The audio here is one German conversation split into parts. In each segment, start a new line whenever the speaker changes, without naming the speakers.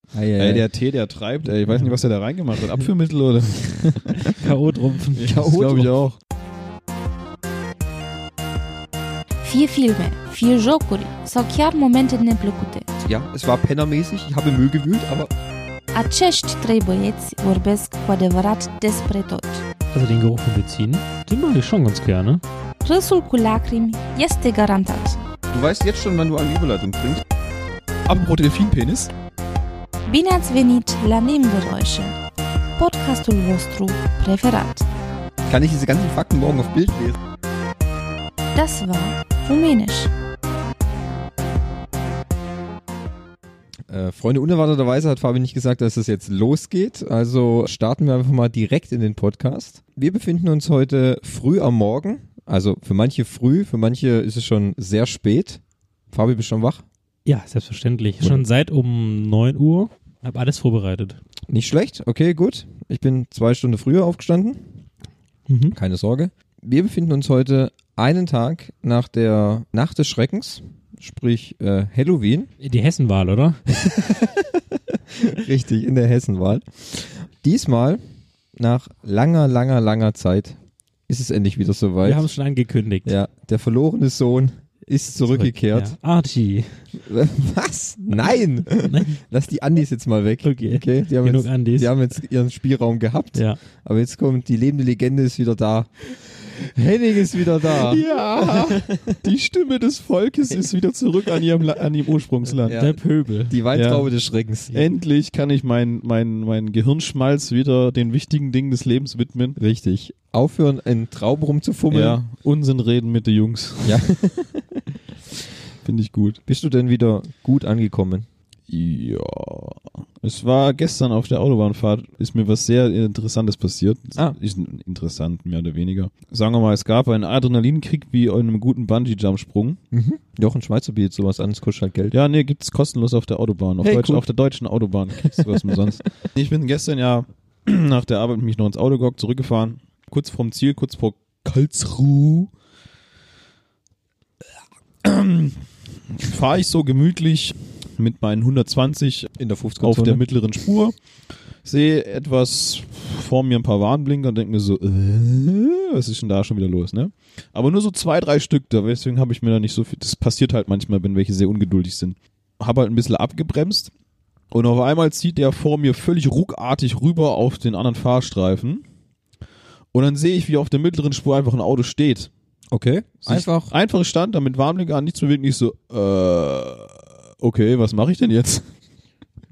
Äh,
Ei, ei,
Ey,
ei.
der Tee, der treibt, ey. Ich weiß nicht, was er da reingemacht hat. Abführmittel oder?
K.O.-Trumpfen.
Das glaube ich auch.
Vier filme, vier jocuri, sau chiar momentele neplăcute.
Ja, es war pennermäßig, ich habe Müll gewühlt, aber
Acești trei băieți vorbesc cu adevărat despre tot.
Also den Geruch von Benzin, den mag ich schon ganz gerne.
Râsul cu lacrimi este garantat.
du weißt jetzt schon, wann du eine Überleitung bringst.
Apropos Delfinpenis.
Bine ați venit la Nebengeräusche, podcastul vostru preferat.
Kann ich diese ganzen Fakten morgen auf Bild lesen?
Das war Rumänisch.
Äh, Freunde, unerwarteterweise hat Fabi nicht gesagt, dass es jetzt losgeht. Also starten wir einfach mal direkt in den Podcast. Wir befinden uns heute früh am Morgen. Also für manche früh, für manche ist es schon sehr spät. Fabi, bist schon wach?
Ja, selbstverständlich. Schon seit um 9 Uhr. Hab alles vorbereitet.
Nicht schlecht. Okay, gut. Ich bin zwei Stunden früher aufgestanden.
Mhm.
Keine Sorge. Wir befinden uns heute einen Tag nach der Nacht des Schreckens, sprich äh, Halloween.
Die Hessenwahl, oder?
Richtig, in der Hessenwahl. Diesmal, nach langer, langer, langer Zeit, ist es endlich wieder soweit.
Wir haben es schon angekündigt.
ja, der verlorene Sohn ist zurückgekehrt.
Ja. Archie.
Was? Nein!
Nein.
Lass die Andis jetzt mal weg.
Okay.
okay? Die, haben
Genug
jetzt,
Andis.
die haben jetzt ihren Spielraum gehabt.
Ja.
Aber jetzt kommt, die lebende Legende ist wieder da. Henning ist wieder da.
Ja. Die Stimme des Volkes ist wieder zurück an ihrem, La- an ihrem Ursprungsland.
Ja.
Der Pöbel.
Die Weintraube des Schreckens.
Endlich kann ich meinen mein, mein Gehirnschmalz wieder den wichtigen Dingen des Lebens widmen.
Richtig. Aufhören, in Trauben rumzufummeln.
Ja, Unsinn reden mit den Jungs.
Ja.
Finde ich gut.
Bist du denn wieder gut angekommen?
Ja. Es war gestern auf der Autobahnfahrt, ist mir was sehr Interessantes passiert.
Ah.
Ist interessant, mehr oder weniger. Sagen wir mal, es gab einen Adrenalinkick wie in einem guten Bungee-Jump-Sprung.
Jochen Schweizer bietet sowas an, es kostet halt Geld.
Ja, nee, gibt's kostenlos auf der Autobahn. Auf,
Hey,
Deutsch,
cool.
auf der deutschen Autobahn kriegst du was umsonst. Ich bin gestern ja nach der Arbeit mich noch ins Auto gehockt, zurückgefahren. Kurz vorm Ziel, kurz vor Karlsruhe. Fahre ich so gemütlich mit meinen 120
In der 50
auf der mittleren Spur, sehe etwas vor mir ein paar Warnblinker und denke mir so, äh, was ist denn da schon wieder los, ne? Aber nur so zwei, drei Stück da, deswegen habe ich mir da nicht so viel. Das passiert halt manchmal, wenn welche sehr ungeduldig sind. Habe halt ein bisschen abgebremst und auf einmal zieht der vor mir völlig ruckartig rüber auf den anderen Fahrstreifen. Und dann sehe ich, wie auf der mittleren Spur einfach ein Auto steht.
Okay.
Sich-
Einfach.
Einfach stand, damit Warnblinker an, nichts bewegt, nicht so, äh, okay, was mache ich denn jetzt?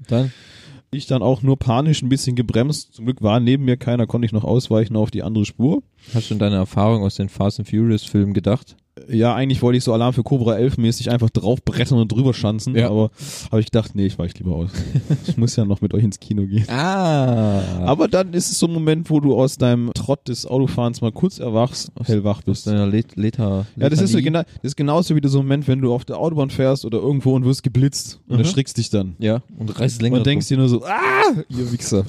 Dann.
Ich dann auch nur panisch ein bisschen gebremst. Zum Glück war neben mir keiner, konnte ich noch ausweichen auf die andere Spur.
Hast du an deine Erfahrung aus den Fast and Furious Filmen gedacht?
Ja, eigentlich wollte ich so Alarm für Cobra 11 mäßig einfach draufbrettern und drüber schanzen,
Ja.
aber habe ich gedacht, nee, ich weiche lieber aus. ich muss ja noch mit euch ins Kino gehen.
Ah. Ab
Aber dann ist es so ein Moment, wo du aus deinem Trott des Autofahrens mal kurz erwachst, hellwach
aus
bist.
deiner Let Leta.
Ja, das ist, so
Lethargie.
genau, das ist genauso wie der so ein Moment, wenn du auf der Autobahn fährst oder irgendwo und wirst geblitzt und
Mhm.
erschrickst dich dann.
Ja, und reißt länger.
und denkst dir nur so, ah, ihr Wichser.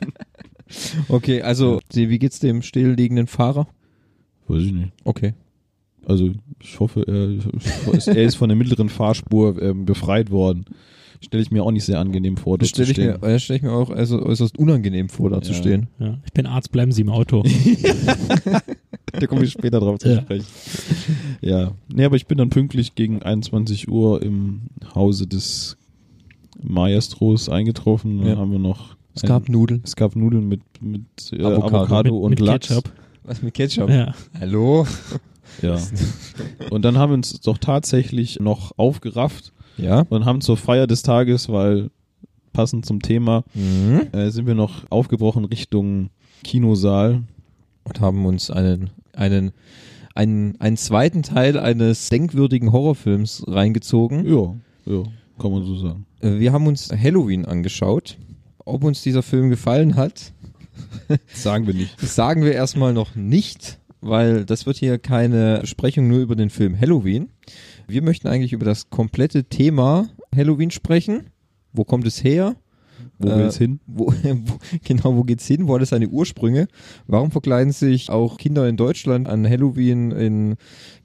drum. okay, also, die- wie geht's dem stillliegenden Fahrer?
Weiß ich nicht.
Okay.
Also ich hoffe, er ist, er ist von der mittleren Fahrspur ähm, befreit worden. Stelle ich mir auch nicht sehr angenehm vor, dort
Das stelle
zu
ich,
stehen.
mir- äh, stell ich mir auch also äußerst unangenehm vor, da zu
Ja.
stehen.
Ja. Ich bin Arzt, bleiben Sie im Auto.
Da komme ich später drauf zu
Ja.
sprechen. Ja. Nee, aber ich bin dann pünktlich gegen 21 Uhr im Hause des Maestros eingetroffen. Dann
Ja.
haben wir noch
Es
ein-
gab Nudeln.
es gab Nudeln mit, mit äh,
Avocado.
Avocado, und
mit, mit
Lachs.
Ketchup.
Was mit Ketchup?
Ja.
Hallo?
Ja. Und dann haben wir uns doch tatsächlich noch aufgerafft
Ja.
und haben zur Feier des Tages, weil passend zum Thema,
Mhm.
äh, sind wir noch aufgebrochen Richtung Kinosaal.
und haben uns einen, einen, einen, einen zweiten Teil eines denkwürdigen Horrorfilms reingezogen.
Ja, ja, kann man so sagen.
Äh, Wir haben uns Halloween angeschaut. Ob uns dieser Film gefallen hat,
Sagen wir nicht.
das sagen wir erstmal noch nicht, weil das wird hier keine Besprechung nur über den Film Halloween. Wir möchten eigentlich über das komplette Thema Halloween sprechen. Wo kommt es her?
Wo
Äh,
will's hin?
Wo, wo, genau, wo geht's hin? Wo hat es seine Ursprünge? Warum verkleiden sich auch Kinder in Deutschland an Halloween in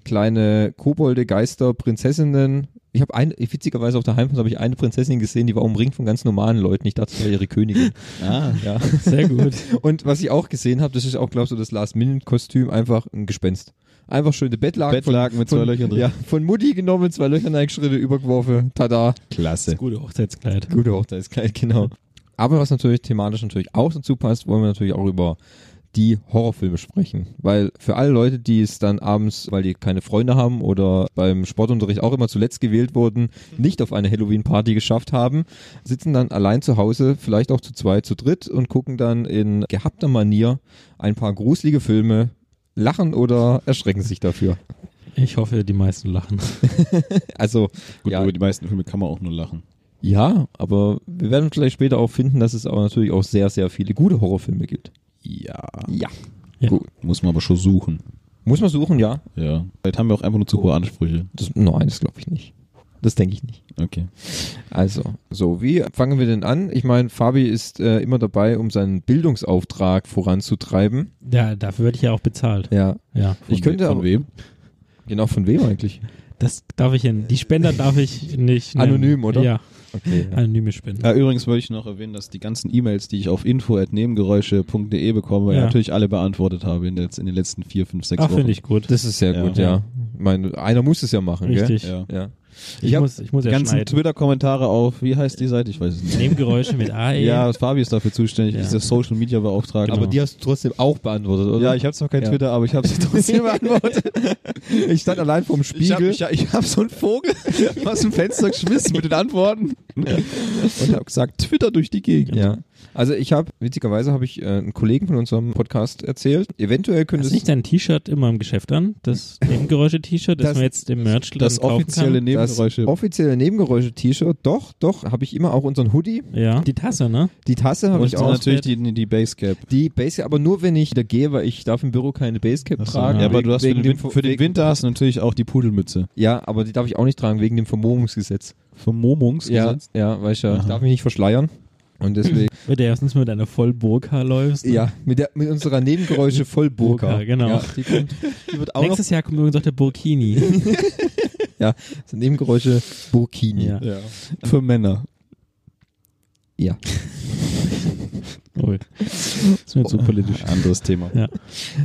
kleine Kobolde, Geister, Prinzessinnen? Ich habe eine, witzigerweise auf der Heimfahrt habe ich eine Prinzessin gesehen, die war umringt von ganz normalen Leuten. Ich dachte, das wäre ihre Königin.
Ah.
Ja.
Sehr gut.
Und was ich auch gesehen habe, das ist auch, glaube ich, so das Last-Minute-Kostüm, einfach ein Gespenst. Einfach schöne Bettlaken,
Bettlaken mit zwei
von,
Löchern
von,
drin.
ja, von Mutti genommen, zwei Löcher in eine Schritte übergeworfen. Tada.
Klasse.
Gute Hochzeitskleid.
Gute Hochzeitskleid, genau. Aber was natürlich thematisch natürlich auch dazu passt, wollen wir natürlich auch über die Horrorfilme sprechen. Weil für alle Leute, die es dann abends, weil die keine Freunde haben oder beim Sportunterricht auch immer zuletzt gewählt wurden, nicht auf eine Halloween-Party geschafft haben, sitzen dann allein zu Hause, vielleicht auch zu zweit, zu dritt und gucken dann in gehabter Manier ein paar gruselige Filme, lachen oder erschrecken sich dafür.
Ich hoffe, die meisten lachen.
Also,
Gut,
ja,
über die meisten Filme kann man auch nur lachen.
ja, aber wir werden vielleicht später auch finden, dass es aber natürlich auch sehr, sehr viele gute Horrorfilme gibt.
Ja.
Ja.
Muss man aber schon suchen.
Muss man suchen, ja.
Ja. Vielleicht haben wir auch einfach nur zu hohe Ansprüche.
Das, nein, das glaube ich nicht. Das denke ich nicht.
Okay.
Also, so, wie fangen wir denn an? Ich meine, Fabi ist äh, immer dabei, um seinen Bildungsauftrag voranzutreiben.
Ja, dafür werde ich ja auch bezahlt.
Ja.
Ja.
Von
Ich könnte
we- von
aber-
wem?
Genau, von wem eigentlich?
Das darf ich hin. Die Spender darf ich nicht. Nennen.
Anonym, oder?
Ja,
Okay.
anonyme Spenden.
Ja, übrigens wollte ich noch erwähnen, dass die ganzen E-Mails, die ich auf info.nebengeräusche.de bekomme,
Ja.
natürlich alle beantwortet habe in, der, in den letzten vier, fünf, sechs
Ach,
Wochen.
finde ich gut.
Das ist sehr
Ja.
gut, ja. Ich meine, einer muss es ja machen,
Richtig.
Ja.
gell? Ja.
Ich,
Ich hab
muss, ich muss
Die
ja
ganzen
schneiden.
Twitter-Kommentare auf, wie heißt die Seite? Ich weiß es nicht.
Nebengeräusche mit E. AE.
Ja, Fabi ist dafür zuständig,
Ja.
ist der Social Media Beauftragte.
Genau.
Aber die hast du trotzdem auch beantwortet, oder?
Ja, ich habe zwar kein
Ja.
Twitter, aber ich habe sie trotzdem beantwortet.
ich stand allein vorm
Ich
Spiegel
habe ich, ich hab so einen Vogel aus dem Fenster geschmissen mit den Antworten und habe gesagt, Twitter durch die Gegend.
ja. Also ich habe, witzigerweise habe ich äh, einen Kollegen von unserem Podcast erzählt. Eventuell könnte
Hast
es
du nicht dein T-Shirt immer im Geschäft an? Das Nebengeräusche-T-Shirt, das,
Das-
man jetzt im merch
Das offizielle Nebengeräusche.
Das offizielle Nebengeräusche-T-Shirt, doch, doch, habe ich immer auch unseren Hoodie.
Ja, die Tasse, ne?
Die Tasse habe
Und
ich
dann
auch.
natürlich die, die Basecap.
Die Basecap, aber nur wenn ich da gehe, weil ich darf im Büro keine Basecap tragen.
ja, aber du hast für
wegen
den,
dem
Win-
Ver-
für den
wegen-
Winter hast du natürlich auch die Pudelmütze.
Ja, aber die darf ich auch nicht tragen wegen dem Vermummungsgesetz. Ja,
Vermummungsgesetz.
ja, weil ich ja, ich
Aha.
darf mich nicht verschleiern. Und deswegen,
Wenn du erstens mit einer Vollburka läufst. ne?
ja, mit, der, mit unserer Nebengeräusche voll Burka.
Burka, genau.
Ja, die, kommt, die wird auch noch,
Nächstes Jahr kommt übrigens auch der Burkini.
das sind Nebengeräusche Burkini.
ja.
Ja. Für Männer.
Ui. Das ist mir
Oh.
zu politisch.
Anderes Thema.
Ja.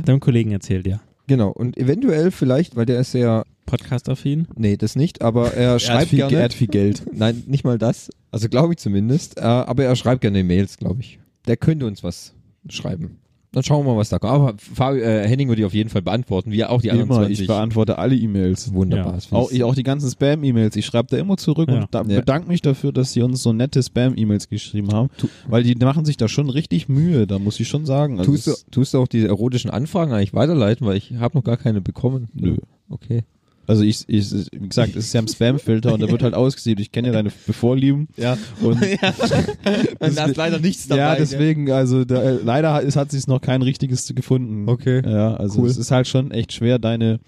Deinem Kollegen erzählt, ja.
Genau, und eventuell vielleicht, weil der ist sehr,
Podcast-affin.
nee, das nicht, aber er,
Er hat,
schreibt
viel,
gerne.
er hat viel Geld.
Nein, nicht mal das. Also glaube ich zumindest. Äh, aber er schreibt gerne Mails, glaube ich. Der könnte uns was schreiben. Dann schauen wir mal, was da kommt. Aber Fabi, äh, Henning wird die auf jeden Fall beantworten. Wir auch die anderen
Immer,
20.
ich beantworte alle E-Mails.
Wunderbar.
Ja.
das
Auch,
ist-
ich, auch die ganzen Spam-E-Mails. Ich schreibe da immer zurück
Ja.
und da,
Ja.
bedanke mich dafür, dass sie uns so nette Spam-E-Mails geschrieben haben. weil die machen sich da schon richtig Mühe, da muss ich schon sagen. Also
tust, du,
es-
tust du auch diese erotischen Anfragen eigentlich weiterleiten? Weil ich habe noch gar keine bekommen.
Nö.
Okay.
Also ich, ich, wie gesagt, es ist ja ein Spam-Filter und da wird halt ausgesiebt. Ich kenne ja deine Vorlieben.
Ja.
Und
Und da ist leider nichts dabei. ne?
ja,
gell?
deswegen, also da, äh, leider hat, es hat sich noch kein richtiges gefunden.
Okay.
Ja, also
Cool.
es ist halt schon echt schwer, deine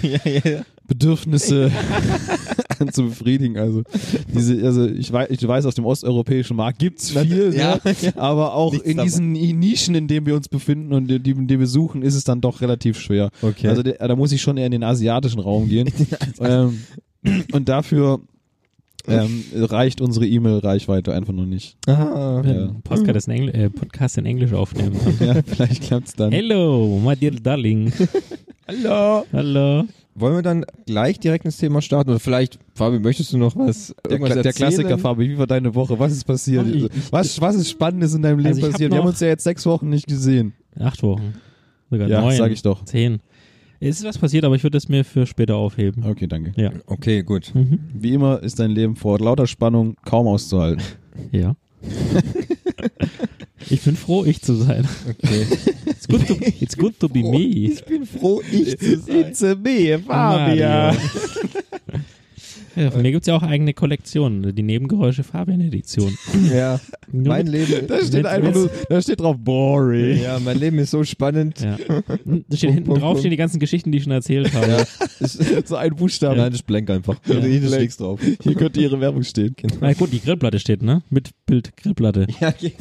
ja, ja, ja.
Bedürfnisse zu befriedigen. Also diese, also ich weiß, ich weiß, aus dem osteuropäischen Markt gibt's viel,
Ja,
ne? aber auch
Nichts
in
dabei.
diesen Nischen, in denen wir uns befinden und in denen wir suchen, ist es dann doch relativ schwer.
Okay.
Also der, da muss ich schon eher in den asiatischen Raum gehen. ähm, und dafür ähm, reicht unsere E-Mail-Reichweite einfach noch nicht.
Ah,
Wir
Ja.
werden Podcast, in Engl äh, Podcast in Englisch aufnehmen.
Ja, vielleicht klappt's dann.
Hello, my dear darling.
Hallo.
Hallo.
Wollen wir dann gleich direkt ins Thema starten? Oder vielleicht, Fabi, möchtest du noch was?
Der,
irgendwas
Kla der
erzählen?
Klassiker, Fabi, wie war deine Woche? Was ist passiert?
Ich-
was, was ist Spannendes in deinem Leben
Also ich hab
passiert? Wir
noch-
haben uns ja jetzt sechs Wochen nicht gesehen.
Acht Wochen. Sogar
Ja,
neun.
sag ich doch.
Zehn. Es ist was passiert, aber ich würde es mir für später aufheben.
Okay, danke.
Ja.
Okay, gut.
Mhm.
Wie immer ist dein Leben vor lauter Spannung kaum auszuhalten.
Ja. ich bin froh, ich zu sein.
Okay.
It's good to, it's good to be me.
bin froh, ich zu
It's a me,
Mario. Ja, von mir gibt es ja auch eigene Kollektionen. ne? Die Nebengeräusche Fabian-Edition.
Ja, mein Leben.
Da steht
Jetzt-
einfach nur, da steht drauf boring.
Ja, mein Leben ist so spannend.
Ja. Da steht hinten
Punkt,
drauf,
Punkt.
stehen die ganzen Geschichten, die ich schon erzählt habe.
so ein Buchstabe.
Nein, das ist blank einfach.
Ja.
Da ist
Blank.
nichts drauf.
Hier könnte ihre Werbung stehen.
Na gut, die Grillplatte steht, ne? Mit Bild Grillplatte.
Ja, okay.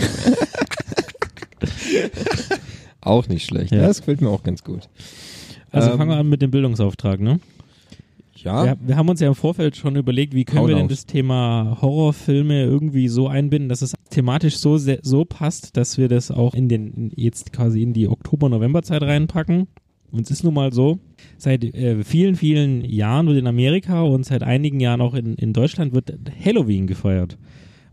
auch nicht schlecht.
Ja.
Ja. Das gefällt mir auch ganz gut.
Also
Ähm,
fangen wir an mit dem Bildungsauftrag, ne?
Ja,
Wir, wir haben uns ja im Vorfeld schon überlegt, wie können
Hauen
wir denn
auf.
das Thema Horrorfilme irgendwie so einbinden, dass es thematisch so, sehr, so passt, dass wir das auch in den in- jetzt quasi in die Oktober-November-Zeit reinpacken. Und es ist nun mal so, seit äh, vielen, vielen Jahren wird in Amerika und seit einigen Jahren auch in, in Deutschland wird Halloween gefeiert.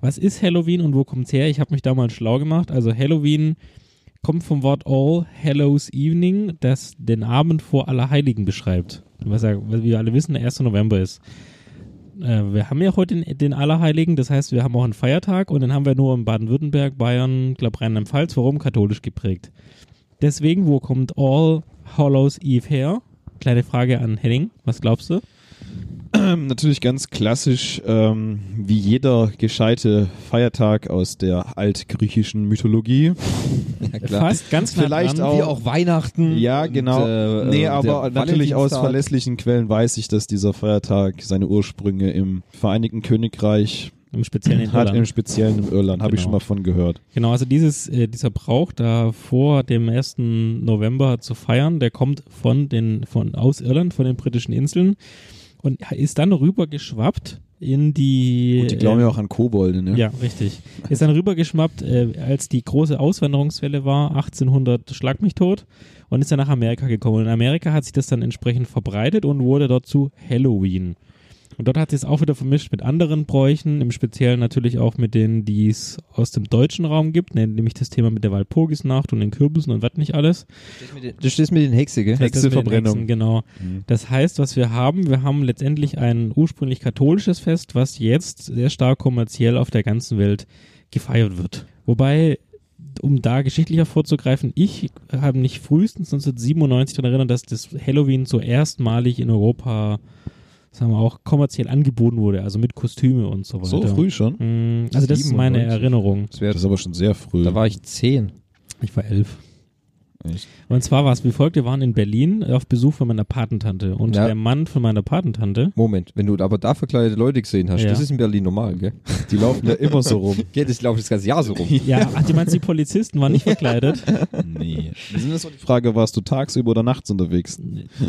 Was ist Halloween und wo kommt's her? Ich habe mich da mal schlau gemacht. Also Halloween kommt vom Wort All Hallows Evening, das den Abend vor Allerheiligen beschreibt. Was ja, wie wir alle wissen, der 1. November ist. Äh, wir haben ja heute den, den Allerheiligen, das heißt, wir haben auch einen Feiertag und den haben wir nur in Baden-Württemberg, Bayern, glaube Rheinland-Pfalz, warum katholisch geprägt. Deswegen, wo kommt All Hallows Eve her? Kleine Frage an Henning, was glaubst du?
Ähm, natürlich ganz klassisch, ähm, wie jeder gescheite Feiertag aus der altgriechischen Mythologie.
ja klar.
Fast ganz nah
Vielleicht
dran.
auch-
Wie auch Weihnachten.
Ja,
Mhm. und,
genau.
äh,
nee,
äh, der
aber natürlich aus
Valentinstag.
verlässlichen Quellen weiß ich, dass dieser Feiertag seine Ursprünge im Vereinigten Königreich
im speziellen in
hat,
Irland.
im Speziellen im Irland. Habe ich
Genau.
schon mal von gehört.
Genau, also dieses, äh, dieser Brauch da vor dem 1. November zu feiern, der kommt von den, von, aus Irland, von den britischen Inseln und ist dann rübergeschwappt in die. äh,
Gut, die glauben ja auch an Kobolde, ne?
ja, richtig. Ist dann rübergeschwappt, äh, als die große Auswanderungswelle war, 1800 Schlag mich tot, und ist dann nach Amerika gekommen. Und in Amerika hat sich das dann entsprechend verbreitet und wurde dort zu Halloween. Und dort hat sie es auch wieder vermischt mit anderen Bräuchen, im Speziellen natürlich auch mit denen, die es aus dem deutschen Raum gibt, ne, nämlich das Thema mit der Walpurgisnacht und den Kürbissen und was nicht alles.
Du stehst mit den Hexe, gell?
Das ist mit den
Hexenverbrennung.
Hexen, Genau.
Mhm.
Das heißt, was wir haben, wir haben letztendlich ein ursprünglich katholisches Fest, was jetzt sehr stark kommerziell auf der ganzen Welt gefeiert wird. Wobei, um da geschichtlicher vorzugreifen, ich habe mich frühestens 1997 daran erinnert, dass das Halloween so erstmalig in Europa, sagen wir auch, kommerziell angeboten wurde, also mit Kostüme und so weiter.
So früh schon?
Mm, Also das ist meine
97.
Erinnerung.
Das
Mhm. Das
wär,
ist aber schon sehr früh.
da war ich zehn.
Ich war elf.
Echt?
Und zwar war es wie folgt, wir waren in Berlin äh, auf Besuch von meiner Patentante und
Ja.
der Mann von meiner Patentante,
Moment, wenn du aber da verkleidete Leute gesehen hast,
Ja.
das ist in Berlin normal, gell?
die laufen da immer so rum.
Geht, ich glaube, das ganze Jahr so rum.
ja, ach, du meinst, die Polizisten waren nicht verkleidet?
nee. Das ist die Frage, warst du tagsüber oder nachts unterwegs?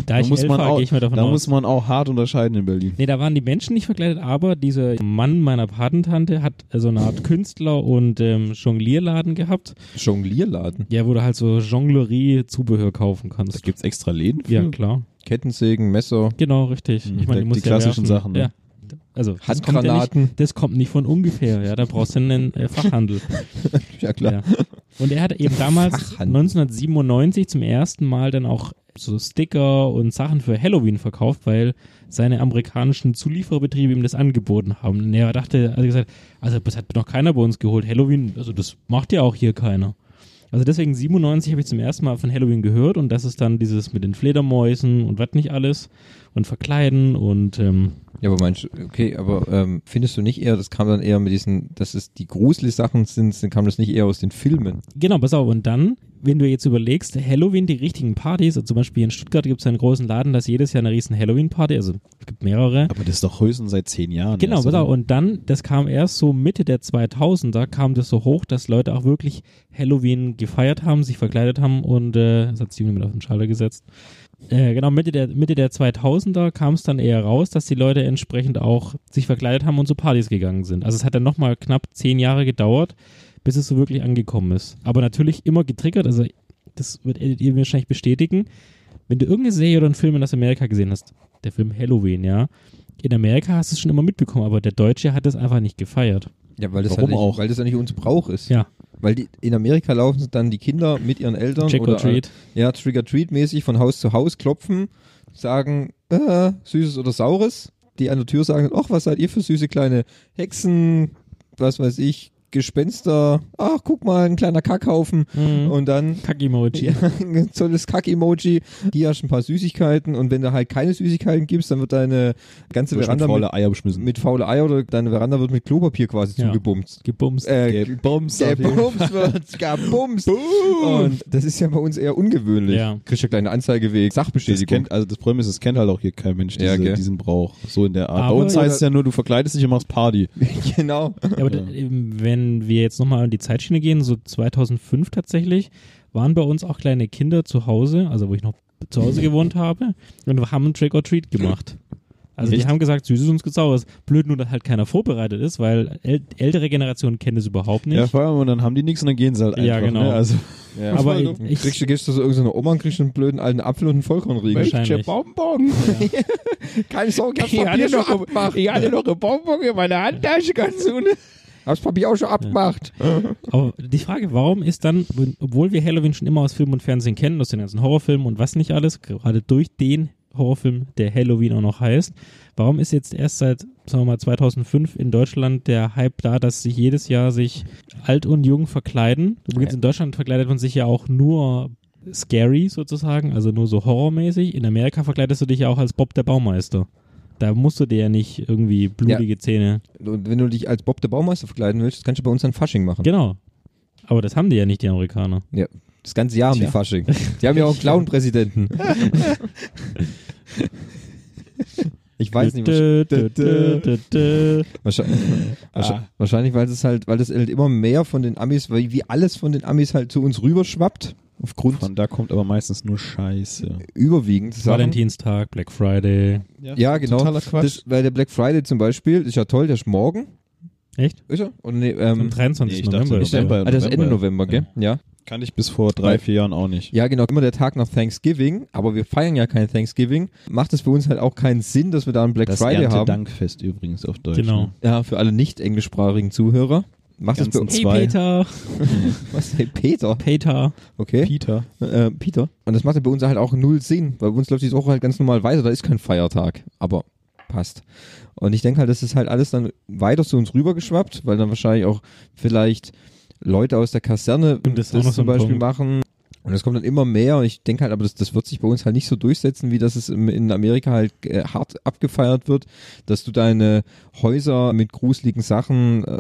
Da ich elf war,
auch,
gehe ich mal davon
da
aus.
muss man auch hart unterscheiden in Berlin.
Nee, da waren die Menschen nicht verkleidet, aber dieser Mann meiner Patentante hat äh, so eine Art Künstler- und ähm, Jonglierladen gehabt,
Jonglierladen.
ja, wo du halt so Jonglerie-Zubehör kaufen kannst.
gibt's extra Läden
ja, klar.
Kettensägen, Messer.
Genau, richtig.
Mhm.
Ich meine,
Die
du musst ja
klassischen Sachen,
werfen.
ne?
Ja. Also, das kommt ja nicht,
Handgranaten.
das kommt nicht von ungefähr, ja, da brauchst du einen äh, Fachhandel.
Ja, klar.
Ja. Und er hat eben damals
Fachhandel.
1997 zum ersten Mal dann auch so Sticker und Sachen für Halloween verkauft, weil seine amerikanischen Zulieferbetriebe ihm das angeboten haben. Und er dachte, also gesagt, also das hat noch keiner bei uns geholt. Halloween, also das macht ja auch hier keiner. Also deswegen 97 habe ich zum ersten Mal von Halloween gehört und das ist dann dieses mit den Fledermäusen und was nicht alles und verkleiden und ähm,
Ja, aber meinst du- okay, aber ähm, findest du nicht eher, das kam dann eher mit diesen, dass es die gruselig Sachen sind, dann kam das nicht eher aus den Filmen.
Genau, pass auf. Und dann, wenn du jetzt überlegst, Halloween, die richtigen Partys, also zum Beispiel in Stuttgart gibt es einen großen Laden, das jedes Jahr eine riesen Halloween-Party, also es gibt mehrere.
Aber das ist doch höchstens seit zehn Jahren. Also
Genau,
erst,
pass auf.
oder?
Und dann, das kam erst so Mitte der 2000er, kam das so hoch, dass Leute auch wirklich Halloween gefeiert haben, sich verkleidet haben und äh, das hat sie mit auf den Schalter gesetzt. Äh, genau, Mitte der, Mitte der 2000er kam es dann eher raus, dass die Leute entsprechend auch sich verkleidet haben und zu Partys gegangen sind. Also es hat dann nochmal knapp zehn Jahre gedauert, bis es so wirklich angekommen ist. Aber natürlich immer getriggert, also das wird ihr wahrscheinlich bestätigen, wenn du irgendeine Serie oder einen Film in Amerika gesehen hast, der Film Halloween, ja, in Amerika hast du es schon immer mitbekommen, aber der Deutsche hat es einfach nicht gefeiert.
Ja, weil das
Warum
halt nicht,
auch?
weil das eigentlich unser Brauch ist.
Ja.
Weil die, in Amerika laufen dann die Kinder mit ihren Eltern
Trick
oder äh,
or treat.
ja, Trick or Treat mäßig von Haus zu Haus klopfen, sagen äh, süßes oder saures, die an der Tür sagen, ach, was seid ihr für süße kleine Hexen, was weiß ich, Gespenster, ach, guck mal, ein kleiner Kackhaufen.
Mhm.
Und dann
Kack-Emoji.
ja, ein tolles Kack-Emoji. Hier hast du ein paar Süßigkeiten. Und wenn du halt keine Süßigkeiten gibst, dann wird deine ganze
Wird mit
Veranda mit,
faule Eier beschmissen.
mit faule Eier oder deine Veranda wird mit Klopapier quasi
Ja.
zugebumst.
Gebumst.
Äh,
Gebums. auf jeden Fall.
Gebumst wird gebumst. Und das ist ja bei uns eher ungewöhnlich.
Ja.
Kriegst ja kleine Anzeige wegen
Das
Sachbeschädigung.
kennt, also das Problem ist, das kennt halt auch hier kein Mensch, diese,
Ja, gell.
diesen Brauch. So in der Art.
Aber-
Bei uns heißt es ja nur, du verkleidest dich und machst Party.
genau.
Ja, aber d- eben, wenn wir jetzt nochmal in die Zeitschiene gehen, so 2005 tatsächlich, waren bei uns auch kleine Kinder zu Hause, also wo ich noch zu Hause gewohnt habe, und wir haben einen Trick or Treat gemacht. Also die
Echt?
haben gesagt, Süßes und Gesaures. Blöd nur, dass halt keiner vorbereitet ist, weil äl ältere Generationen kennen das überhaupt
Ja,
nicht.
vor allem, und dann haben die nichts und dann gehen sie halt einfach.
Ja, genau.
Ne? Also,
Ja.
aber
voll
ich,
kriegst du, gehst du zu irgendeiner Oma und kriegst einen blöden alten Apfel und einen Vollkornriegel.
Wahrscheinlich.
Ich hab Bonbon. Keine Sorge, ich hab's Papier schon abgemacht.
ich hatte noch ein Bonbon in meiner Handtasche ganz ohne.
Hab's Papier auch schon abgemacht.
Aber die Frage, warum ist dann, wenn- obwohl wir Halloween schon immer aus Film und Fernsehen kennen, aus den ganzen Horrorfilmen und was nicht alles, gerade durch den Horrorfilm, der Halloween auch noch heißt, warum ist jetzt erst seit, sagen wir mal, 2005 in Deutschland der Hype da, dass sich jedes Jahr sich alt und jung verkleiden? Übrigens in Deutschland verkleidet man sich ja auch nur scary sozusagen, also nur so horrormäßig. In Amerika verkleidest du dich ja auch als Bob der Baumeister. Da musst du dir ja nicht irgendwie blutige Zähne.
Und wenn du dich als Bob der Baumeister verkleiden willst, das kannst du bei uns ein Fasching machen.
Genau. Aber das haben die ja nicht, die Amerikaner.
Ja. Das ganze Jahr haben die
Tja.
Fasching. Die haben ja auch einen Clown-Präsidenten. Ich weiß nicht, wahrscheinlich-
Dö, dö, dö, dö, dö.
wahrscheinlich,
Ah.
wahrscheinlich, wahrscheinlich weil das halt, weil das halt immer mehr von den Amis, weil wie alles von den Amis halt zu uns rüberschwappt, aufgrund
Von da kommt aber meistens nur Scheiße.
überwiegend Sachen.
Valentinstag, Black Friday.
Ja, genau.
Totaler Quatsch.
Das, weil der Black Friday zum Beispiel ist ja toll, der ist morgen.
Echt?
Ist er? Oder nee,
Am
ähm,
23.
nee, ich dachte,
November.
das
ist er.
November.
ah, das ist Ende November, gell? Ja.
Kann ich bis vor drei, vier Jahren auch nicht.
Ja, genau, immer der Tag nach Thanksgiving, aber wir feiern ja kein Thanksgiving. Macht es für uns halt auch keinen Sinn, dass wir da einen Black
Das
Friday haben.
Erntedankfest übrigens auf Deutsch.
Genau.
Ne?
Ja, für alle nicht englischsprachigen Zuhörer. Macht es
Ganzen
für uns.
Hey
Zwei.
Peter,
Was? Hey, Peter.
Peter.
Okay.
Peter.
äh, Peter. Und das macht ja bei uns halt auch null Sinn, weil bei uns läuft die Woche halt ganz normal weiter, da ist kein Feiertag, aber passt. Und ich denke halt, das ist halt alles dann weiter zu uns rübergeschwappt, weil dann wahrscheinlich auch vielleicht Leute aus der Kaserne
Stimmt, das ist auch noch so
zum
ein
Beispiel
Punkt.
machen. Und es kommt dann immer mehr und ich denke halt, aber das, das wird sich bei uns halt nicht so durchsetzen, wie das es im- in Amerika halt äh, hart abgefeiert wird, dass du deine Häuser mit gruseligen Sachen äh,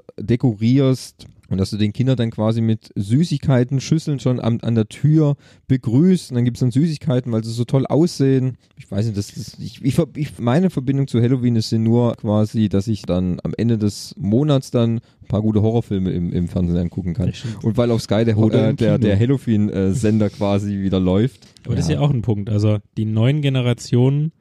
dekorierst und dass du den Kindern dann quasi mit Süßigkeiten, Schüsseln schon an, an der Tür begrüßt und dann gibt's dann Süßigkeiten, weil sie so toll aussehen. Ich weiß nicht, das ist, ich, ich, ver- ich, meine Verbindung zu Halloween ist ja nur quasi, dass ich dann am Ende des Monats dann ein paar gute Horrorfilme im, im Fernsehen angucken kann.
Das stimmt.
Und weil auf Sky der, Ho-
Oder
äh,
im
der,
Kino.
der Halloween-Sender quasi wieder läuft.
Aber das ist ja auch ein Punkt. Also die neuen Generationen,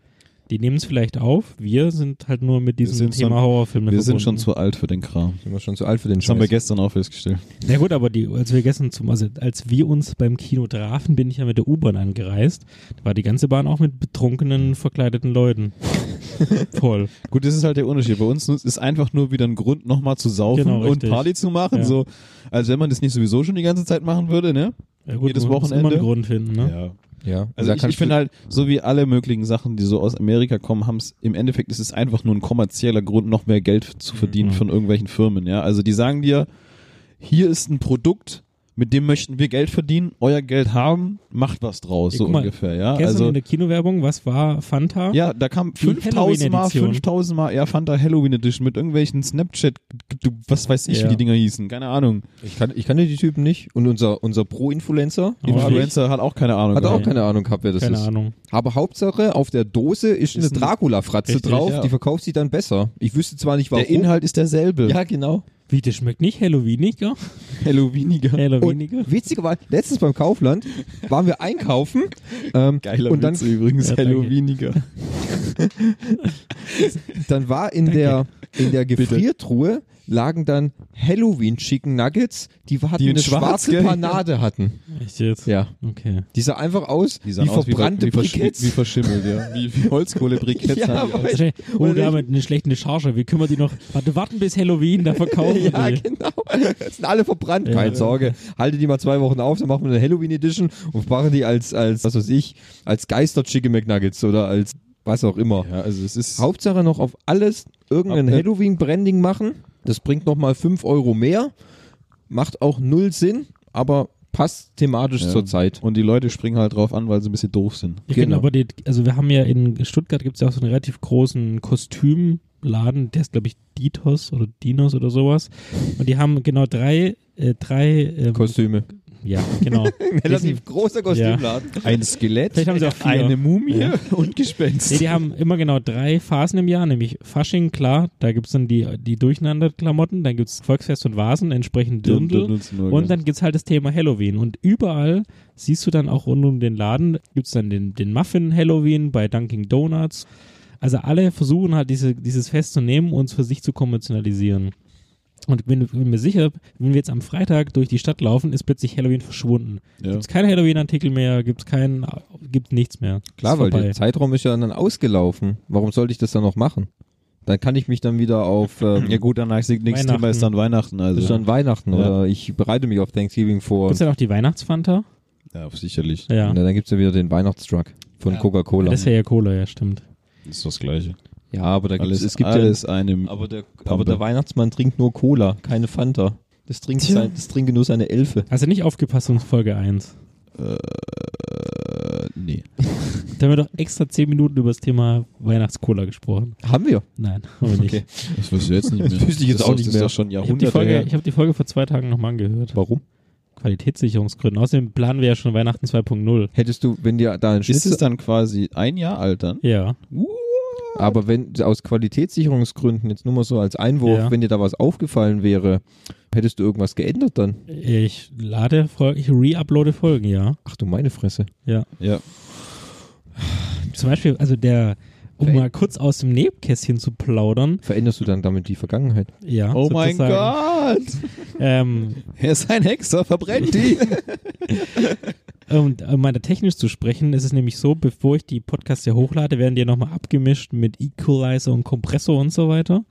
die nehmen es vielleicht auf. Wir sind halt nur mit diesem
sind
Thema
schon-
Horrorfilme
Wir sind schon
verbunden.
zu alt für den Kram.
Sind wir schon zu alt für den
Das haben wir
Scheiß.
gestern auch festgestellt.
Ja gut, aber die, als wir gestern zum, also als wir uns beim Kino trafen, bin ich ja mit der U-Bahn angereist. Da war die ganze Bahn auch mit betrunkenen, verkleideten Leuten. Voll.
Gut, das ist halt der Unterschied. Bei uns ist einfach nur wieder ein Grund, nochmal zu saufen
Genau,
und
richtig.
Party zu machen.
Ja.
So, als wenn man das nicht sowieso schon die ganze Zeit machen würde, ne?
Ja gut,
Jedes
man muss immer
Wochenende?
einen Grund finden, ne?
Ja.
Ja.
Also
Da
ich,
kannst
ich finde
du-
halt, so wie alle möglichen Sachen, die so aus Amerika kommen, haben es im Endeffekt ist es einfach nur ein kommerzieller Grund, noch mehr Geld zu verdienen
Mhm.
von irgendwelchen Firmen. Ja, also die sagen dir, hier ist ein Produkt, mit dem möchten wir Geld verdienen, euer Geld haben, macht was draus,
Ja,
so
guck mal,
ungefähr. Ja,
Gestern
also
in der Kinowerbung, was war Fanta?
ja, da kam 5000 Mal,
Halloween-Edition.
5000 Mal, ja, Fanta Halloween Edition mit irgendwelchen Snapchat, du- was weiß ich,
Ja.
wie die Dinger hießen, keine Ahnung.
Ich, kann, ich kannte die Typen nicht. Und unser, unser Pro-Influencer
Aber
Influencer hat auch keine Ahnung.
hat
gehabt.
auch keine Ahnung gehabt, wer das
Keine
ist.
Ahnung.
Aber Hauptsache, auf der Dose ist, eine
Ist ein-
Dracula-Fratze
Richtig,
drauf,
ja.
die verkauft sie dann besser. Ich wüsste zwar nicht, warum.
Der Inhalt ist derselbe.
Ja, genau.
Wie, das schmeckt nicht Halloweeniger?
Halloweeniger.
Halloweeniger?
Und witzigerweise, letztens beim Kaufland waren wir einkaufen. Ähm,
Geiler
und dann,
Witz übrigens,
Ja, danke.
Halloweeniger.
dann war in der, in der Gefriertruhe lagen dann Halloween Chicken Nuggets, die hatten
Die in
eine
schwarz,
schwarze
gell?
Panade hatten.
Echt jetzt?
Ja.
Okay.
Die sah einfach aus
Die
wie
sahen aus wie
verbrannte
wie, versch-
Briketts.
Wie verschimmelt, ja. Wie, wie Holzkohlebriketts. halt,
Ja,
sahen die aus.
weiß-
Wahrscheinlich- Oh,
Oder
da haben wir eine schlechte Charge. Wie können wir die noch? Warte, warten bis Halloween, da verkaufen wir
Ja,
die.
genau. Das sind alle verbrannt.
eh. Ja.
Keine Sorge. Halte die mal zwei Wochen auf, dann machen wir eine Halloween Edition und machen die als, als was weiß ich, als Geister Chicken McNuggets oder als was auch immer.
ja, also es ist.
Hauptsache noch auf alles irgendein
Ab-
Halloween-Branding machen. Das bringt nochmal 5 Euro mehr. Macht auch null Sinn, aber passt thematisch
Ja.
zur Zeit.
Und die Leute springen halt drauf an, weil sie ein bisschen doof sind.
Ich kenn
Genau.
aber die, also wir haben ja in Stuttgart gibt es ja auch so einen relativ großen Kostümladen, der ist glaube ich Ditos oder Dinos oder sowas. Und die haben genau drei, äh, drei, ähm,
Kostüme.
ja genau.
Relativ großer Kostümladen.
Ein Skelett,
Vielleicht haben sie auch vier.
eine Mumie
Ja.
und Gespenst.
Nee, die haben immer genau drei Phasen im Jahr, nämlich Fasching, klar, da gibt es dann die, die Durcheinander-Klamotten, dann gibt es Volksfest und Vasen, entsprechend Dirndl. Und dann gibt es halt das Thema Halloween. Und überall siehst du dann auch rund um den Laden, gibt es dann den, den Muffin Halloween bei Dunkin' Donuts. Also alle versuchen halt diese, dieses Fest zu nehmen und es für sich zu kommerzialisieren. Und ich bin, bin mir sicher, wenn wir jetzt am Freitag durch die Stadt laufen, ist plötzlich Halloween verschwunden.
ja.
Gibt es keine Halloween-Artikel mehr, gibt es keinen, gibt nichts mehr.
Klar,
Ist
weil
vorbei.
der Zeitraum ist ja dann ausgelaufen. Warum sollte ich das dann noch machen? Dann kann ich mich dann wieder auf ähm,
ja gut, danach nächstes Thema ist dann Weihnachten.
bis
Also.
dann Weihnachten
Ja.
oder ich bereite mich auf Thanksgiving vor.
Gibt es ja noch die Weihnachtsfanta?
Ja, sicherlich.
Ja.
Und dann gibt's ja wieder den Weihnachtstruck von
Ja.
Coca-Cola.
Das ist ja ja Cola, ja, stimmt.
Das ist das Gleiche.
Ja, aber da gibt's,
Alles,
es gibt ja,
alles einem.
aber der,
Pampe.
aber der Weihnachtsmann trinkt nur Cola, keine Fanta. Das trinkt,
Tja.
sein, das trinken nur seine Elfe.
Hast du Also nicht aufgepasst in Folge 1?
Äh, nee.
Da haben wir doch extra 10 Minuten über das Thema Weihnachtscola gesprochen.
Haben wir.
Nein, aber nicht.
Okay.
Das wüsste ich jetzt nicht mehr.
Das wüsste ich jetzt
das
auch
ist-
nicht
Das ist
mehr.
doch schon
Ich habe die,
Jahrhunderte
Folge-
her.
ich hab die Folge vor zwei Tagen nochmal angehört.
Warum?
Qualitätssicherungsgründen. Außerdem planen wir ja schon Weihnachten 2.0.
Hättest du, wenn dir da ein
Ist es
Schnitzel,
dann quasi ein Jahr alt dann?
Ja.
aber wenn aus Qualitätssicherungsgründen, jetzt nur mal so als Einwurf,
Ja.
wenn dir da was aufgefallen wäre, hättest du irgendwas geändert dann?
Ich lade Folgen, ich re-uploade Folgen, ja.
Ach du meine Fresse.
Ja.
Zum Beispiel, also der, um
Okay.
mal kurz aus dem Nebkästchen zu plaudern,
Veränderst du dann damit die Vergangenheit?
ja.
Oh mein
sozusagen.
Gott!
Ähm,
Er ist ein Hexer, verbrennt ihn!
und um mal technisch zu sprechen, ist es nämlich so, bevor ich die Podcasts ja hochlade, werden die ja nochmal abgemischt mit Equalizer und Kompressor und so weiter.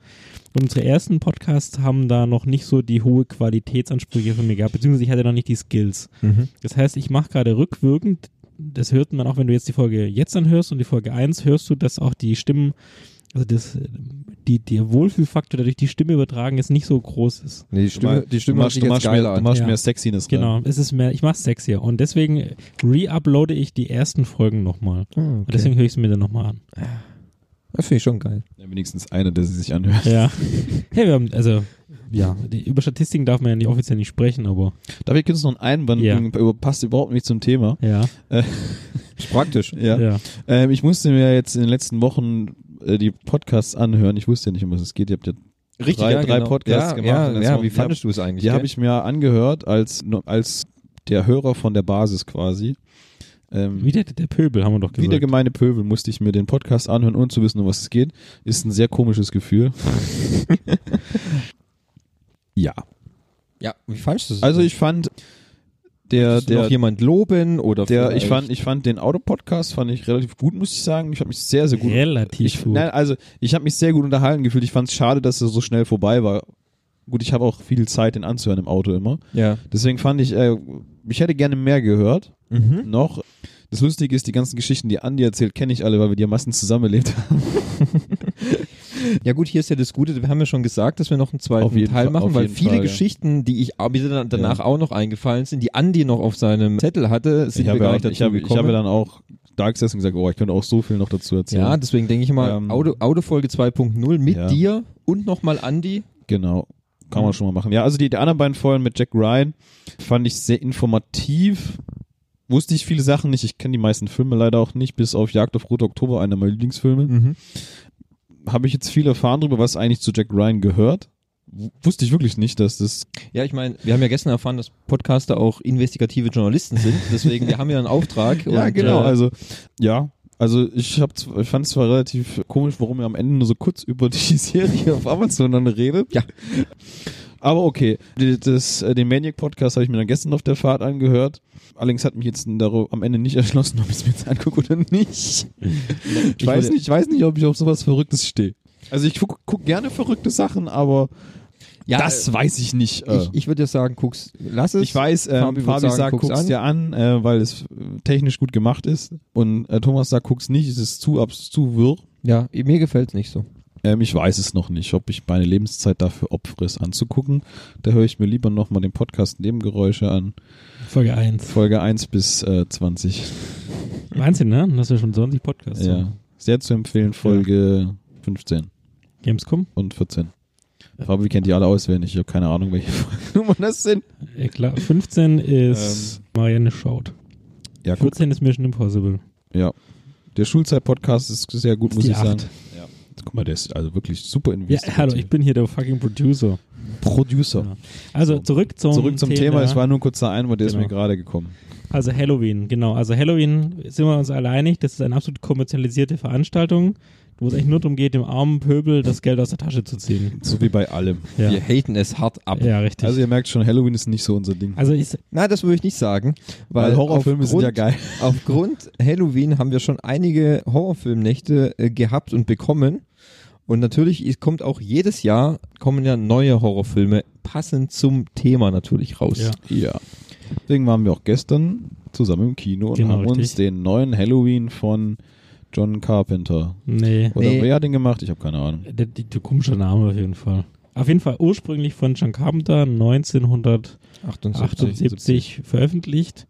Und unsere ersten Podcasts haben da noch nicht so die hohe Qualitätsansprüche von mir gehabt, beziehungsweise ich hatte noch nicht die Skills.
Mhm.
Das heißt, ich mache gerade rückwirkend, das hört man auch, wenn du jetzt die Folge jetzt anhörst und die Folge 1 hörst du, dass auch die Stimmen, also das, die, der Wohlfühlfaktor, der durch die Stimme übertragen ist, nicht so groß ist.
Nee, die Stimme, die Stimme
du
hat
machst,
sich
du
jetzt
machst,
geil
mehr, du
an.
machst
Ja.
mehr Sexiness rein.
Genau, es ist mehr, ich mach's sexier und deswegen re-uploade ich die ersten Folgen nochmal.
Ah,
Und
okay.
deswegen höre ich es mir dann nochmal an.
Das finde ich schon geil.
Ja, wenigstens einer, der sie sich anhört.
Ja. Hey, wir haben, also, ja, die, über Statistiken darf man ja nicht offiziell nicht sprechen, aber,
David, gibt es noch einen Einwand,
Ja.
bringen, passt überhaupt nicht zum Thema.
ja,
Ist praktisch.
Ja.
ja.
Ähm, ich musste mir jetzt in den letzten Wochen äh, die Podcasts anhören. Ich wusste ja nicht, um was es geht. Ihr habt ja,
Richtig,
Drei-
ja,
drei
genau.
Podcasts
ja,
gemacht in
Ja,
der
ja
Saison.
wie
Die hab-
fandest du es eigentlich?
die habe
gell?
ich mir angehört als, als der Hörer von der Basis quasi. Ähm,
Wieder der Pöbel, haben wir doch
wie der
gesagt.
gemeine Pöbel musste ich mir den Podcast anhören, ohne zu wissen, um was es geht. Ist ein sehr komisches Gefühl. ja.
Ja, wie fandest du es?
Also ich fand der,
Willst du
der,
äh, noch jemand loben oder
der ich
vielleicht-
fand, ich fand den Autopodcast fand ich relativ gut, muss ich sagen. Ich habe mich sehr, sehr gut
Relativ
ich,
gut.
Nein, also ich habe mich sehr gut unterhalten gefühlt. Ich fand es schade, dass er so schnell vorbei war. Gut, ich habe auch viel Zeit, den anzuhören im Auto immer.
ja.
Deswegen fand ich, äh, ich hätte gerne mehr gehört.
Mhm.
Noch. Das Lustige ist, die ganzen Geschichten, die Andi erzählt, kenne ich alle, weil wir die am meisten zusammenlebt haben.
ja gut, hier ist ja das Gute, wir haben ja schon gesagt, dass wir noch einen
Auf
zweiten
jeden
Teil
Fall-
machen,
auf
weil
jeden
viele
Fall, ja.
Geschichten, die ich ab- mir dann danach auch noch eingefallen sind, die Andi noch auf seinem Zettel hatte, sind
ich
wir
habe
gar
ja,
nicht dazu
ich hab, ich
gekommen.
hab ja dann auch da gesessen und gesagt, oh, ich könnte auch so viel noch dazu erzählen.
ja, deswegen denke ich mal,
Ähm,
Auto, Autofolge 2.0 mit
ja.
dir und nochmal Andi.
Genau. Kann man schon mal machen. Ja, also die, die anderen beiden Folgen mit Jack Ryan fand ich sehr informativ. Wusste ich viele Sachen nicht. Ich kenne die meisten Filme leider auch nicht, bis auf Jagd auf Rote Oktober, einer meiner Lieblingsfilme.
Mhm.
Habe ich jetzt viel erfahren darüber, was eigentlich zu Jack Ryan gehört. W- Wusste ich wirklich nicht, dass das.
Ja, ich meine, wir haben ja gestern erfahren, dass Podcaster auch investigative Journalisten sind. Deswegen, wir haben ja einen Auftrag. und, Äh,
Also, ja. Also ich, hab zw- ich fand es zwar relativ komisch, warum er am Ende nur so kurz über die Serie auf Amazon dann redet.
Ja.
Aber okay, Die- das, äh, den Maniac-Podcast habe ich mir dann gestern auf der Fahrt angehört. Allerdings hat mich jetzt darüber, am Ende nicht erschlossen, ob ich es mir jetzt angucke oder nicht. Ich, weiß
würde-
nicht. ich weiß nicht, ob ich auf sowas Verrücktes stehe. Also ich gucke guck gerne verrückte Sachen, aber
ja,
das weiß ich nicht.
äh,
Äh,
ich, ich würde ja sagen, guck's, lass es.
ich weiß, ähm,
Fabi
Fabi,
würd sagen,
sagt,
guck's
guck's
an.
dir an, äh, weil es äh, technisch gut gemacht ist. Und äh, Thomas sagt, guck's nicht, es ist zu, abs zu wirr.
Ja, mir gefällt's nicht so.
Ähm, ich weiß es noch nicht, ob ich meine Lebenszeit dafür opfere, es anzugucken. Da höre ich mir lieber nochmal den Podcast Nebengeräusche an.
Folge 1.
Folge 1 bis äh, 20.
Wahnsinn, ne? Dann hast du schon 20 Podcasts.
Ja. Sehr zu empfehlen, Folge 15
Gamescom?
und 14. Fabi kennt die alle auswendig. Ich habe keine Ahnung, welche Folgennummern das sind.
Ja, Äh, klar. 15 ist Marianne schaut.
Ja, guck.
14 ist Mission Impossible.
Der Schulzeit-Podcast ist sehr gut,
Ist
muss
die
ich sagen.
Acht.
Ja. Guck mal, der ist also wirklich super
Ja,
investiert.
hallo, ich bin hier der fucking Producer.
Producer.
Ja. Also
So.
zurück zum
Zurück zum Thema. Es war nur ein kurzer Einwand, der
Genau.
ist mir gerade gekommen.
also Halloween, genau. Also Halloween sind wir uns alle einig, das ist eine absolut kommerzialisierte Veranstaltung, wo es eigentlich nur darum geht, dem armen Pöbel das Geld aus der Tasche zu ziehen.
So wie bei allem.
Ja,
Wir haten es hart ab.
ja richtig.
Also ihr merkt schon, Halloween ist nicht so unser Ding.
also ich,
Nein, das würde ich nicht sagen. Weil,
Weil Horrorfilme sind ja
aufgrund-
geil.
Aufgrund Halloween haben wir schon einige Horrorfilmnächte äh, gehabt und bekommen. Und natürlich es kommt auch jedes Jahr kommen ja neue Horrorfilme passend zum Thema natürlich raus.
Ja.
Ja. Deswegen waren wir auch gestern zusammen im Kino und
Genau,
haben uns
richtig.
den neuen Halloween von John Carpenter.
nee,
Oder
Nee.
wer hat den gemacht? Ich habe keine Ahnung.
der, der, der komische Name auf jeden Fall. Auf jeden Fall ursprünglich von John Carpenter 1900
78.
78 veröffentlicht.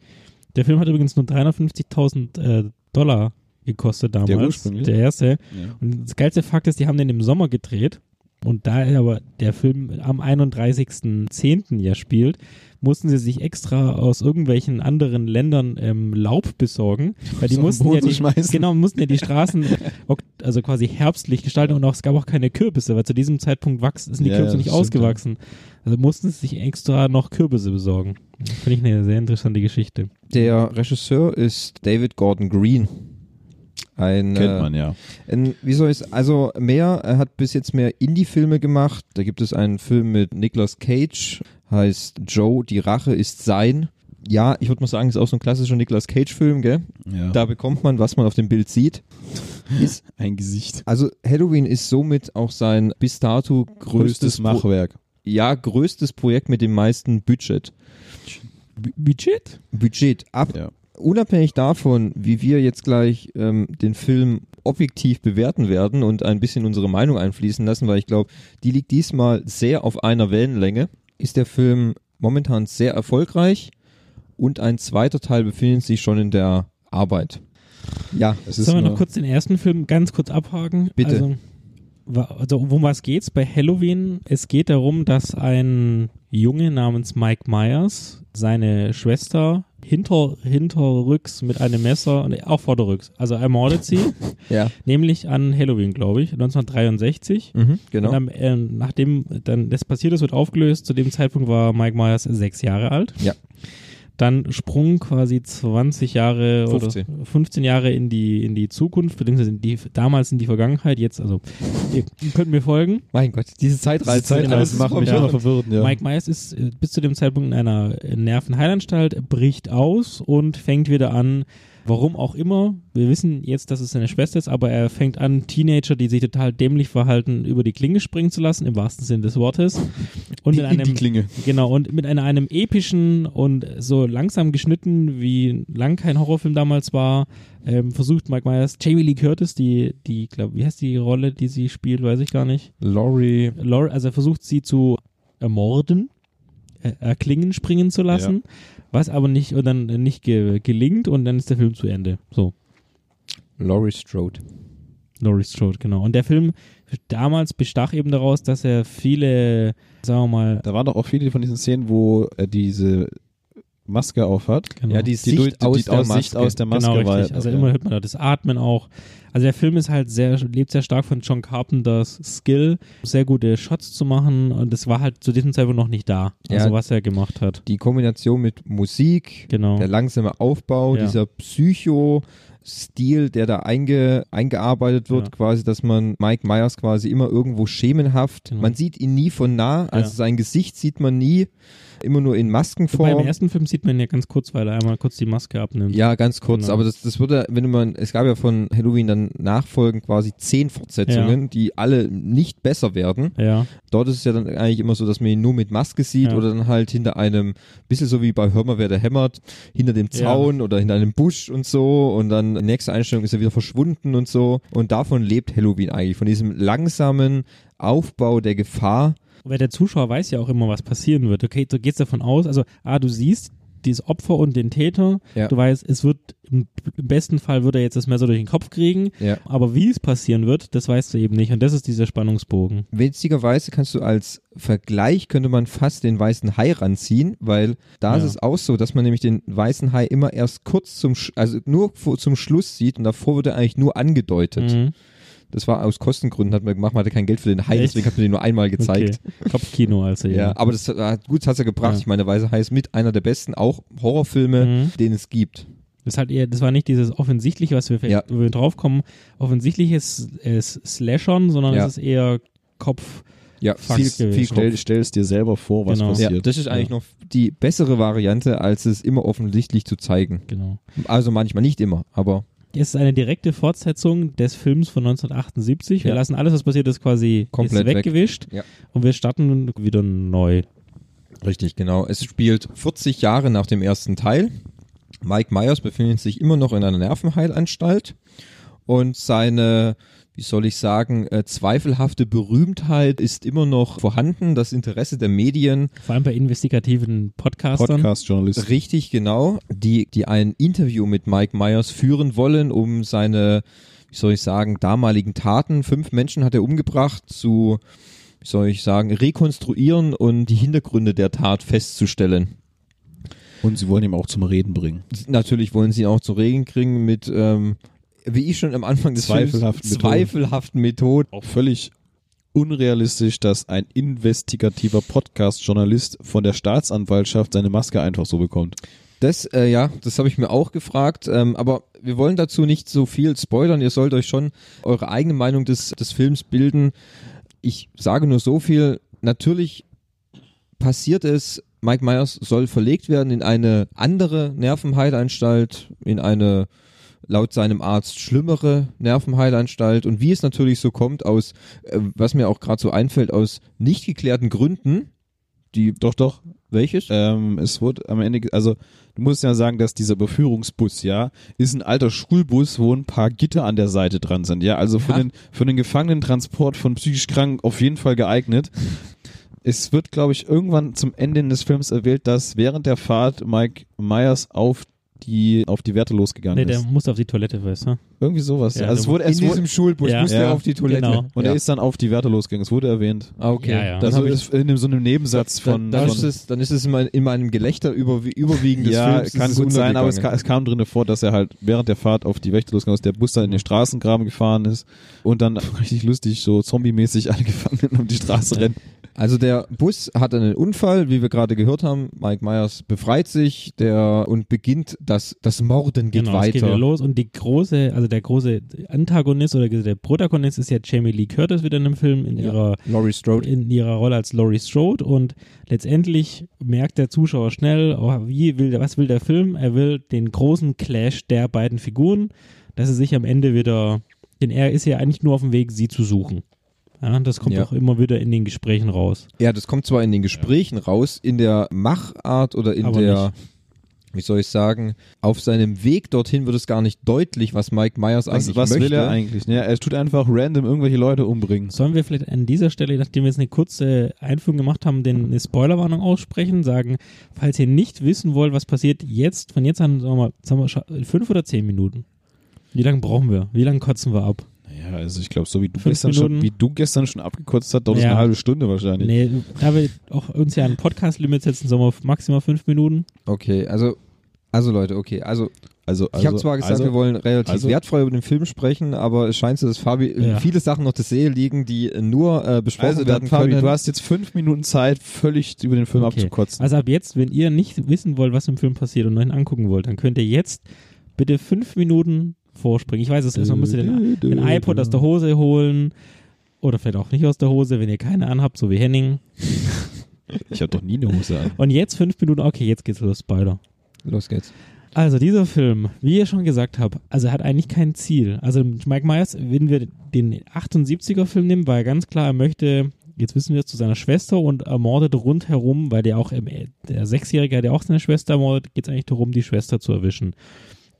Der Film hat übrigens nur 350.000 äh, Dollar gekostet damals.
ursprüngliche?
der erste.
Ja.
Und das geilste Fakt ist, die haben den im Sommer gedreht. Und da aber der Film am 31.10. ja spielt, mussten sie sich extra aus irgendwelchen anderen Ländern ähm, Laub besorgen, weil die
So auf den
mussten
Boden
ja
zu
die,
schmeißen.
genau, mussten ja die Straßen ok- also quasi herbstlich gestalten und auch, es gab auch keine Kürbisse, weil zu diesem Zeitpunkt wachsen, sind die
Ja, ja,
Kürbisse nicht
das stimmt,
ausgewachsen. Also mussten sie sich extra noch Kürbisse besorgen. Finde ich eine sehr interessante Geschichte.
Der Regisseur ist David Gordon Green. Ein,
Kennt
äh,
man ja.
ein wie soll ich also mehr, er hat bis jetzt mehr Indie-Filme gemacht. Da gibt es einen Film mit Nicolas Cage, heißt Joe, die Rache ist sein. Ja, ich würde mal sagen, ist auch so ein klassischer Nicolas Cage-Film, gell?
ja.
Da bekommt man, was man auf dem Bild sieht. Ist,
Ein Gesicht.
also Halloween ist somit auch sein bis dato größtes,
Größtes
Pro
Machwerk.
ja, größtes Projekt mit dem meisten Budget.
Budget?
Budget ab.
Ja.
Unabhängig davon, wie wir jetzt gleich ähm, den Film objektiv bewerten werden und ein bisschen unsere Meinung einfließen lassen, weil ich glaube, die liegt diesmal sehr auf einer Wellenlänge, ist der Film momentan sehr erfolgreich und ein zweiter Teil befindet sich schon in der Arbeit. Ja,
Es ist
Sollen wir
nur,
noch kurz den ersten Film ganz kurz abhaken?
Bitte.
Also, wa- also um was geht's bei Halloween? Es geht darum, dass ein Junge namens Mike Myers seine Schwester hinter, hinterrücks mit einem Messer, nee, auch vorderrücks, also ermordet sie,
ja.
nämlich an Halloween, glaube ich, 1963.
Mhm, genau.
Und dann, ähm, nachdem dann das passiert ist, wird aufgelöst. Zu dem Zeitpunkt war Mike Myers sechs Jahre alt.
Ja.
Dann sprung quasi 20 Jahre
15.
oder 15 Jahre in die, in die Zukunft, beziehungsweise in die, damals in die Vergangenheit, jetzt, also ihr könnt mir folgen.
Mein Gott, diese Zeitreise.
Zeitreise
das ist
macht mich
ja.
immer verwirrt. Ja.
Mike Myers ist äh, bis zu dem Zeitpunkt in einer äh, Nervenheilanstalt, bricht aus und fängt wieder an, warum auch immer. Wir wissen jetzt, dass es seine Schwester ist, aber er fängt an, Teenager, die sich total dämlich verhalten, über die Klinge springen zu lassen, im wahrsten Sinne des Wortes. Und mit
in die
einem,
Klinge.
genau, und mit einer, einem epischen und so langsam geschnitten, wie lang kein Horrorfilm damals war, ähm, versucht Mike Myers, Jamie Lee Curtis, die, die, glaub, wie heißt die Rolle, die sie spielt, weiß ich gar nicht.
Laurie.
Laura, also er versucht sie zu ermorden, äh, erklingen, springen zu lassen, was aber nicht und dann nicht ge gelingt und dann ist der Film zu Ende. So,
Laurie Strode.
Laurie Strode, genau. Und der Film damals bestach eben daraus, dass er viele, sagen wir mal,
Da waren doch auch viele von diesen Szenen, wo er diese Maske aufhat.
genau,
Die, durch- die aus der Sicht aus der Maske
genau richtig.
war.
also immer hört man da das Atmen auch. Also der Film ist halt sehr lebt sehr stark von John Carpenters Skill, sehr gute Shots zu machen und das war halt zu diesem Zeitpunkt noch nicht da.
Ja.
Also was er gemacht hat.
Die Kombination mit Musik,
Genau.
der langsame Aufbau,
Ja.
dieser Psycho-Stil, der da einge, eingearbeitet wird,
Ja.
quasi, dass man Mike Myers quasi immer irgendwo schemenhaft,
Genau.
man sieht ihn nie von nah, also
Ja.
sein Gesicht sieht man nie. immer nur in
Beim
Maskenform.
ersten Film sieht man ja ganz kurz, weil er einmal kurz die Maske abnimmt.
Ja, ganz kurz,
Genau.
aber das, das würde, wenn man, es gab ja von Halloween dann nachfolgend quasi zehn Fortsetzungen, die alle nicht besser werden.
Ja.
Dort ist es ja dann eigentlich immer so, dass man ihn nur mit Maske sieht
Ja.
oder dann halt hinter einem, bisschen so wie bei Hör mal, wer da hämmert, hinter dem
Ja.
Zaun oder hinter einem Busch und so und dann die nächste Einstellung ist er wieder verschwunden und so. Und davon lebt Halloween eigentlich, von diesem langsamen Aufbau der Gefahr.
Weil der Zuschauer weiß ja auch immer, was passieren wird. Okay, du gehst davon aus, also ah, du siehst dieses Opfer und den Täter.
Ja.
Du weißt, es wird im, im besten Fall wird er jetzt das Messer durch den Kopf kriegen.
Ja.
Aber wie es passieren wird, das weißt du eben nicht. Und das ist dieser Spannungsbogen.
Witzigerweise kannst du als Vergleich könnte man fast den weißen Hai ranziehen, weil da ist
Ja.
es auch so, dass man nämlich den weißen Hai immer erst kurz zum, Sch also nur vor, zum Schluss sieht und davor wird er eigentlich nur angedeutet.
Mhm.
Das war aus Kostengründen, hat man gemacht, man hatte kein Geld für den Hai,
Echt?
deswegen hat man den nur einmal gezeigt.
Okay. Kopfkino also eben.
Ja, aber das hat gut hat's ja gebracht.
Ja.
Ich meine, Weiße Hai ist mit einer der besten auch Horrorfilme,
Mhm.
den es gibt.
Das, ist halt eher, das war nicht dieses offensichtliche, was wir vielleicht wo wir draufkommen, offensichtliches äh, Slashern, sondern
Ja.
es ist eher Kopf.
Ja, viel,
Fax gewesen.
viel
Stell-
Stell, stell es dir selber vor, was
was Genau.
ja,
passiert.
das ist eigentlich noch die bessere Variante, als es immer offensichtlich zu zeigen.
Genau.
Also manchmal nicht immer, aber
Es ist eine direkte Fortsetzung des Films von 1978. Wir
Ja.
lassen alles, was passiert ist, quasi
Komplett
jetzt
weg.
weggewischt.
Ja.
Und wir starten nun wieder neu.
Richtig, genau. Es spielt 40 Jahre nach dem ersten Teil. Mike Myers befindet sich immer noch in einer Nervenheilanstalt und seine, wie soll ich sagen, äh, zweifelhafte Berühmtheit ist immer noch vorhanden. Das Interesse der Medien
Vor allem bei investigativen Podcastern.
Podcast-Journalist.
Richtig, genau. Die, die ein Interview mit Mike Myers führen wollen, um seine, wie soll ich sagen, damaligen Taten, fünf Menschen hat er umgebracht, zu, wie soll ich sagen, rekonstruieren und die Hintergründe der Tat festzustellen.
Und sie wollen ihn auch zum Reden bringen.
Natürlich wollen sie ihn auch zu Regen kriegen mit, ähm, wie ich schon am Anfang des
Zweifelhaften
Films,
Methoden.
zweifelhaften Methoden.
Auch völlig unrealistisch, dass ein investigativer Podcast-Journalist von der Staatsanwaltschaft seine Maske einfach so bekommt.
Das, äh, ja, das habe ich mir auch gefragt. Ähm, aber wir wollen dazu nicht so viel spoilern. Ihr sollt euch schon eure eigene Meinung des, des Films bilden. Ich sage nur so viel. Natürlich passiert es, Mike Myers soll verlegt werden in eine andere Nervenheilanstalt, in eine laut seinem Arzt schlimmere Nervenheilanstalt. Und wie es natürlich so kommt, aus, äh, was mir auch gerade so einfällt, aus nicht geklärten Gründen, die,
Doch, doch.
welches?
Ähm, es wurde am Ende, ge- also du musst ja sagen, dass dieser Überführungsbus, ja, ist ein alter Schulbus, wo ein paar Gitter an der Seite dran sind, ja, also für
Ja.
den, für den Gefangenentransport von psychisch Kranken auf jeden Fall geeignet. Es wird, glaube ich, irgendwann zum Ende des Films erwähnt, dass während der Fahrt Mike Myers auf die, auf die Werte
Nee,
losgegangen
der
ist.
muss auf die Toilette, ne? weißt du?
Irgendwie sowas.
Ja,
Ja, also es
der
wurde,
in
es wurde,
diesem Schulbus
Ja.
musste
Ja.
er auf die Toilette.
Genau.
und
ja.
er ist dann auf die Werte losgegangen. Es wurde erwähnt.
Ah, okay.
Ja, ja.
Dann,
Das
hab
also
ich,
ist in dem- so einem Nebensatz
dann,
von.
dann,
von
ist es, dann ist es in, mein, in meinem Gelächter über, überwiegend des
ja,
Films. ist
kann
es
gut sein, aber es, ka
untergegangen.
es kam drin vor, dass er halt während der Fahrt auf die Wächter losgegangen ist, der Bus dann in den Straßengraben gefahren ist und dann richtig lustig, so zombie-mäßig alle Gefangenen um die Straße rennen.
Also der Bus hat einen Unfall, wie wir gerade gehört haben. Mike Myers befreit sich der und beginnt das, das Morden geht
genau, Es geht wieder
weiter.
los und die große, also der große Antagonist oder der Protagonist ist ja Jamie Lee Curtis wieder in dem Film in
Ja.
ihrer
Laurie Strode.
in ihrer Rolle als Laurie Strode und letztendlich merkt der Zuschauer schnell, oh, wie will der, was will der Film? Er will den großen Clash der beiden Figuren, dass sie sich am Ende wieder, denn er ist ja eigentlich nur auf dem Weg, sie zu suchen. Ja, das kommt
Ja.
auch immer wieder in den Gesprächen raus.
Ja, das kommt zwar in den Gesprächen raus, in der Machart oder in
Aber
der, wie soll ich sagen, auf seinem Weg dorthin wird es gar nicht deutlich, was Mike Myers
Was,
eigentlich
Also, was
möchte.
will er eigentlich? Ja, er tut einfach random irgendwelche Leute umbringen.
Sollen wir vielleicht an dieser Stelle, nachdem wir jetzt eine kurze Einführung gemacht haben, den, eine Spoilerwarnung aussprechen, sagen, falls ihr nicht wissen wollt, was passiert jetzt, von jetzt an, sagen wir mal, sagen wir, scha- fünf oder zehn Minuten. Wie lange brauchen wir? Wie lange kotzen wir ab?
Ja, also ich glaube, so wie du,
Fünf
gestern
Minuten.
schon, wie du gestern schon abgekotzt hast, dauert es
Ja.
eine halbe Stunde wahrscheinlich.
Nee, da wir auch uns ja ein Podcast-Limit setzen, sagen wir auf maximal fünf Minuten.
Okay, also, also Leute, okay, also
Also, also,
ich habe zwar gesagt,
also,
wir wollen relativ
also-
wertfrei über den Film sprechen, aber es scheint so, dass Fabi
Ja.
viele Sachen noch der Seele liegen, die nur äh, besprochen
also dann,
werden
Fabi,
können.
du hast jetzt fünf Minuten Zeit, völlig über den Film
Okay.
abzukotzen.
Also ab jetzt, wenn ihr nicht wissen wollt, was im Film passiert und euch ihn angucken wollt, dann könnt ihr jetzt bitte fünf Minuten vorspringen. Ich weiß, es ist, man müsste den, den iPod aus der Hose holen oder vielleicht auch nicht aus der Hose, wenn ihr keine anhabt, so wie Henning.
Ich habe doch nie eine Hose an.
Und jetzt fünf Minuten, okay, jetzt geht's los, Spider.
Los geht's.
Also dieser Film, wie ihr schon gesagt habt, also er hat eigentlich kein Ziel. Also Mike Myers, wenn wir den 78er Film nehmen, war ja ganz klar, er möchte, jetzt wissen wir es, zu seiner Schwester und ermordet rundherum, weil der auch, im, der Sechsjährige hat ja auch seine Schwester ermordet, geht es eigentlich darum, die Schwester zu erwischen.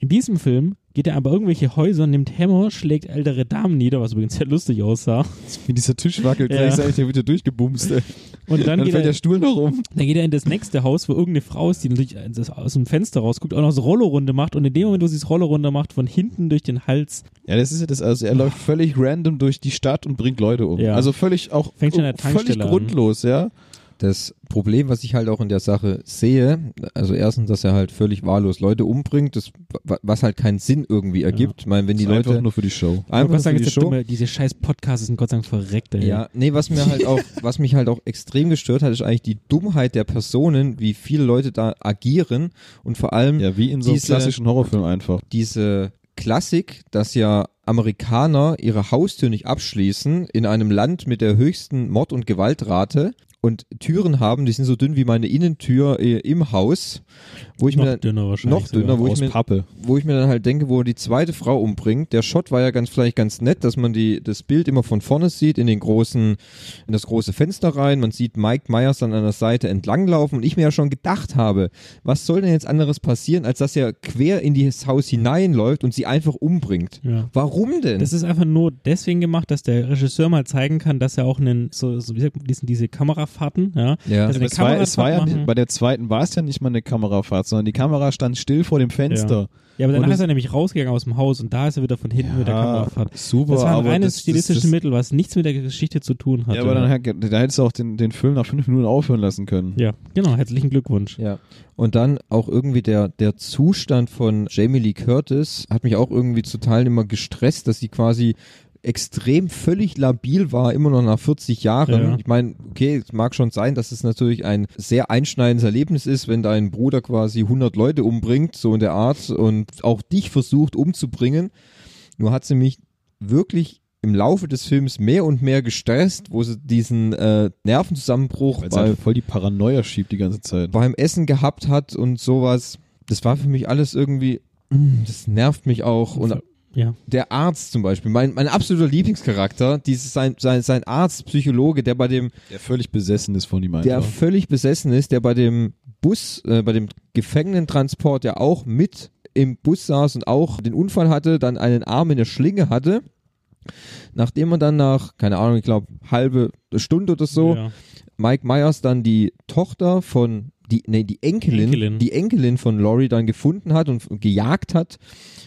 In diesem Film geht er aber irgendwelche Häuser, nimmt Hämmer, schlägt ältere Damen nieder, was übrigens sehr lustig aussah.
Wie dieser Tisch wackelt,
Ja.
gleich sag ich, der wird ja durchgebumst. ey.
Und dann,
Dann
geht
fällt
er,
der Stuhl noch um.
dann geht er in das nächste Haus, wo irgendeine Frau ist, die natürlich das- aus dem Fenster rausguckt, auch noch das Rollo runde macht und in dem Moment, wo sie das Rollo runde macht, von hinten durch den Hals
Ja, das ist ja das. Also er läuft völlig random durch die Stadt und bringt Leute um.
Ja.
Also völlig auch
Fängt schon an der
völlig
Tankstelle an.
grundlos, ja.
Das Problem, was ich halt auch in der Sache sehe, also erstens, dass er halt völlig wahllos Leute umbringt, das, wa- was halt keinen Sinn irgendwie ergibt. Ich meine, wenn die
Ist
Leute Ähm,
einfach nur für die Show.
Ich wollte
einfach
gerade sagen,
nur für
ist
die
der
Show
dumme, diese scheiß Podcasts sind Gott sei Dank verreckt, ey.
Ja, nee, was mir halt auch, was mich halt auch extrem gestört hat, ist eigentlich die Dummheit der Personen, wie viele Leute da agieren und vor allem
Ja, wie in so einem
Diese-
klassischen Horrorfilm einfach.
diese Klassik, dass ja Amerikaner ihre Haustür nicht abschließen in einem Land mit der höchsten Mord- und Gewaltrate und Türen haben, die sind so dünn wie meine Innentür äh, im Haus, wo ich
noch
mir dann,
dünner wahrscheinlich.
noch dünner, wo ich
aus
mir-
Pappe.
wo ich mir dann halt denke, wo er die zweite Frau umbringt. Der Shot war ja ganz vielleicht ganz nett, dass man die das Bild immer von vorne sieht in den großen in das große Fenster rein. Man sieht Mike Myers dann an der Seite entlanglaufen und ich mir ja schon gedacht habe, was soll denn jetzt anderes passieren, als dass er quer in dieses Haus hineinläuft und sie einfach umbringt?
sogar. Ja.
Warum denn?
Das ist einfach nur deswegen gemacht, dass der Regisseur mal zeigen kann, dass er auch einen, so, so wie sagt man, diesen, diese Kamerafahrten, ja.
ja.
das-
Aber es war, es war ja,
Also Kamerafahrt machen.
bei der zweiten war es ja nicht mal eine Kamerafahrt, sondern die Kamera stand still vor dem Fenster.
Ja,
Und
aber danach
das-
ist er nämlich rausgegangen aus dem Haus und da ist er wieder von hinten mit der Kamerafahrt.
super,
Das war ein
aber
reines
das,
stilistisches
das, das,
Mittel, was nichts mit der Geschichte zu tun hatte.
Ja, aber dann hat- da hättest du auch den, den Film nach fünf Minuten aufhören lassen können.
Ja, genau, herzlichen Glückwunsch.
Ja. Und dann auch irgendwie der, der Zustand von Jamie Lee Curtis hat mich auch irgendwie zu Teilen immer gestresst, dass sie quasi extrem völlig labil war, immer noch nach 40 Jahren.
Ja.
Ich meine, okay, es mag schon sein, dass es natürlich ein sehr einschneidendes Erlebnis ist, wenn dein Bruder quasi 100 Leute umbringt, so in der Art, und auch dich versucht umzubringen. Nur hat sie mich wirklich im Laufe des Films mehr und mehr gestresst, wo sie diesen äh, Nervenzusammenbruch
Weil es
bei
halt voll die Paranoia schiebt die ganze Zeit.
beim Essen gehabt hat und sowas. Das war für mich alles irgendwie, mm, das nervt mich auch. Und
Ja.
der Arzt zum Beispiel, mein, mein absoluter Lieblingscharakter, dieses sein, sein, sein Arzt, Psychologe, der bei dem,
Der völlig besessen ist von ihm
der
Also.
einfach.
völlig besessen ist, der bei dem Bus, äh, bei dem Gefangenentransport ja auch mit im Bus saß und auch den Unfall hatte, dann einen Arm in der Schlinge hatte. Nachdem man dann nach, keine Ahnung, ich glaube, halbe Stunde oder so,
Ja.
Mike Myers dann die Tochter von, die, nee, die Enkelin,
Enkelin.
die Enkelin von Laurie dann gefunden hat und gejagt hat,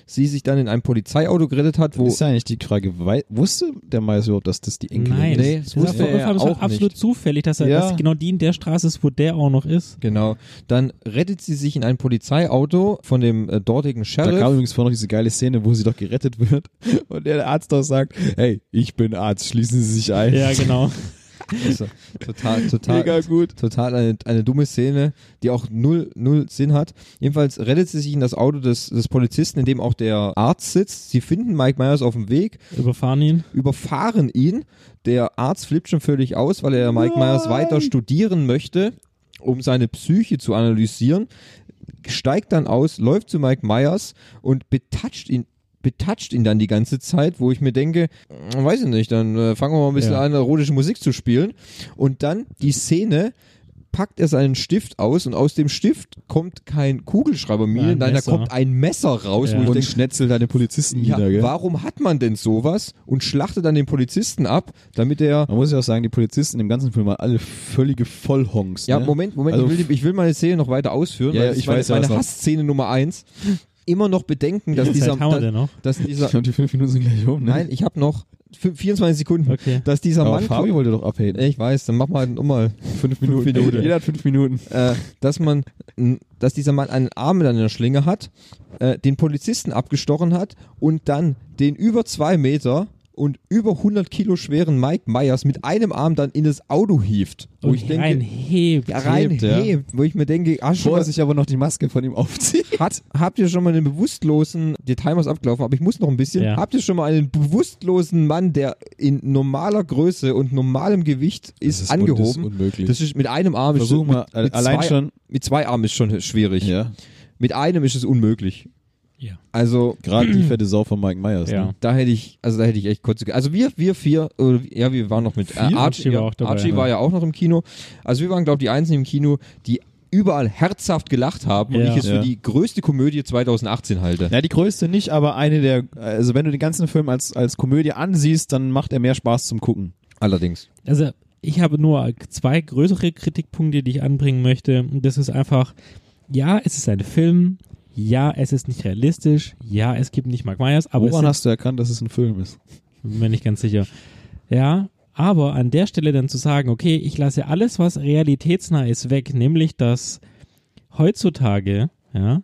sie sich dann in einem Polizeiauto gerettet hat, wo
ist ja eigentlich die Frage, wei- wusste der Meister überhaupt, dass das die Enkelin
Nein,
ist?
Nee,
das
das wusste
war-
er ja
das war
auch
absolut zufällig, dass er
Ja.
dass genau die in der Straße ist, wo der auch noch ist.
genau, dann rettet sie sich in ein Polizeiauto von dem äh, dortigen
Da
Sheriff.
kam übrigens vorhin noch diese geile Szene, wo sie doch gerettet wird und der Arzt doch sagt, hey, ich bin Arzt, schließen Sie sich ein.
Ja, genau.
Also, total, total.
Mega gut.
Total eine, eine dumme Szene, die auch null, null Sinn hat. Jedenfalls rettet sie sich in das Auto des, des Polizisten, in dem auch der Arzt sitzt. Sie finden Mike Myers auf dem Weg,
Überfahren ihn.
überfahren ihn. Der Arzt flippt schon völlig aus, weil er Mike Myers weiter studieren möchte, um seine Psyche zu analysieren. Steigt dann aus, läuft zu Mike Myers und betatscht ihn betatscht ihn dann die ganze Zeit, wo ich mir denke, äh, weiß ich nicht, dann äh, fangen wir mal ein bisschen
Ja.
an, erotische Musik zu spielen. Und dann die Szene, packt er seinen Stift aus und aus dem Stift kommt kein Kugelschreiber
Ja, ein
nein, da
Messer.
kommt ein Messer raus,
Ja.
wo ich
Und
denke,
schnetzelt deine Polizisten
ja,
nieder, gell?
warum hat man denn sowas und schlachtet dann den Polizisten ab, damit er.
Man muss ja auch sagen, die Polizisten im ganzen Film waren alle völlige Vollhongs.
Ja,
ne?
Moment, Moment,
Also
ich, will, die- ich will meine Szene noch weiter ausführen.
Ja,
weil
ja,
das
ich
ist meine,
weiß ja, was
meine
noch-
Hassszene Nummer eins. Immer noch bedenken, dass
Wie viel
dieser.
Zeit halt haben wir denn
dass,
noch?
dass
Ich
dieser
glaube, die fünf Minuten sind gleich um, ne?
nein, ich habe noch fü- 24 Sekunden.
Okay.
Dass dieser
aber
Mann.
Fabi wollte doch abhaten.
ich weiß, dann mach mal nochmal.
fünf Minuten.
Minuten.
Jeder hat fünf Minuten.
äh, dass man, n- dass dieser Mann einen Arm dann in der Schlinge hat, äh, den Polizisten abgestochen hat und dann den über zwei Meter und über 100 Kilo schweren Mike Myers mit einem Arm dann in das Auto hieft. Wo
Und
ich denke,
reinhebt.
ja, rein
hebt, ja.
hebt, wo ich mir denke, ah, schon
Bevor
mal,
er sich aber noch die Maske von ihm aufzieht.
hat, habt ihr schon mal einen bewusstlosen, der Timer ist abgelaufen, aber ich muss noch ein bisschen,
Ja.
habt ihr schon mal einen bewusstlosen Mann, der in normaler Größe und normalem Gewicht ist,
Das ist
angehoben?
unmöglich.
Das ist mit einem Arm ist
Versuchen
schon-
wir
mit, mit
allein
zwei,
schon.
mit zwei Armen ist schon schwierig.
Ja.
Mit einem ist es unmöglich.
Ja.
Also
Gerade die fette Sau von Mike Myers.
Ja.
Ne?
da hätte ich, also da hätte ich echt kurz. Also wir, wir vier, oder, ja, wir waren noch mit äh, Archie,
Archie
ja,
war auch dabei,
Archie
ja.
war ja auch noch im Kino. Also wir waren, glaube ich, die Einzigen im Kino, die überall herzhaft gelacht haben und
Ja.
ich es
Ja.
für die größte Komödie 2018 halte.
Na, die größte nicht, aber eine der. Also, wenn du den ganzen Film als, als Komödie ansiehst, dann macht er mehr Spaß zum Gucken.
Allerdings.
Also ich habe nur zwei größere Kritikpunkte, die ich anbringen möchte. Und Das ist einfach, ja, es ist ein Film. Ja, es ist nicht realistisch. Ja, es gibt nicht Mark Myers, aber es
Woran
sind,
hast du erkannt, dass es ein Film ist?
bin mir nicht ganz sicher. Ja, aber an der Stelle dann zu sagen, okay, ich lasse alles, was realitätsnah ist, weg, nämlich dass heutzutage, ja,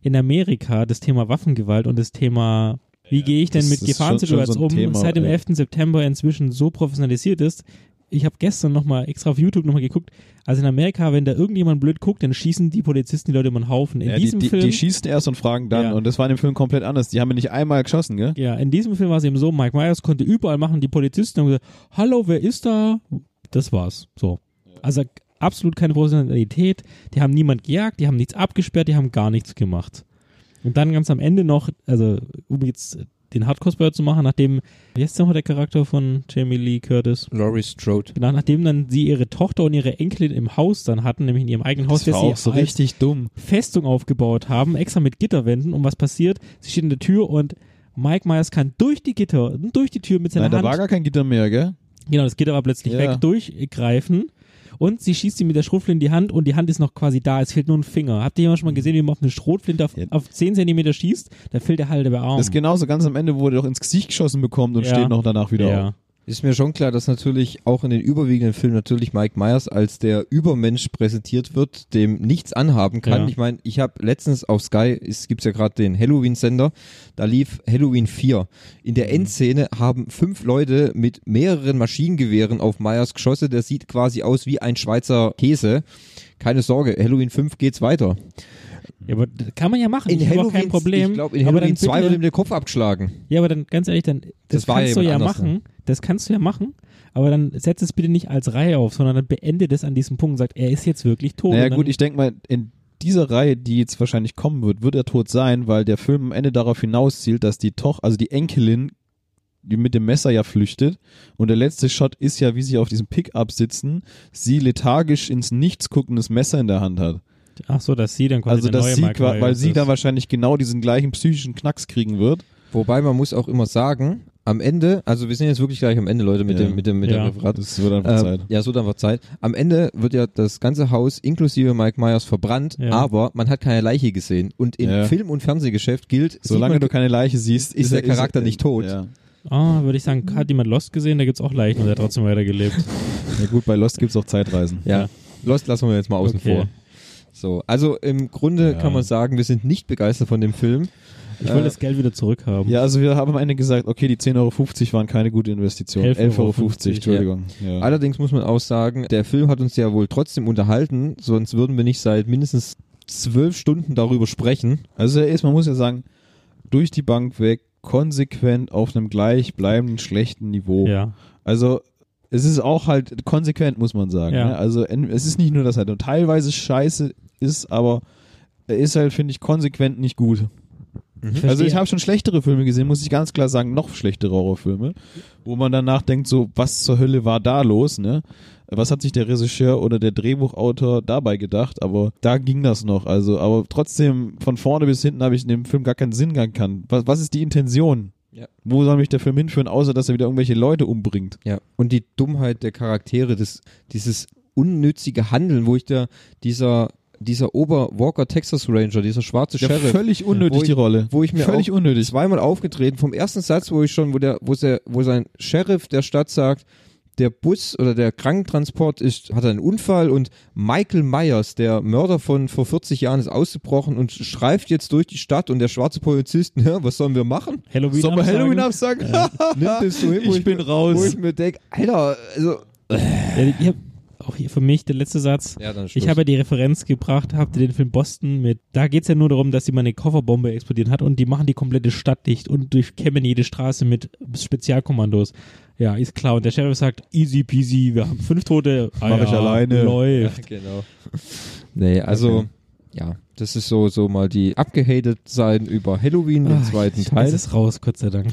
in Amerika das Thema Waffengewalt und das Thema, wie gehe ich denn
das
mit
ist schon- schon
Gefahrensituationen
so ein
um,
Thema,
seit dem
ja.
11. September inzwischen so professionalisiert ist. Ich habe gestern nochmal extra auf YouTube nochmal geguckt. Also in Amerika, wenn da irgendjemand blöd guckt, dann schießen die Polizisten die Leute immer einen Haufen. In
ja, die,
diesem
die,
Film.
die schießen erst und fragen dann.
Ja.
Und das war in dem Film komplett anders. Die haben ja nicht einmal geschossen, gell?
Ja, in diesem Film war es eben so, Mike Myers konnte überall machen, die Polizisten haben gesagt, hallo, wer ist da? Das war's. So. Also absolut keine Professionalität, die haben niemand gejagt, die haben nichts abgesperrt, die haben gar nichts gemacht. Und dann ganz am Ende noch, also um jetzt den Hardcore-Spoiler zu machen, nachdem, wie heißt denn noch der Charakter von Jamie Lee Curtis?
Laurie Strode.
Nach, nachdem dann sie ihre Tochter und ihre Enkelin im Haus dann hatten, nämlich in ihrem eigenen Haus,
Das war
sie
auch so
als-
richtig dumm.
Festung aufgebaut haben, extra mit Gitterwänden. Und was passiert? Sie steht in der Tür und Mike Myers kann durch die Gitter, durch die Tür mit seiner
Nein, da war
Hand,
gar kein Gitter mehr, gell?
genau, das Gitter war plötzlich
Ja.
weg, durchgreifen. Und sie schießt ihm mit der Schrotflinte in die Hand und die Hand ist noch quasi da. Es fehlt nur ein Finger. Habt ihr jemand schon mal gesehen, wie man auf eine Schrotflinte auf,
Mhm. Ja.
auf 10 Zentimeter schießt? Da fehlt der halbe Arm.
Das ist genauso ganz am Ende, wo er doch ins Gesicht geschossen bekommt und
Ja.
steht noch danach wieder auf.
ja.
Ist mir schon klar, dass natürlich auch in den überwiegenden Filmen natürlich Mike Myers als der Übermensch präsentiert wird, dem nichts anhaben kann.
Ja.
Ich meine, ich habe letztens auf Sky, es gibt ja gerade den Halloween-Sender, da lief Halloween 4. In
Mhm.
der Endszene haben fünf Leute mit mehreren Maschinengewehren auf Myers geschossen. Der sieht quasi aus wie ein Schweizer Käse. Keine Sorge, Halloween 5 geht's weiter.
ja, aber das kann man ja machen. ich hab auch kein Problem.
ich glaube, in
aber
Halloween
dann
2
bitte-
wird ihm der Kopf abgeschlagen.
Ja, aber dann ganz ehrlich, dann das,
Das war
kannst
ja
du ja
jemand anders,
ne?
machen. Das kannst du ja machen. Aber dann setzt es bitte nicht als Reihe auf, sondern dann beendet es an diesem Punkt und sagt, er ist jetzt wirklich tot.
Naja
und dann,
gut, ich denke mal, in dieser Reihe, die jetzt wahrscheinlich kommen wird, wird er tot sein, weil der Film am Ende darauf hinauszielt, dass die Tochter, also die Enkelin, die mit dem Messer ja flüchtet und der letzte Shot ist ja, wie sie auf diesem Pickup sitzen, sie lethargisch ins Nichts guckendes Messer in der Hand hat.
ach so, dass sie dann quasi
also
der
dass
neue
sie,
Mike
qua- weil
Myers
sie
ist.
dann wahrscheinlich genau diesen gleichen psychischen Knacks kriegen wird.
Wobei man muss auch immer sagen, am Ende, also wir sind jetzt wirklich gleich am Ende, Leute, mit
Ja.
dem, mit dem, mit
Ja.
dem Referat.
Das wird einfach Zeit.
Ähm, ja, so dann war Zeit. Am Ende wird ja das ganze Haus inklusive Mike Myers verbrannt,
Ja.
aber man hat keine Leiche gesehen. Und in
Ja.
Film- und Fernsehgeschäft gilt, sieht
Solange
man,
du keine Leiche siehst,
ist
er-
der Charakter
er-
nicht tot.
Ja.
Ah, würde ich sagen, hat jemand Lost gesehen? Da gibt's auch Leichen und der hat trotzdem weitergelebt.
ja gut, bei Lost gibt's auch Zeitreisen.
ja.
Ja.
Lost lassen wir jetzt mal außen
Okay.
vor. So, also im Grunde
Ja.
kann man sagen, wir sind nicht begeistert von dem Film.
Ich will
Äh,
das Geld wieder zurückhaben.
Ja, also wir haben am Ende gesagt, okay, die 10,50 Euro waren keine gute Investition. 11,50
11,50
Euro,
Euro,
Entschuldigung. Ja.
Allerdings muss man auch sagen, der Film hat uns ja wohl trotzdem unterhalten, sonst würden wir nicht seit mindestens zwölf Stunden darüber sprechen.
Also erst, man muss ja sagen, durch die Bank weg, konsequent auf einem gleichbleibenden schlechten Niveau.
Ja.
Also es ist auch halt konsequent, muss man sagen.
Ja.
Ne? Also en- es ist nicht nur, dass halt nur teilweise scheiße ist, aber er ist halt, finde ich, konsequent nicht gut.
Mhm.
Ich
Also ich
verstehe.
habe schon schlechtere Filme gesehen, muss ich ganz klar sagen, noch schlechtere Horrorfilme, wo man danach denkt, so, was zur Hölle war da los, ne? Was hat sich der Regisseur oder der Drehbuchautor dabei gedacht? Aber da ging das noch. Also, aber trotzdem, von vorne bis hinten habe ich in dem Film gar keinen Sinn gehabt. Was, was ist die Intention?
Ja.
Wo soll mich der Film hinführen, außer dass er wieder irgendwelche Leute umbringt?
Ja, und die Dummheit der Charaktere, das, dieses unnützige Handeln, wo ich da, dieser, dieser Ober-Walker Texas Ranger, dieser schwarze
Ja,
Sheriff,
völlig unnötig
Wo ich-
die Rolle.
wo ich mir
völlig
auch
unnötig.
zweimal aufgetreten, vom ersten Satz, wo ich schon, wo der, wo, der, wo sein Sheriff der Stadt sagt, der Bus oder der Krankentransport ist, hat einen Unfall und Michael Myers, der Mörder von vor 40 Jahren, ist ausgebrochen und streift jetzt durch die Stadt und der schwarze Polizist, ja, was sollen wir machen?
Halloween
Sollen wir
absagen.
Halloween absagen?
Nimmt es so hin, wo
ich bin
mir-
raus.
Wo ich mir denke, Alter, also.
Ja, ihr habt- auch hier für mich der letzte Satz.
Ja, dann
Ich habe die Referenz gebracht, habt ihr den Film Boston mit. Da geht es ja nur darum, dass jemand eine Kofferbombe explodiert hat und die machen die komplette Stadt dicht und durchkämmen jede Straße mit Spezialkommandos. Ja, ist klar. Und der Sheriff sagt, easy peasy, wir haben fünf Tote. Ah,
Mach ich
ja,
alleine.
Läuft.
genau. Nee, also, ja, das ist so, so mal die abgehatet sein über Halloween, den
Ah,
zweiten
ich-
Teil.
Es ist raus, Gott sei Dank.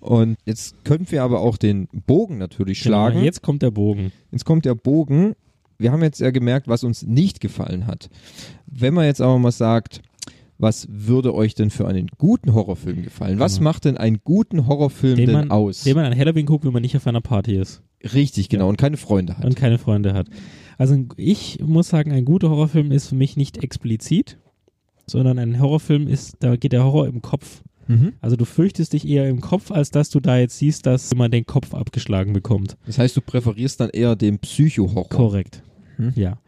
Und jetzt können wir aber auch den Bogen natürlich schlagen.
Genau, jetzt kommt der Bogen.
Jetzt kommt der Bogen. Wir haben jetzt ja gemerkt, was uns nicht gefallen hat. Wenn man jetzt aber mal sagt, was würde euch denn für einen guten Horrorfilm gefallen? Was macht denn einen guten Horrorfilm
Genau. Den
denn
man,
aus?
den man an Halloween guckt, wenn man nicht auf einer Party ist.
Richtig, genau. Und keine Freunde hat.
und keine Freunde hat. Also ein- ich muss sagen, ein guter Horrorfilm ist für mich nicht explizit, sondern ein Horrorfilm ist, da geht der Horror im Kopf.
Mhm.
Also du fürchtest dich eher im Kopf, als dass du da jetzt siehst, dass jemand den Kopf abgeschlagen bekommt.
Das heißt, du präferierst dann eher den Psycho-Horror.
Korrekt.
Mhm.
Ja.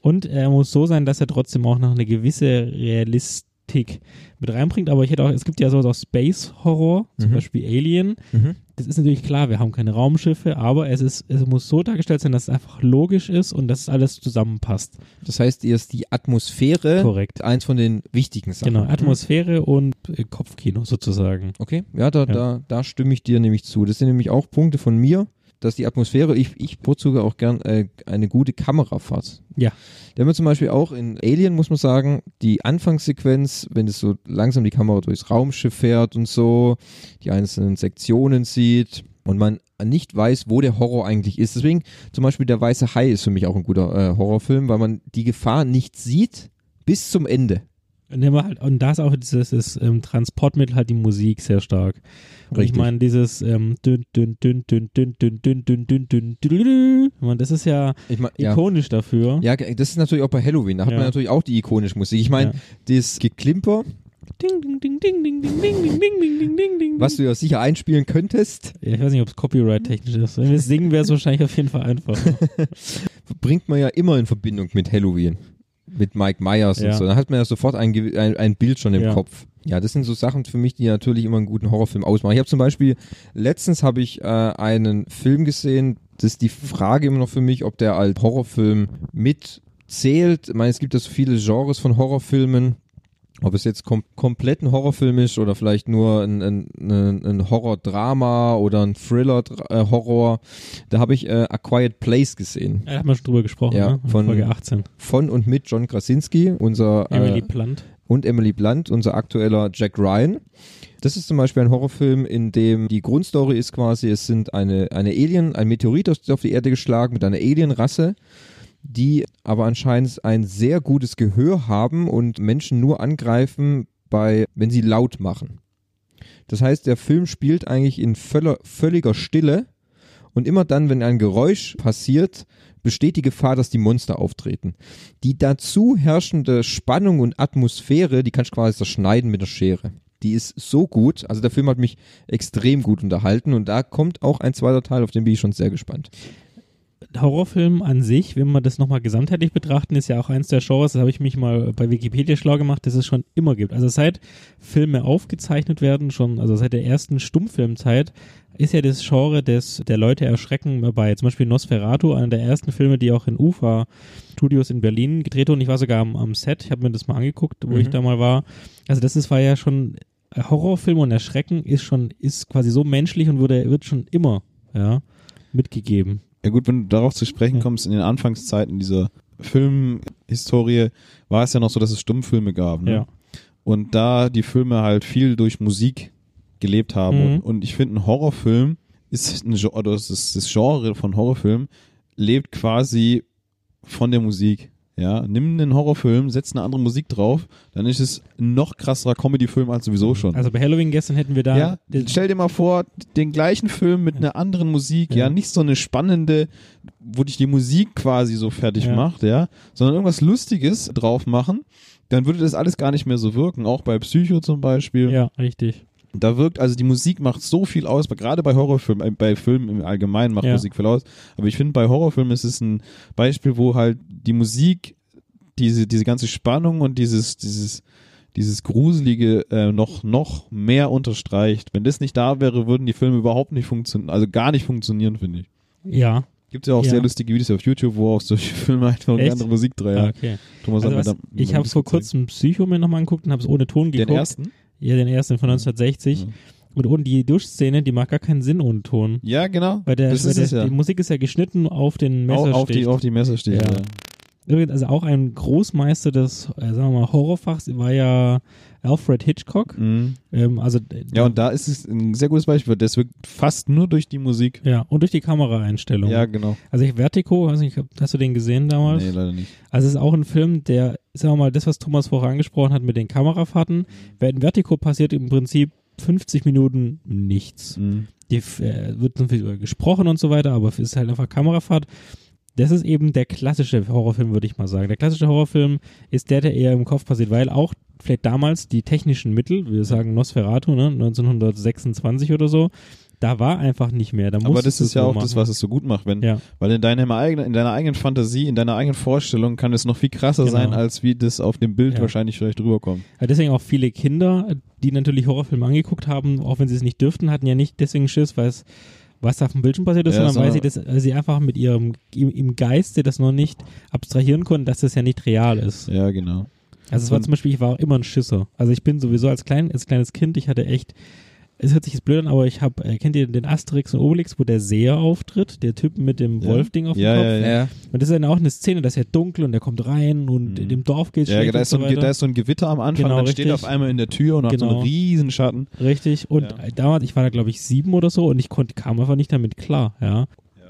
Und er muss so sein, dass er trotzdem auch noch eine gewisse Realistik mit reinbringt. Aber ich hätte auch, es gibt ja sowas auch Space Horror, zum
Mhm.
Beispiel Alien.
Mhm.
Das ist natürlich klar, wir haben keine Raumschiffe, aber es, ist, es muss so dargestellt sein, dass es einfach logisch ist und dass es alles zusammenpasst.
Das heißt, ihr ist die Atmosphäre
Korrekt.
eins von den wichtigen Sachen.
Genau, Atmosphäre und äh, Kopfkino sozusagen.
Okay, ja, da, Da, da stimme ich dir nämlich zu. Das sind nämlich auch Punkte von mir, dass die Atmosphäre, ich, ich bevorzuge auch gern äh, eine gute Kamerafahrt.
Ja.
Da haben wir zum Beispiel auch in Alien, muss man sagen, die Anfangssequenz, wenn es so langsam die Kamera durchs Raumschiff fährt und so, die einzelnen Sektionen sieht und man nicht weiß, wo der Horror eigentlich ist. Deswegen zum Beispiel Der Weiße Hai ist für mich auch ein guter äh, Horrorfilm, weil man die Gefahr nicht sieht bis zum Ende.
Und, immer halt, und da ist auch dieses das, ähm, Transportmittel halt die Musik sehr stark. Und ich
Richtig.
meine, dieses ähm, dünn, dünn, dünn, dünn, dünn, dünn, dünn, dünn, dünn, dünn, dünn, ich meine, das ist ja
Ich mein, ja.
ikonisch dafür.
Ja, ge- das ist natürlich auch bei Halloween. Da hat
Hm? Ja.
man natürlich auch die ikonische Musik. Ich meine,
Ja.
das Geklimper,
Ding, ding, ding, ding, ding, ding, ding, ding, ding, ding, ding, ding, ding.
was du ja sicher einspielen könntest,
Ja, ich weiß nicht, ob es Copyright-technisch ist. Wenn wir es singen, wäre es wahrscheinlich auf jeden Fall einfach.
bringt man ja immer in Verbindung mit Halloween. Mit Mike Myers
Ja.
und so. Da hat man ja sofort ein, gewi- ein, ein Bild schon im
Ja.
Kopf. Ja, das sind so Sachen für mich, die natürlich immer einen guten Horrorfilm ausmachen. Ich habe zum Beispiel, letztens habe ich äh, einen Film gesehen, das ist die Frage immer noch für mich, ob der als Horrorfilm mitzählt. Ich meine, es gibt ja so viele Genres von Horrorfilmen. Ob es jetzt kom komplett ein Horrorfilm ist oder vielleicht nur ein, ein, ein, ein Horror-Drama oder ein Thriller-Horror. Da habe ich äh, A Quiet Place gesehen.
Ja, da haben wir schon drüber gesprochen,
Ja,
ne? In
von-
Folge 18.
Von und mit John Krasinski unser,
Emily
äh,
Plant.
und Emily Blunt, unser aktueller Jack Ryan. Das ist zum Beispiel ein Horrorfilm, in dem die Grundstory ist quasi, es sind eine, eine Alien, ein Meteorit ist auf die Erde geschlagen mit einer Alienrasse, die aber anscheinend ein sehr gutes Gehör haben und Menschen nur angreifen, bei, wenn sie laut machen. Das heißt, der Film spielt eigentlich in völler, völliger Stille und immer dann, wenn ein Geräusch passiert, besteht die Gefahr, dass die Monster auftreten. Die dazu herrschende Spannung und Atmosphäre, die kannst du quasi zerschneiden mit der Schere. Die ist so gut. Also der Film hat mich extrem gut unterhalten und da kommt auch ein zweiter Teil, auf den bin ich schon sehr gespannt.
Horrorfilm an sich, wenn man das nochmal gesamtheitlich betrachten, ist ja auch eins der Genres, das habe ich mich mal bei Wikipedia schlau gemacht, dass es schon immer gibt. Also seit Filme aufgezeichnet werden, schon, also seit der ersten Stummfilmzeit, ist ja das Genre des, der Leute erschrecken bei zum Beispiel Nosferatu, einer der ersten Filme, die auch in UFA Studios in Berlin gedreht wurden. Ich war sogar am, am Set, ich habe mir das mal angeguckt, wo
Mhm.
ich da mal war. Also das ist, war ja schon äh, Horrorfilm und Erschrecken ist schon, ist quasi so menschlich und wurde, wird schon immer, ja, mitgegeben.
Ja gut, wenn du darauf zu sprechen
Ja.
kommst, in den Anfangszeiten dieser Filmhistorie war es ja noch so, dass es Stummfilme gab. Ne?
Ja.
Und da die Filme halt viel durch Musik gelebt haben.
Mhm.
Und, und ich finde, ein Horrorfilm ist ein Gen- oder das, ist das Genre von Horrorfilm lebt quasi von der Musik. Ja, nimm einen Horrorfilm, setz eine andere Musik drauf, dann ist es ein noch krasserer Comedy-Film als sowieso schon.
Also bei Halloween gestern hätten wir da.
Ja,
das-
stell dir mal vor, den gleichen Film mit einer anderen Musik, ja,
Ja.
nicht so eine spannende, wo dich die Musik quasi so fertig
Ja.
macht, ja, sondern irgendwas Lustiges drauf machen, dann würde das alles gar nicht mehr so wirken, auch bei Psycho zum Beispiel.
ja, richtig.
Da wirkt, also die Musik macht so viel aus, aber gerade bei Horrorfilmen, äh, bei Filmen im Allgemeinen macht
Ja.
Musik viel aus, aber ich finde bei Horrorfilmen ist es ein Beispiel, wo halt die Musik diese, diese ganze Spannung und dieses, dieses, dieses Gruselige äh, noch, noch mehr unterstreicht. Wenn das nicht da wäre, würden die Filme überhaupt nicht funktionieren, also gar nicht funktionieren, finde ich.
Ja.
Gibt ja auch
Ja.
sehr lustige Videos auf YouTube, wo auch solche Filme einfach eine
Echt?
andere Musik drehen.
Ah, Okay.
Thomas
Also
hat
was,
mir da-
ich
mir
habe
das
vor
gezeigt.
kurzem Psycho mir nochmal angeguckt und habe es ohne Ton
Den
geguckt.
ersten?
Ja, den ersten von 1960.
Ja.
Und ohne die Duschszene, die macht gar keinen Sinn ohne Ton.
Ja, genau.
Weil der,
das
weil
ist
der,
es ja.
die Musik ist ja geschnitten auf den
Au-
Messerstich.
auf, die, auf die Messerstiche.
Ja.
Ja.
Übrigens, also auch ein Großmeister des, äh, sagen wir mal, Horrorfachs war ja Alfred Hitchcock.
Mhm.
Ähm, also,
Ja, und da ist es ein sehr gutes Beispiel. weil Das wirkt fast nur durch die Musik.
ja, und durch die Kameraeinstellung.
Ja, genau.
Also ich Vertigo, also ich, hab- hast du den gesehen damals?
Nee, leider nicht.
Also es ist auch ein Film, der, sagen wir mal, das, was Thomas vorher angesprochen hat mit den
Mhm.
Kamerafahrten, bei in Vertigo passiert im Prinzip 50 Minuten nichts.
Mhm.
Die, f- äh, wird so viel drüber gesprochen und so weiter, aber es ist halt einfach Kamerafahrt. Das ist eben der klassische Horrorfilm, würde ich mal sagen. Der klassische Horrorfilm ist der, der eher im Kopf passiert, weil auch vielleicht damals die technischen Mittel, wir sagen Nosferatu, ne, 1926 oder so, da war einfach nicht mehr. Da
Aber
musstest
das
du
ist ja
so
auch das,
machen.
was es so gut macht, wenn,
Ja.
weil in deiner eigenen, in deiner eigenen Fantasie, in deiner eigenen Vorstellung kann es noch viel krasser
Genau.
sein, als wie das auf dem Bild
Ja.
wahrscheinlich vielleicht rüberkommt.
Ja, deswegen auch viele Kinder, die natürlich Horrorfilme angeguckt haben, auch wenn sie es nicht dürften, hatten ja nicht deswegen Schiss, weil es was auf dem Bildschirm passiert ist,
Ja,
sondern weil sie,
sondern-
das, weil sie einfach mit ihrem im, im Geiste das noch nicht abstrahieren konnten, dass das ja nicht real ist.
Ja, genau.
Also es war
Und-
zum Beispiel, ich war auch immer ein Schisser. Also ich bin sowieso als, klein, als kleines Kind, ich hatte echt, es hört sich jetzt blöd an, aber ich habe, äh, kennt ihr den Asterix und Obelix, wo der Seher auftritt, der Typ mit dem
Ja.
Wolfding auf dem
Ja,
Kopf?
ja, ja.
Äh,
Und das ist dann auch eine Szene, dass er dunkel und der kommt rein und
Mhm.
in dem Dorf geht
Ja, da ist, so
und so
ein,
weiter.
da ist so ein Gewitter am Anfang,
Genau,
dann steht er auf
richtig.
einmal in der Tür und macht so
Genau.
einen riesen Schatten.
Richtig. Und
Ja.
äh, damals, ich war da, glaube ich, sieben oder so und ich konnte, kam einfach nicht damit klar, ja.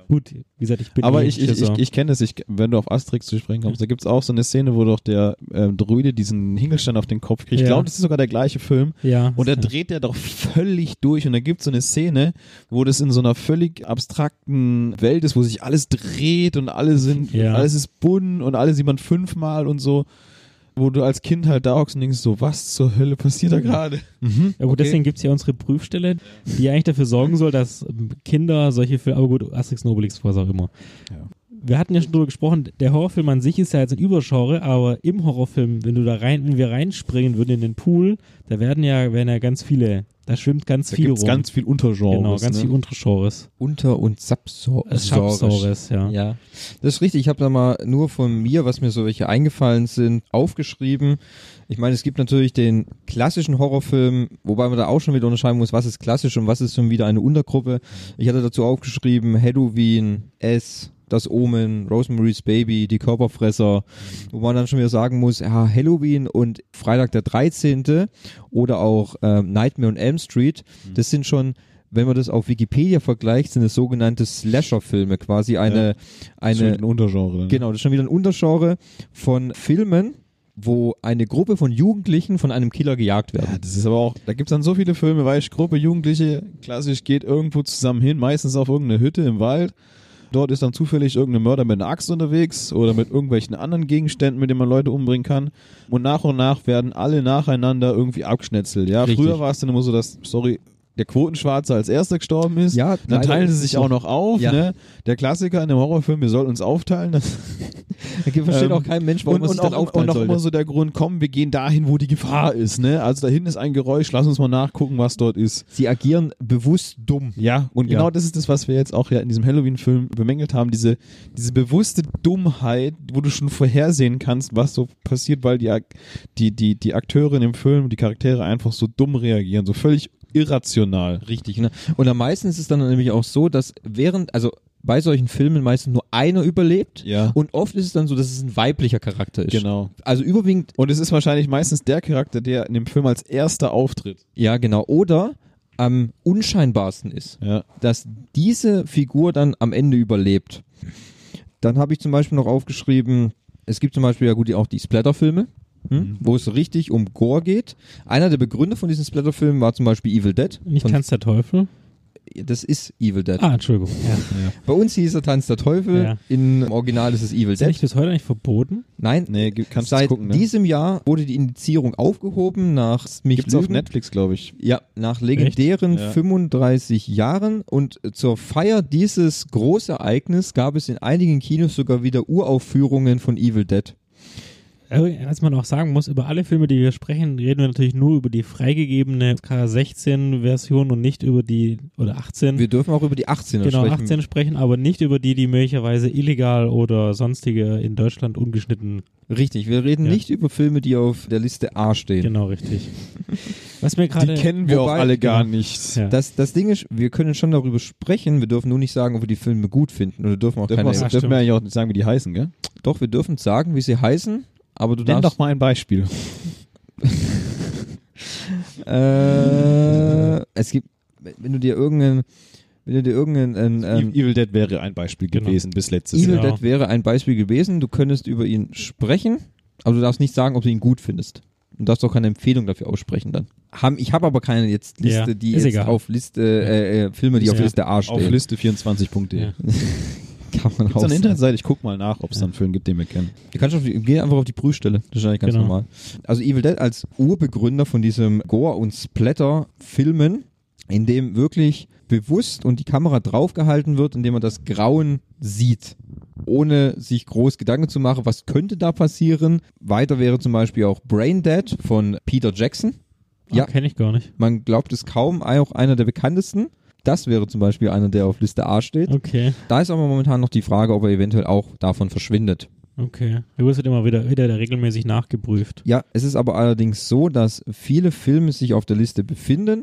Gut, wie gesagt, ich bin
Aber
eh
ich, ich, ich,
Schisser.
ich kenne das, ich, wenn du auf Asterix zu sprechen kommst, da gibt's auch so eine Szene, wo doch der ähm, Druide diesen Hingelstein auf den Kopf kriegt. Ich
Ja.
glaube, das ist sogar der gleiche Film.
ja.
Und da
ja.
dreht er doch völlig durch. Und da gibt's so eine Szene, wo das in so einer völlig abstrakten Welt ist, wo sich alles dreht und alle sind,
Ja.
alles ist bunt und alle sieht man fünfmal und so. Wo du als Kind halt da hockst und denkst so, was zur Hölle passiert da gerade?
ja, gut,
okay.
deswegen gibt es ja unsere Prüfstelle, die eigentlich dafür sorgen soll, dass ähm, Kinder solche Filme, aber gut, Asterix und Obelix war es auch immer.
Ja.
Wir hatten ja schon drüber gesprochen, der Horrorfilm an sich ist ja jetzt ein Übergenre, aber im Horrorfilm, wenn du da rein, wenn wir reinspringen würden in den Pool, da werden ja, werden ja ganz viele, da schwimmt ganz
Da
viel
gibt's
rum.
ganz viel Untergenres.
genau, ganz
ne?
viel Untergenres.
Unter- und
Äh,
Subsaures.
Subgenres, ja.
Ja. Das ist richtig. Ich habe da mal nur von mir, was mir so welche eingefallen sind, aufgeschrieben. Ich meine, es gibt natürlich den klassischen Horrorfilm, wobei man da auch schon wieder unterscheiden muss, was ist klassisch und was ist schon wieder eine Untergruppe. Ich hatte dazu aufgeschrieben Halloween, S, das Omen, Rosemary's Baby, die Körperfresser, wo man dann schon wieder sagen muss, ja, Halloween und Freitag der 13. oder auch ähm, Nightmare on Elm Street,
Mhm.
das sind schon wenn man das auf Wikipedia vergleicht, sind es sogenannte Slasher-Filme, quasi eine,
Das ist
eine
schon ein Untergenre. ne?
Genau, das ist schon wieder ein Untergenre von Filmen, wo eine Gruppe von Jugendlichen von einem Killer gejagt
Ja,
werden.
das ist aber auch, da gibt's dann so viele Filme, weil ich Gruppe Jugendliche, klassisch geht irgendwo zusammen hin, meistens auf irgendeine Hütte im Wald. Dort ist dann zufällig irgendein Mörder mit einer Axt unterwegs oder mit irgendwelchen anderen Gegenständen, mit denen man Leute umbringen kann. Und nach und nach werden alle nacheinander irgendwie abgeschnetzelt. Ja,
Richtig.
früher war es dann immer so, dass, sorry, der Quotenschwarze als erster gestorben ist.
Ja,
dann
leider
teilen sie
ist es
sich
so.
auch noch auf.
Ja.
Ne? Der Klassiker in dem Horrorfilm, wir sollen uns aufteilen. Das
Da versteht
ähm,
auch kein Mensch, warum
und,
man
und
sich dann
auch,
aufteilen
und auch immer
sollte.
so der Grund, komm, wir gehen dahin, wo die Gefahr ist. Ne? Also da hinten ist ein Geräusch, lass uns mal nachgucken, was dort ist.
Sie agieren bewusst dumm.
Ja, und
Ja.
genau das ist das, was wir jetzt auch ja in diesem Halloween-Film bemängelt haben, diese, diese bewusste Dummheit, wo du schon vorhersehen kannst, was so passiert, weil die, Ak- die, die, die Akteure in dem Film, die Charaktere einfach so dumm reagieren, so völlig irrational.
Richtig, ne? Und am meisten ist es dann nämlich auch so, dass während, also bei solchen Filmen meistens nur einer überlebt.
Ja.
Und oft ist es dann so, dass es ein weiblicher Charakter ist.
Genau.
Also überwiegend,
Und es ist wahrscheinlich meistens der Charakter, der in dem Film als erster auftritt.
ja genau, oder am unscheinbarsten ist.
Ja.
dass diese Figur dann am Ende überlebt. Dann habe ich zum Beispiel noch aufgeschrieben, es gibt zum Beispiel ja gut die- auch die Splatter-Filme, hm?
Mhm.
wo es richtig um Gore geht. Einer der Begründer von diesen Splatter-Filmen war zum Beispiel Evil Dead.
Nicht
von,
Tanz der Teufel.
Das ist Evil Dead.
Ah, Entschuldigung. Ja.
Bei uns hieß er Tanz der Teufel,
Ja.
im Original ist es Evil
Ist der
Dead.
nicht bis heute eigentlich verboten?
Nein,
Nee, ge- kannst du
seit
gucken. Ne?
diesem Jahr wurde die Indizierung aufgehoben nach mich
Gibt's auf
lügen.
Netflix, glaube ich.
Ja, nach legendären
Ja.
35 Jahren und zur Feier dieses Großereignis gab es in einigen Kinos sogar wieder Uraufführungen von Evil Dead.
Äh, Was man auch sagen muss, über alle Filme, die wir sprechen, reden wir natürlich nur über die freigegebene K16-Version und nicht über die, oder 18,
Wir dürfen auch über die 18er
genau,
sprechen.
18 sprechen, aber nicht über die, die möglicherweise illegal oder sonstige in Deutschland ungeschnitten.
Richtig, wir reden
Ja.
nicht über Filme, die auf der Liste A stehen.
Genau, richtig. Was mir gerade...
Die kennen wir
Wobei-
auch alle gar nicht.
Ja.
Das, das Ding ist, wir können schon darüber sprechen, wir dürfen nur nicht sagen, ob wir die Filme gut finden oder dürfen auch
Dürfen,
keine...
wir-
Ja,
dürfen
stimmt.
wir eigentlich auch nicht sagen, wie die heißen, gell?
Doch, wir dürfen sagen, wie sie heißen, aber du
Nenn doch
darfst...
mal ein Beispiel.
Äh, es gibt, wenn du dir irgendeinen... Wenn du dir irgendeinen... ähm,
Evil Dead wäre ein Beispiel
Genau.
gewesen bis letztes
Evil
Jahr.
Ja.
Dead wäre ein Beispiel gewesen. Du könntest über ihn sprechen, aber du darfst nicht sagen, ob du ihn gut findest. Du darfst auch keine Empfehlung dafür aussprechen dann. Ham- Ich habe aber keine jetzt Liste,
Ja,
die
ist
jetzt
egal.
auf Liste, äh, äh, Filme, die auf
Ja.
Liste A stehen.
Auf liste24.de.
Ja.
kann man
Gibt's eine
raus-
Internetseite? Ich guck mal nach, ob es da einen Film gibt, den wir kennen.
Du kannst auf die, geh einfach auf die Prüfstelle. Das ist eigentlich ganz
Genau.
normal. Also Evil Dead als Urbegründer von diesem Gore- und Splatter-Filmen, in dem wirklich bewusst und die Kamera draufgehalten wird, indem man das Grauen sieht, ohne sich groß Gedanken zu machen, was könnte da passieren. Weiter wäre zum Beispiel auch Brain Dead von Peter Jackson.
Ah,
Ja.
Kenne ich gar nicht.
Man glaubt es kaum, auch einer der bekanntesten. Das wäre zum Beispiel einer, der auf Liste A steht.
Okay,
Da ist aber momentan noch die Frage, ob er eventuell auch davon verschwindet.
okay. Du wirst halt immer wieder, wieder da regelmäßig nachgeprüft.
Ja, es ist aber allerdings so, dass viele Filme sich auf der Liste befinden,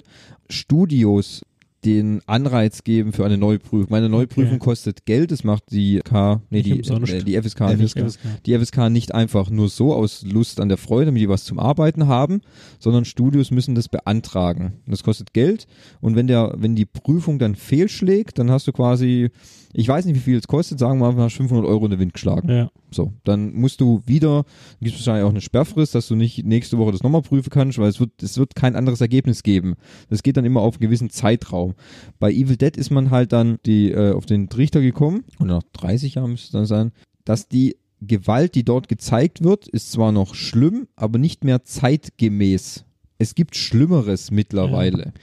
Studios den Anreiz geben für eine Neuprüfung. Meine Neuprüfung kostet Geld, das macht die K, nee,
Nicht
die,
umsonst.
äh, die FSK,
FSK.
Nicht, die FSK nicht einfach nur so aus Lust an der Freude, damit die was zum Arbeiten haben, sondern Studios müssen das beantragen. Das kostet Geld und wenn der, wenn die Prüfung dann fehlschlägt, dann hast du quasi, ich weiß nicht, wie viel es kostet, sagen wir mal, hast 500 Euro in den Wind geschlagen.
Ja,
So, dann musst du wieder, gibt es wahrscheinlich auch eine Sperrfrist, dass du nicht nächste Woche das nochmal prüfen kannst, weil es wird, es wird kein anderes Ergebnis geben. Das geht dann immer auf einen gewissen Zeitraum. Bei Evil Dead ist man halt dann die, äh, auf den Trichter gekommen, und nach 30 Jahren müsste es dann sein, dass die Gewalt, die dort gezeigt wird, ist zwar noch schlimm, aber nicht mehr zeitgemäß. Es gibt Schlimmeres mittlerweile.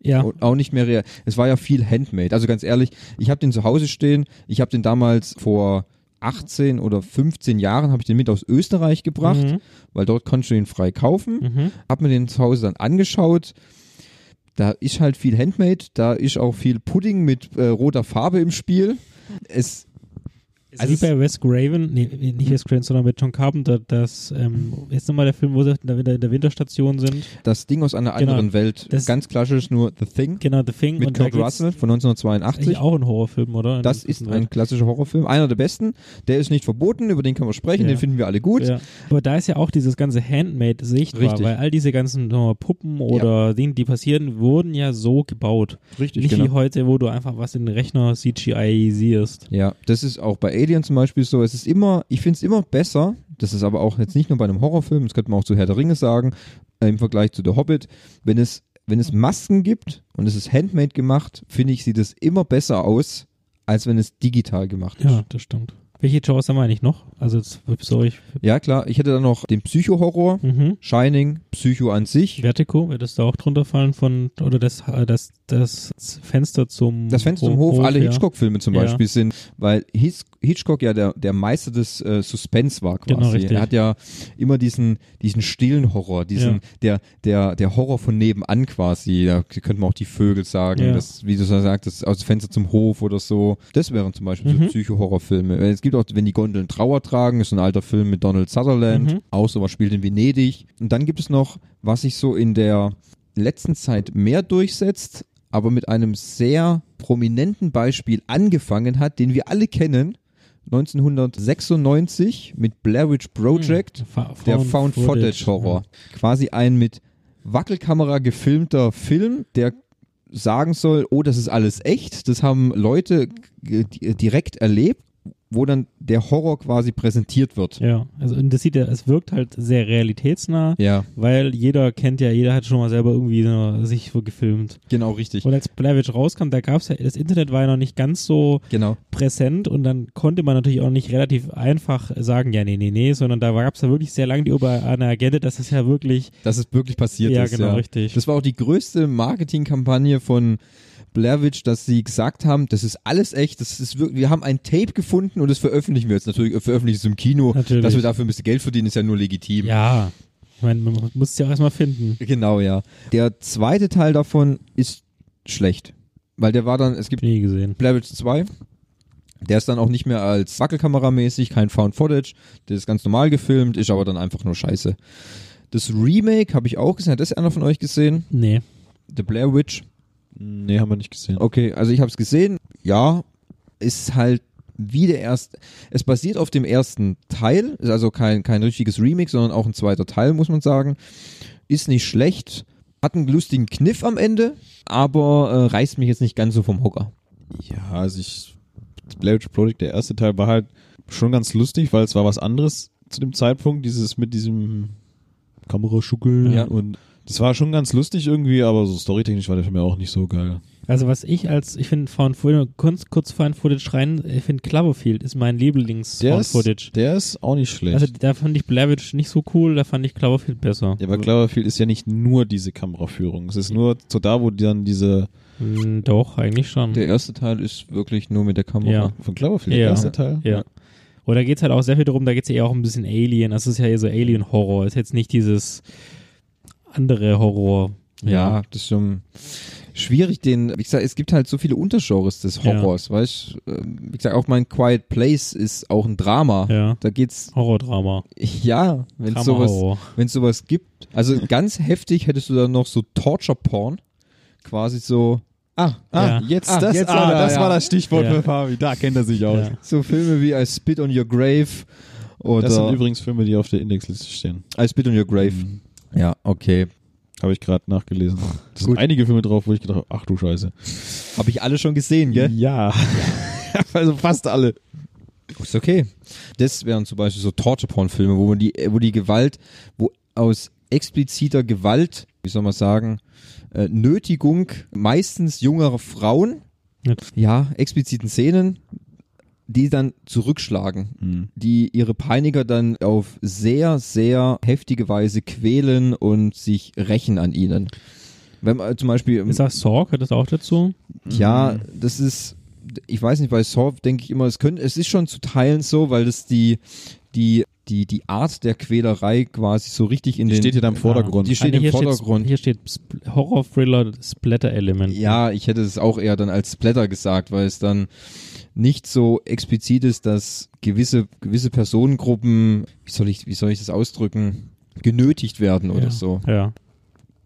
ja.
Und auch nicht mehr real. Es war ja viel Handmade. Also ganz ehrlich, ich habe den zu Hause stehen. Ich habe den damals vor 18 oder 15 Jahren habe ich den mit aus Österreich gebracht,
Mhm.
weil dort konntest du ihn frei kaufen.
Mhm.
Hab mir den zu Hause dann angeschaut. Da ist halt viel Handmade, da ist auch viel Pudding mit äh, roter Farbe im Spiel. Es
Ist
Also
also wie
es-
bei Wes Craven, nee, nicht Wes Craven, sondern bei John Carpenter, das, ähm, jetzt nochmal der Film, wo sie in der, in der Winterstation sind.
das Ding aus einer
Genau.
anderen Welt.
Das-
Ganz klassisch nur The Thing
Genau, The Thing.
mit
und da
Kurt
geht's-
Russell von
Das ist eigentlich
1982.
auch ein Horrorfilm, oder? In
Das
einem
ist
gewissen
ein klassischer Horrorfilm, einer der besten. Der ist nicht verboten, über den können wir sprechen,
Ja.
den finden wir alle gut.
Ja. Aber da ist ja auch dieses ganze Handmade sichtbar,
Richtig.
weil all diese ganzen sagen wir mal, Puppen oder Dinge, die passieren, wurden ja so gebaut.
Richtig, genau.
Nicht wie heute, wo du einfach was in den Rechner CGI-isierst.
Ja, das ist auch bei Alien zum Beispiel so. Es ist immer, ich finde es immer besser, das ist aber auch jetzt nicht nur bei einem Horrorfilm, das könnte man auch zu Herr der Ringe sagen, äh, im Vergleich zu The Hobbit, wenn es, wenn es Masken gibt und es ist handmade gemacht, finde ich, sieht es immer besser aus, als wenn es digital gemacht ist.
Ja, das stimmt. Welche Jaws haben wir eigentlich noch? Also, jetzt, sorry. ich-
ja klar, ich hätte dann noch den Psycho-Horror,
Mhm.
Shining, Psycho an sich.
Vertigo, wird das da auch drunter fallen von, oder das, äh, das, das Fenster zum
Das Fenster im Hof, alle
ja.
Hitchcock-Filme zum
Ja.
Beispiel sind, weil His Hitchcock ja der, der Meister des äh, Suspense war quasi.
Genau, richtig.
er hat ja immer diesen, diesen stillen Horror, diesen,
Ja.
der, der, der Horror von nebenan quasi. Da könnte man auch die Vögel sagen,
Ja.
das, wie du schon sagtest, aus dem Fenster zum Hof oder so. Das wären zum Beispiel so
Mhm.
Psycho-Horrorfilme. Es gibt auch, wenn die Gondeln Trauer tragen, ist ein alter Film mit Donald Sutherland.
Mhm.
Auch sowas spielt in Venedig. Und dann gibt es noch, was ich so in der letzten Zeit mehr durchsetzt, aber mit einem sehr prominenten Beispiel angefangen hat, den wir alle kennen. 1996 mit Blair Witch Project,
Fa-
der Hm. Found Footage Horror. Quasi ein mit Wackelkamera gefilmter Film, der sagen soll, oh, das ist alles echt. Das haben Leute g- di- direkt erlebt wo dann der Horror quasi präsentiert wird.
Ja, also und das sieht ja, es wirkt halt sehr realitätsnah,
Ja,
weil jeder kennt ja, jeder hat schon mal selber irgendwie so, sich so gefilmt.
genau richtig.
Und als Blair Witch rauskam, da gab's ja, das Internet war ja noch nicht ganz so
Genau.
präsent und dann konnte man natürlich auch nicht relativ einfach sagen, ja, nee, nee, nee, sondern da gab's ja wirklich sehr lange die urbane Agenda, dass das ja wirklich,
Dass es wirklich passiert
ja
ist.
genau,
ja.
richtig.
Das war auch die größte Marketingkampagne von Blair Witch, dass sie gesagt haben, das ist alles echt, das ist wirklich, wir haben ein Tape gefunden und das veröffentlichen wir jetzt. Natürlich äh, veröffentlichen es im Kino,
Natürlich.
dass wir dafür ein bisschen Geld verdienen, ist ja nur legitim.
ja, ich meine, man muss es ja auch erstmal finden.
Genau, ja. Der zweite Teil davon ist schlecht, weil der war dann, es gibt
Nie gesehen.
Blair Witch 2. Der ist dann auch nicht mehr als Wackelkameramäßig, kein Found Footage. Der ist ganz normal gefilmt, ist aber dann einfach nur scheiße. Das Remake habe ich auch gesehen. Hat das einer von euch gesehen?
Nee.
The Blair Witch.
Nee, haben wir nicht gesehen.
Okay, also ich habe es gesehen. Ja, ist halt wie der erste. Es basiert auf dem ersten Teil, ist also kein, kein richtiges Remake, sondern auch ein zweiter Teil, muss man sagen. Ist nicht schlecht, hat einen lustigen Kniff am Ende, aber äh, reißt mich jetzt nicht ganz so vom Hocker.
Ja, also ich. Blair Witch Project, der erste Teil, war halt schon ganz lustig, weil es war was anderes zu dem Zeitpunkt, dieses mit diesem Kameraschuckeln
Ja.
und das war schon ganz lustig irgendwie, aber so storytechnisch war der Film ja auch nicht so geil.
Also was ich als, ich finde Found Footage, kurz, kurz Found Footage rein, ich finde Cloverfield ist mein Lieblings
Der
Found
ist,
Footage.
der ist auch nicht schlecht.
Also da fand ich Blair Witch nicht so cool, da fand ich Cloverfield besser.
ja, aber Cloverfield ist ja nicht nur diese Kameraführung. Es ist nur so da, wo dann diese
Hm, doch, eigentlich schon.
Der erste Teil ist wirklich nur mit der Kamera.
Ja.
von Cloverfield,
Ja.
der erste Teil.
Ja. Und da geht es halt auch sehr viel darum, da geht es ja eher auch ein bisschen Alien. Das ist ja eher so Alien-Horror. Ist jetzt nicht dieses andere Horror.
Ja, das ist schon schwierig, den, wie gesagt, es gibt halt so viele Untergenres des
Ja.
Horrors, weißt du? Ähm, Wie gesagt, auch mein Quiet Place ist auch ein Drama.
Ja.
Da geht's,
Horror-Drama.
ja, wenn sowas,
Drama-Horror.
wenn sowas gibt. Also ganz heftig hättest du dann noch so Torture Porn, quasi so, ah,
Ah,
Ja.
jetzt
Ah,
das,
jetzt
ah,
hat er,
das
ja.
war das Stichwort
Ja.
für Fabi. Da kennt er sich aus.
Ja.
so Filme wie I Spit on Your Grave
Das sind Mhm.
oder
übrigens Filme, die auf der Indexliste stehen.
I Spit on Your Grave. Ja, okay.
Habe ich gerade nachgelesen. Da sind
Gut.
einige Filme drauf, wo ich gedacht habe, ach du Scheiße.
Habe ich alle schon gesehen, gell?
Ja. also fast alle.
Ist okay. Das wären zum Beispiel so Torture-Porn-Filme, wo man die, äh, wo die Gewalt, wo aus expliziter Gewalt, wie soll man sagen, äh, Nötigung meistens jüngerer Frauen,
Ja.
ja, expliziten Szenen, die dann zurückschlagen,
Mhm.
die ihre Peiniger dann auf sehr, sehr heftige Weise quälen und sich rächen an ihnen. Wenn man zum Beispiel im-
Ist das Saw? Gehört das auch dazu?
ja,
Mhm.
das ist, ich weiß nicht, bei Saw denke ich immer, es könnte, es ist schon zu Teilen so, weil das die, die, die, die Art der Quälerei quasi so richtig in
Die
den.
steht hier da im Vordergrund.
Die steht
Ah, nee,
im
hier
Vordergrund.
Hier steht Sp- Horror-Thriller-Splatter-Element.
ja, ich hätte es auch eher dann als Splatter gesagt, weil es dann nicht so explizit ist, dass gewisse, gewisse Personengruppen, wie soll ich, wie soll ich das ausdrücken, genötigt werden oder
ja.
so.
Ja.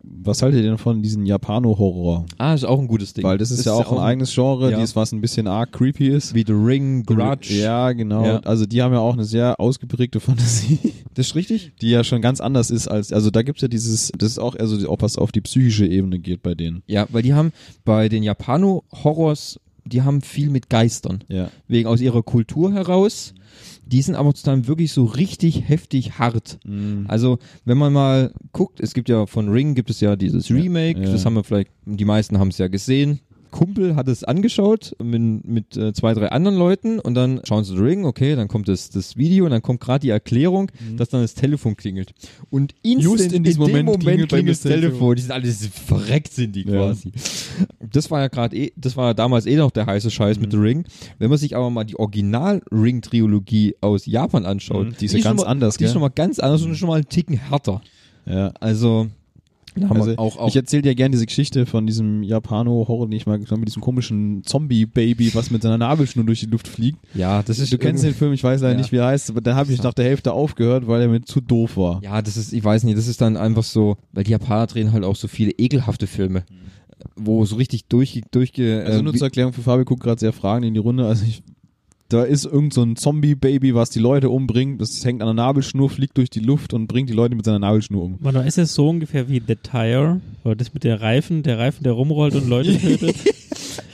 Was haltet ihr denn von diesem Japano-Horror?
Ah, ist auch ein gutes Ding.
Weil das ist ja auch ein eigenes Genre,
Ja.
dieses, was ein bisschen arg creepy ist.
wie The Ring, Grudge.
Ja, genau.
Ja.
Also die haben ja auch eine sehr ausgeprägte Fantasie,
Das ist richtig?
die ja schon ganz anders ist als, also da gibt's ja dieses, das ist auch eher so, ob was auf die psychische Ebene geht bei denen.
Ja, weil die haben bei den Japano-Horrors, die haben viel mit Geistern.
Ja.
Wegen aus ihrer Kultur heraus. Die sind aber dann wirklich so richtig heftig hart.
Mhm.
Also, wenn man mal guckt, es gibt ja von Ring gibt es ja dieses Remake,
ja.
das haben wir vielleicht, die meisten haben es ja gesehen. Kumpel hat es angeschaut mit, mit äh, zwei, drei anderen Leuten und dann schauen sie The Ring, okay, dann kommt das, das Video und dann kommt gerade die Erklärung, dass dann das Telefon klingelt. Und instant,
Mhm. in diesem
dem
Moment
Moment
klingelt
klingelt,
bei mir
das
das Telefon.
Telefon. Die sind alle die sind verreckt, sind die
Ja.
quasi. Das war ja gerade eh, das war ja damals eh noch der heiße Scheiß
Mhm.
mit The Ring. Wenn man sich aber mal die Original-Ring-Trilogie aus Japan anschaut,
Mhm, die ist ja Mhm. ganz
schon mal,
anders,
Also, Die ist
gell?
schon mal ganz anders und schon mal einen Ticken härter.
ja.
Also, da haben
Also,
wir auch,
ich
auch
erzähle dir gerne diese Geschichte von diesem Japano-Horror, den ich mal gesehen habe, mit diesem komischen Zombie-Baby, was mit seiner Nabelschnur durch die Luft fliegt.
ja, das ist
du kennst den Film, ich weiß leider
Ja.
nicht, wie er heißt, aber da habe ich nach der Hälfte aufgehört, weil er mir zu doof war.
Ja, das ist, ich weiß nicht, das ist dann einfach so, weil die Japaner drehen halt auch so viele ekelhafte Filme, wo so richtig durchge, durchge
Mhm. Also
äh,
nur
wie-
zur Erklärung für Fabio, guckt gerade sehr Fragen in die Runde. Also ich, da ist irgend so ein Zombie-Baby, was die Leute umbringt. Das hängt an der Nabelschnur, fliegt durch die Luft und bringt die Leute mit seiner Nabelschnur um.
Warte mal, ist es so ungefähr wie The Tire? Oder das mit der Reifen, der Reifen, der rumrollt und Leute tötet?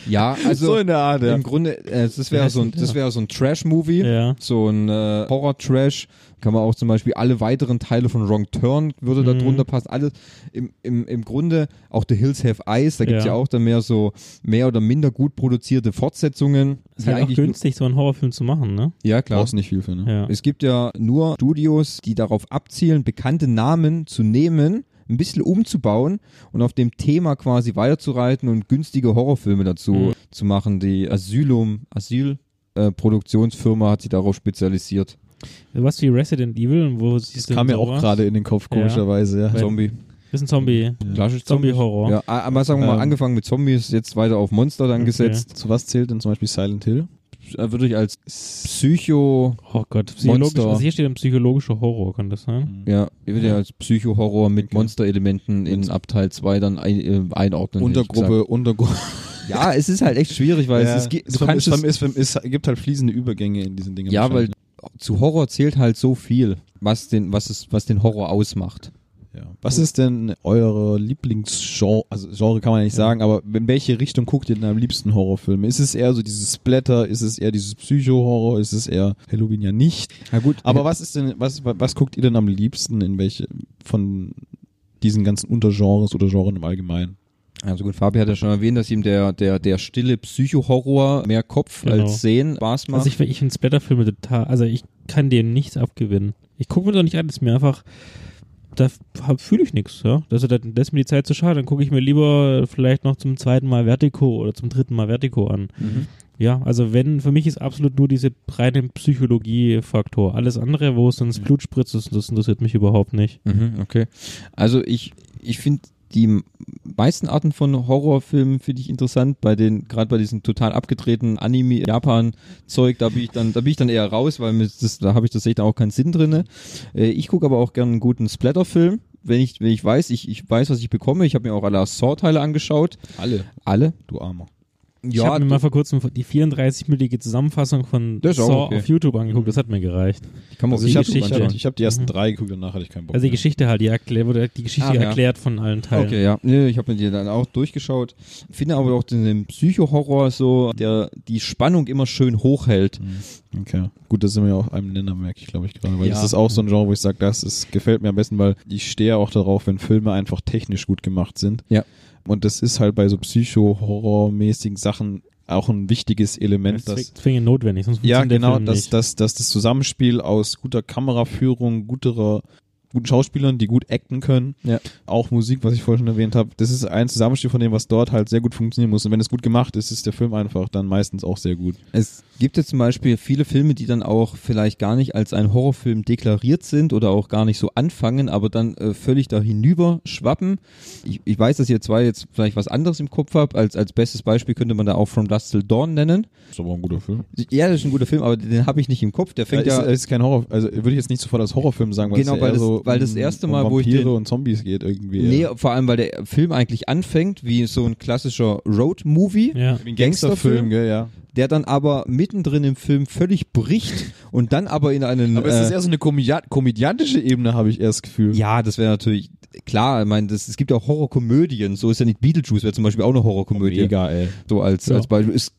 Ja, also
so in der Art, ja.
im Grunde, äh, das wäre so ein, das wäre so ein Trash-Movie,
Ja.
so ein äh, Horror-Trash. Kann man auch zum Beispiel alle weiteren Teile von Wrong Turn würde da
Mhm.
drunter passen. Alles im, im, im Grunde auch The Hills Have Eyes. Da gibt's ja.
Ja.
auch dann mehr so mehr oder minder gut produzierte Fortsetzungen. die
Ist halt auch
eigentlich nur-
günstig, so einen Horrorfilm zu machen, ne?
Ja klar.
Brauchst nicht viel für, ne?
Ja.
Es gibt ja nur Studios, die darauf abzielen, bekannte Namen zu nehmen, ein bisschen umzubauen und auf dem Thema quasi weiterzureiten und günstige Horrorfilme dazu
Mhm.
zu machen. Die Asylum, Asyl. äh, Produktionsfirma hat sich darauf spezialisiert.
Sowas wie Resident Evil, wo es
Das kam mir auch gerade in den Kopf,
Ja.
komischerweise, ja.
Zombie.
Ist ein Zombie.
Klassisch
Zombie-Horror.
Ja, a- aber sagen wir mal,
Ähm.
angefangen mit Zombies, jetzt weiter auf Monster dann
Okay.
gesetzt.
Zu was zählt denn zum Beispiel Silent Hill?
Äh, Würde ich als Psycho,
Oh Gott, psychologisch,
Monster.
also hier steht ein psychologischer Horror, kann das sein?
ja, ich würde ja als Psycho-Horror mit Monsterelementen in Abteil 2 dann ein, äh, einordnen. hätte ich gesagt.
Untergruppe, Untergruppe.
Ja, es ist halt echt schwierig, weil es, es, gibt- du kannst es,
es, es gibt halt fließende Übergänge in diesen Dingen.
ja, weil
wahrscheinlich,
zu Horror zählt halt so viel, was den, was es, was den Horror ausmacht.
ne? Ja. Was ist denn eure Lieblingsgenre? Also Genre kann man ja nicht sagen, aber in welche Richtung guckt ihr denn am liebsten Horrorfilme? Ist es eher so dieses Splatter? Ist es eher dieses Psycho-Horror? Ist es eher Halloween ja nicht?
Na gut,
Aber was ist denn, was, was guckt ihr denn am liebsten in welche von diesen ganzen Untergenres oder Genren im Allgemeinen?
also gut, Fabi hat ja schon erwähnt, dass ihm der, der, der stille Psycho-Horror mehr Kopf
Genau.
als Sehen Spaß macht.
Also ich, ich finde Splatterfilme total, also ich kann denen nichts abgewinnen. Ich gucke mir doch nicht an, das ist mir einfach, da fühle ich nichts, ja. Das, das, das ist mir die Zeit zu schade, dann gucke ich mir lieber vielleicht noch zum zweiten Mal Vertigo oder zum dritten Mal Vertigo an.
Mhm.
Ja, also wenn, für mich ist absolut nur diese reine Psychologie-Faktor. Alles andere, wo es ins Blut spritzt, das, das interessiert mich überhaupt nicht.
Mhm, okay. Also ich, ich finde die meisten Arten von Horrorfilmen finde ich interessant. Bei den, gerade bei diesem total abgedrehten Anime-Japan-Zeug, da bin ich dann, da bin ich dann eher raus, weil mir das, da habe ich tatsächlich dann auch keinen Sinn drinne. Äh, ich gucke aber auch gerne einen guten Splatter-Film. Wenn ich, wenn ich weiß, ich, ich weiß, was ich bekomme. Ich habe mir auch alle Saw-Teile angeschaut.
Alle,
Alle?
du Armer.
ich habe mir mal vor kurzem die 34-minütige Zusammenfassung von
Das ist auch
Saw
okay.
auf YouTube angeguckt, das hat mir gereicht.
ich kann mir auch
Also ich
die
habe
Geschichte.
anschauen.
ich hab die ersten
Mhm.
drei geguckt, danach hatte ich keinen Bock.
Also die
mehr.
Geschichte halt, die, erklär, wurde die Geschichte
Ach, ja.
erklärt von allen Teilen.
Okay, ja. Nee, ich habe mir die dann auch durchgeschaut. Finde aber auch den Psycho-Horror so, der die Spannung immer schön hochhält.
Okay. Gut, das sind wir ja auch einem Nenner, merke ich, glaube ich, gerade. Weil
Ja.
das ist auch so ein Genre, wo ich sage, das ist, gefällt mir am besten, weil ich stehe auch darauf, wenn Filme einfach technisch gut gemacht sind.
Ja.
Und das ist halt bei so psycho-horror-mäßigen Sachen auch ein wichtiges
Das
Element, dass
ist zwingend notwendig, sonst
ja,
funktioniert
genau,
der Film
dass,
nicht.
dass, dass das Zusammenspiel aus guter Kameraführung, guterer, guten Schauspielern, die gut acten können,
Ja.
auch Musik, was ich vorhin schon erwähnt habe, das ist ein Zusammenspiel von dem, was dort halt sehr gut funktionieren muss. Und wenn es gut gemacht ist, ist der Film einfach dann meistens auch sehr gut.
Es gibt jetzt zum Beispiel viele Filme, die dann auch vielleicht gar nicht als ein Horrorfilm deklariert sind oder auch gar nicht so anfangen, aber dann äh, völlig da hinüber schwappen. Ich, ich weiß, dass ihr zwei jetzt vielleicht was anderes im Kopf habt. Als, als bestes Beispiel könnte man da auch From Dust Till Dawn nennen.
Ist aber ein guter Film.
Ja, das ist ein guter Film, aber den habe ich nicht im Kopf. Der fängt ja,
ist, ist kein Horror, also würde ich jetzt nicht sofort als Horrorfilm sagen, weil
Genau,
es ja
weil
eher
das-
so
weil das erste Mal,
um
wo ich
Vampire
den-
und Zombies geht irgendwie.
nee, vor allem, weil der Film eigentlich anfängt wie so ein klassischer Road-Movie.
ja.
Wie
Gangsterfilm.
ein Gangsterfilm, gell, ja.
der dann aber mittendrin im Film völlig bricht und dann aber in einen. äh,
Aber es ist eher so eine komödiant- komödiantische Ebene, habe ich erst das Gefühl.
ja, das wäre natürlich klar. Ich meine, das- es gibt ja auch Horrorkomödien. So ist ja nicht Beetlejuice, wäre zum Beispiel auch eine Horrorkomödie.
Mega, ey.
So als,
Ja.
als Beispiel ist.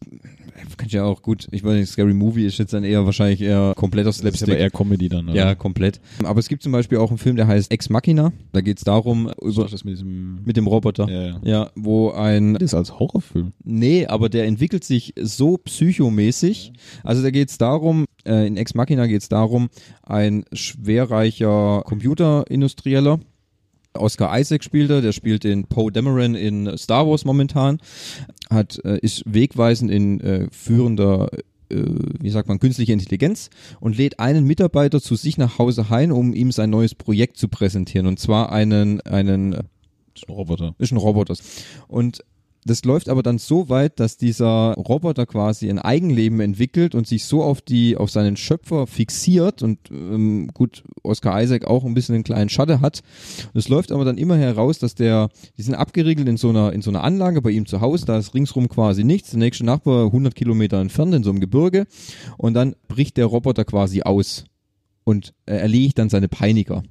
Kann ich ja auch gut. Ich meine, Scary Movie ist jetzt dann eher wahrscheinlich eher kompletter
Das ist aber
Slapstick.
eher Comedy dann.
Ja, komplett. Aber es gibt zum Beispiel auch einen Film, der heißt Ex Machina. Da geht es darum, über,
über das mit diesem.
mit dem Roboter.
ja, ja.
ja, wo ein
Das ist als Horrorfilm.
Nee, aber der entwickelt sich so psychomäßig. Also da geht's darum, äh, in Ex Machina geht's darum, ein schwerreicher Computerindustrieller, Oscar Isaac spielt er, der spielt den Poe Dameron in Star Wars momentan, hat, äh, ist wegweisend in äh, führender äh, wie sagt man, künstliche Intelligenz und lädt einen Mitarbeiter zu sich nach Hause ein, um ihm sein neues Projekt zu präsentieren. Und zwar einen, einen
Das ist ein Roboter.
ist ein Roboter. Und das läuft aber dann so weit, dass dieser Roboter quasi ein Eigenleben entwickelt und sich so auf die, auf seinen Schöpfer fixiert und ähm, gut, Oscar Isaac auch ein bisschen einen kleinen Schatten hat. Und es läuft aber dann immer heraus, dass der, die sind abgeriegelt in so einer, in so einer Anlage bei ihm zu Hause, da ist ringsrum quasi nichts, der nächste Nachbar 100 Kilometer entfernt in so einem Gebirge und dann bricht der Roboter quasi aus und äh, erledigt dann seine Peiniger.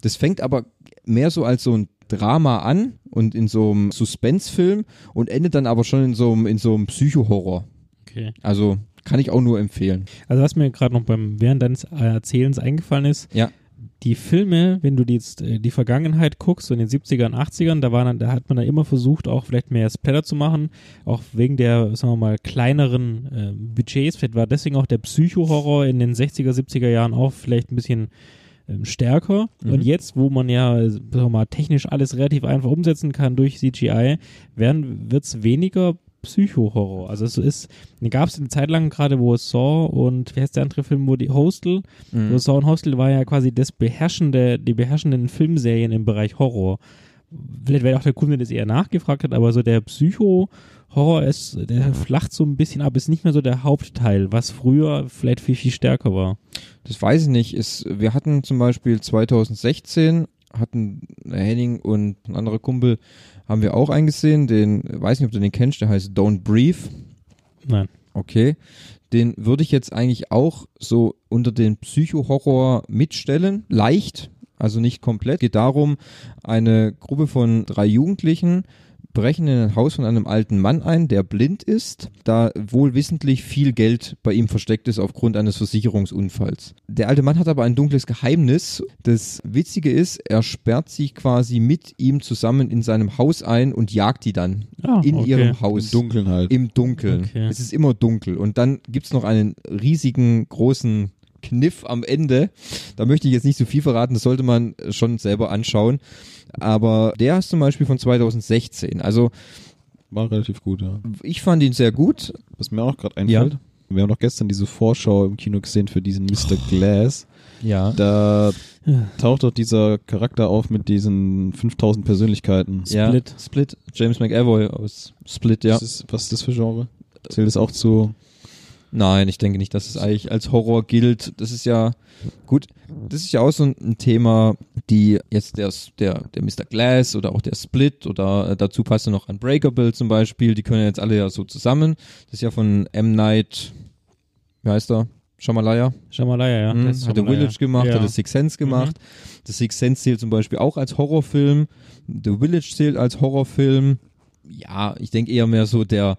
Das fängt aber mehr so als so ein Drama an und in so einem Suspensfilm und endet dann aber schon in so einem, in so einem Psychohorror.
Okay.
Also kann ich auch nur empfehlen.
Also was mir gerade noch beim während deines Erzählens eingefallen ist,
Ja.
die Filme, wenn du die jetzt äh, die Vergangenheit guckst, so in den 70ern, 80ern, da, war dann, da hat man dann immer versucht, auch vielleicht mehr Splatter zu machen, auch wegen der, sagen wir mal, kleineren äh, Budgets. Vielleicht war deswegen auch der Psychohorror in den 60er, 70er Jahren auch vielleicht ein bisschen ähm, stärker. Und jetzt, wo man ja, äh, sagen wir mal, technisch alles relativ einfach umsetzen kann durch CGI, wird es weniger Psychohorror. Also es ist, gab es eine Zeit lang gerade, wo es Saw und wie heißt der andere Film, wo die Hostel,
Mhm.
wo Saw und Hostel war ja quasi das beherrschende, die beherrschenden Filmserien im Bereich Horror. Vielleicht weil auch der Kunde das eher nachgefragt hat, aber so der Psycho-Horror ist, der flacht so ein bisschen ab, ist nicht mehr so der Hauptteil, was früher vielleicht viel, viel stärker war.
Das weiß ich nicht. Ist, wir hatten zum Beispiel 2016 hatten Henning und ein anderer Kumpel haben wir auch eingesehen. Den weiß nicht, ob du den kennst. Der heißt Don't Breathe.
Nein.
Okay. Den würde ich jetzt eigentlich auch so unter den Psychohorror mitstellen. Leicht, also nicht komplett. Geht darum, eine Gruppe von drei Jugendlichen brechen in ein Haus von einem alten Mann ein, der blind ist, da wohl wissentlich viel Geld bei ihm versteckt ist aufgrund eines Versicherungsunfalls. Der alte Mann hat aber ein dunkles Geheimnis. Das Witzige ist, er sperrt sich quasi mit ihm zusammen in seinem Haus ein und jagt die dann
Ah,
in
okay.
ihrem
Im
Haus.
Dunkeln halt.
Im Dunkeln.
Okay.
Es ist immer dunkel. Und dann gibt es noch einen riesigen, großen Kniff am Ende. Da möchte ich jetzt nicht so viel verraten, das sollte man schon selber anschauen. Aber der ist zum Beispiel von 2016. Also
War relativ gut, ja.
ich fand ihn sehr gut.
Was mir auch gerade einfällt. Wir haben doch gestern diese Vorschau im Kino gesehen für diesen Mr. Glass.
Ja.
Da taucht doch dieser Charakter auf mit diesen 5000 Persönlichkeiten.
Split.
Split. James McAvoy aus Split, ja.
Das ist, was ist das für Genre? Zählt das auch zu
Nein, ich denke nicht, dass es eigentlich als Horror gilt. Das ist ja gut. Das ist ja auch so ein- ein Thema, die jetzt der, der, der Mr. Glass oder auch der Split oder äh, dazu passt ja noch Unbreakable zum Beispiel. Die können ja jetzt alle ja so zusammen. Das ist ja von M. Night, wie heißt er? Shamalaya.
Shamalaya, ja.
Hm,
Das ist Mhm.
hat The
Shamalaya.
Village gemacht,
ja.
hat The Sixth Sense gemacht. The Sixth Sense zählt zum Beispiel auch als Horrorfilm. The Village zählt als Horrorfilm. Ja, ich denke eher mehr so der,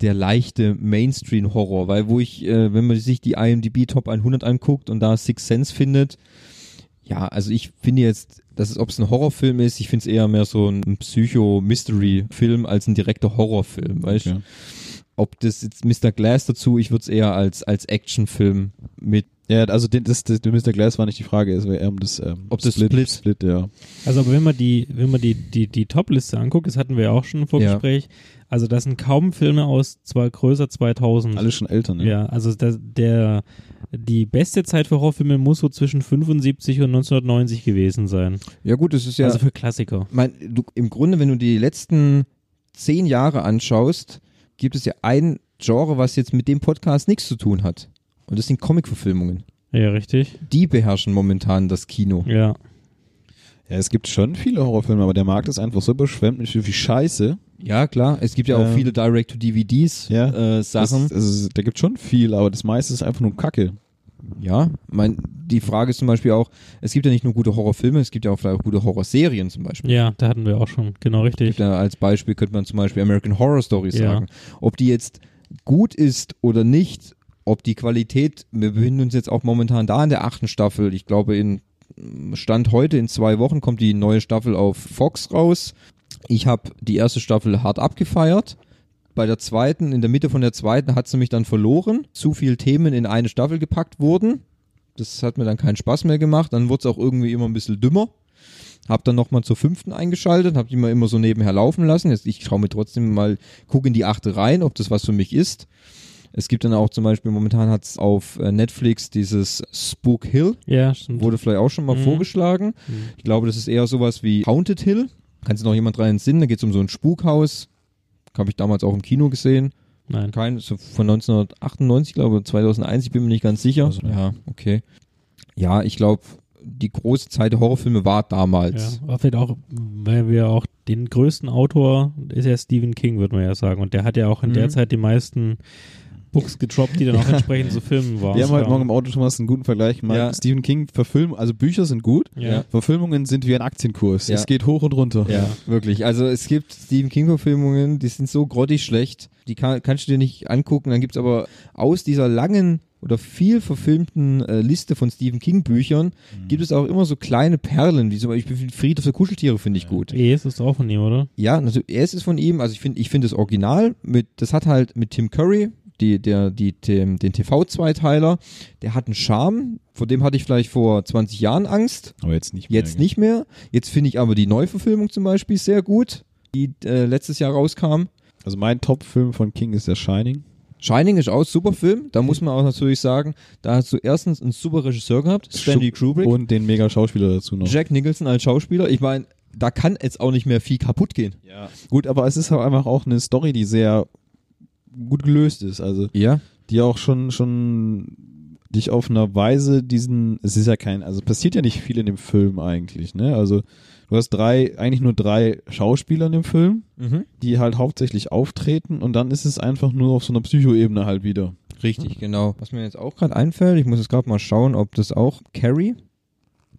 der leichte Mainstream-Horror, weil wo ich, äh, wenn man sich die IMDb Top 100 anguckt und da Sixth Sense findet, ja, also ich finde jetzt, dass es, ob es ein Horrorfilm ist, ich finde es eher mehr so ein Psycho-Mystery-Film als ein direkter Horrorfilm, weißt du?
Okay.
Ob das jetzt Mr. Glass dazu, ich würde es eher als, als Actionfilm mit
Ja, also den, das, das, der Mr. Glass war nicht die Frage, es wäre eher um das ähm,
Ob das Split- Hm.
Split, Split, ja.
Also, aber wenn man die, wenn man die, die, die Top-Liste anguckt, das hatten wir ja auch schon im Vorgespräch, also das sind kaum Filme aus zwei, größer 2000.
Alle schon älter, ne?
ja, also das, der, die beste Zeit für Horrorfilme muss so zwischen 75 und 1990 gewesen sein.
Ja gut, es ist ja,
Also für Klassiker.
mein, du, im Grunde, wenn du die letzten zehn Jahre anschaust, gibt es ja ein Genre, was jetzt mit dem Podcast nichts zu tun hat. Und das sind Comic-Verfilmungen.
Ja, richtig.
Die beherrschen momentan das Kino.
Ja.
Ja, es gibt schon viele Horrorfilme, aber der Markt ist einfach so überschwemmt mit so viel Scheiße.
Ja, klar. Es gibt ja auch
Ähm,
viele Direct-to-DVDs
ja.
äh, Sachen.
Das, also, da gibt schon viel, aber das meiste ist einfach nur Kacke.
Ja, mein, die Frage ist zum Beispiel auch, es gibt ja nicht nur gute Horrorfilme, es gibt ja auch vielleicht auch gute Horrorserien zum Beispiel.
Ja, da hatten wir auch schon. Genau richtig.
Da als Beispiel könnte man zum Beispiel American Horror Story
Ja.
sagen. Ob die jetzt gut ist oder nicht, ob die Qualität, wir befinden uns jetzt auch momentan da in der achten Staffel. Ich glaube, in Stand heute, in zwei Wochen, kommt die neue Staffel auf Fox raus. Ich habe die erste Staffel hart abgefeiert. Bei der zweiten, in der Mitte von der zweiten, hat sie mich dann verloren. Zu viele Themen in eine Staffel gepackt wurden. Das hat mir dann keinen Spaß mehr gemacht. Dann wurde es auch irgendwie immer ein bisschen dümmer. Hab dann nochmal zur fünften eingeschaltet, hab die mal immer so nebenher laufen lassen. Jetzt, ich schaue mir trotzdem mal, gucke in die achte rein, ob das was für mich ist. Es gibt dann auch zum Beispiel, momentan hat's auf äh, Netflix dieses Spook Hill,
Ja, stimmt.
wurde vielleicht auch schon mal
Mhm.
vorgeschlagen.
Mhm.
Ich glaube, das ist eher sowas wie Haunted Hill. Kann sich noch jemand dran entsinnen? Da geht's um so ein Spukhaus. Habe ich damals auch im Kino gesehen.
Nein.
Kein, so von 1998, glaube ich, 2001, ich bin mir nicht ganz sicher.
Also,
ja, okay. Ja, ich glaube, die große Zeit der Horrorfilme war
Ja,
damals.
aber vielleicht auch, weil wir auch den größten Autor ist ja Stephen King, würde man ja sagen. Und der hat ja auch in der
Mhm.
Zeit die meisten Books getroppt, die dann auch entsprechend zu filmen waren.
Wir haben heute Morgen im Auto, Thomas, einen guten Vergleich gemacht.
Ja.
Stephen King, Verfilm, also Bücher sind gut,
ja.
Verfilmungen sind wie ein Aktienkurs.
Ja.
Es geht hoch und runter.
Ja, wirklich. Also es gibt Stephen King-Verfilmungen, die sind so grottig schlecht, die kann, kannst du dir nicht angucken. Dann gibt's aber aus dieser langen oder viel verfilmten äh, Liste von Stephen King-Büchern gibt es auch immer so kleine Perlen, wie zum Beispiel Friedhof der Kuscheltiere finde ich gut.
ES ist auch von ihm, oder?
Ja, natürlich, er ist es von ihm. Also ich finde, ich finde das Original mit, das hat halt mit Tim Curry, die, der, die, dem, den TV-Zweiteiler, der hat einen Charme. Vor dem hatte ich vielleicht vor 20 Jahren Angst.
Aber jetzt nicht mehr.
Jetzt nicht mehr. Jetzt finde ich aber die Neuverfilmung zum Beispiel sehr gut, die äh, letztes Jahr rauskam.
Also mein Top-Film von King ist der Shining.
Shining ist auch ein super Film. Da muss man auch natürlich sagen, da hast du erstens einen super Regisseur gehabt, Stanley Kubrick,
Und den Mega-Schauspieler dazu noch.
Jack Nicholson als Schauspieler. Ich meine, da kann jetzt auch nicht mehr viel kaputt gehen.
Gut, aber es ist halt einfach auch eine Story, die sehr gut gelöst ist. Also
Ja.
die auch schon, schon dich auf einer Weise diesen, es ist ja kein, also passiert ja nicht viel in dem Film eigentlich, ne? Also du hast drei, eigentlich nur drei Schauspieler in dem Film,
Mhm.
die halt hauptsächlich auftreten und dann ist es einfach nur auf so einer Psychoebene halt wieder.
Richtig, genau. Was mir jetzt auch gerade einfällt, ich muss jetzt gerade mal schauen, ob das auch Carrie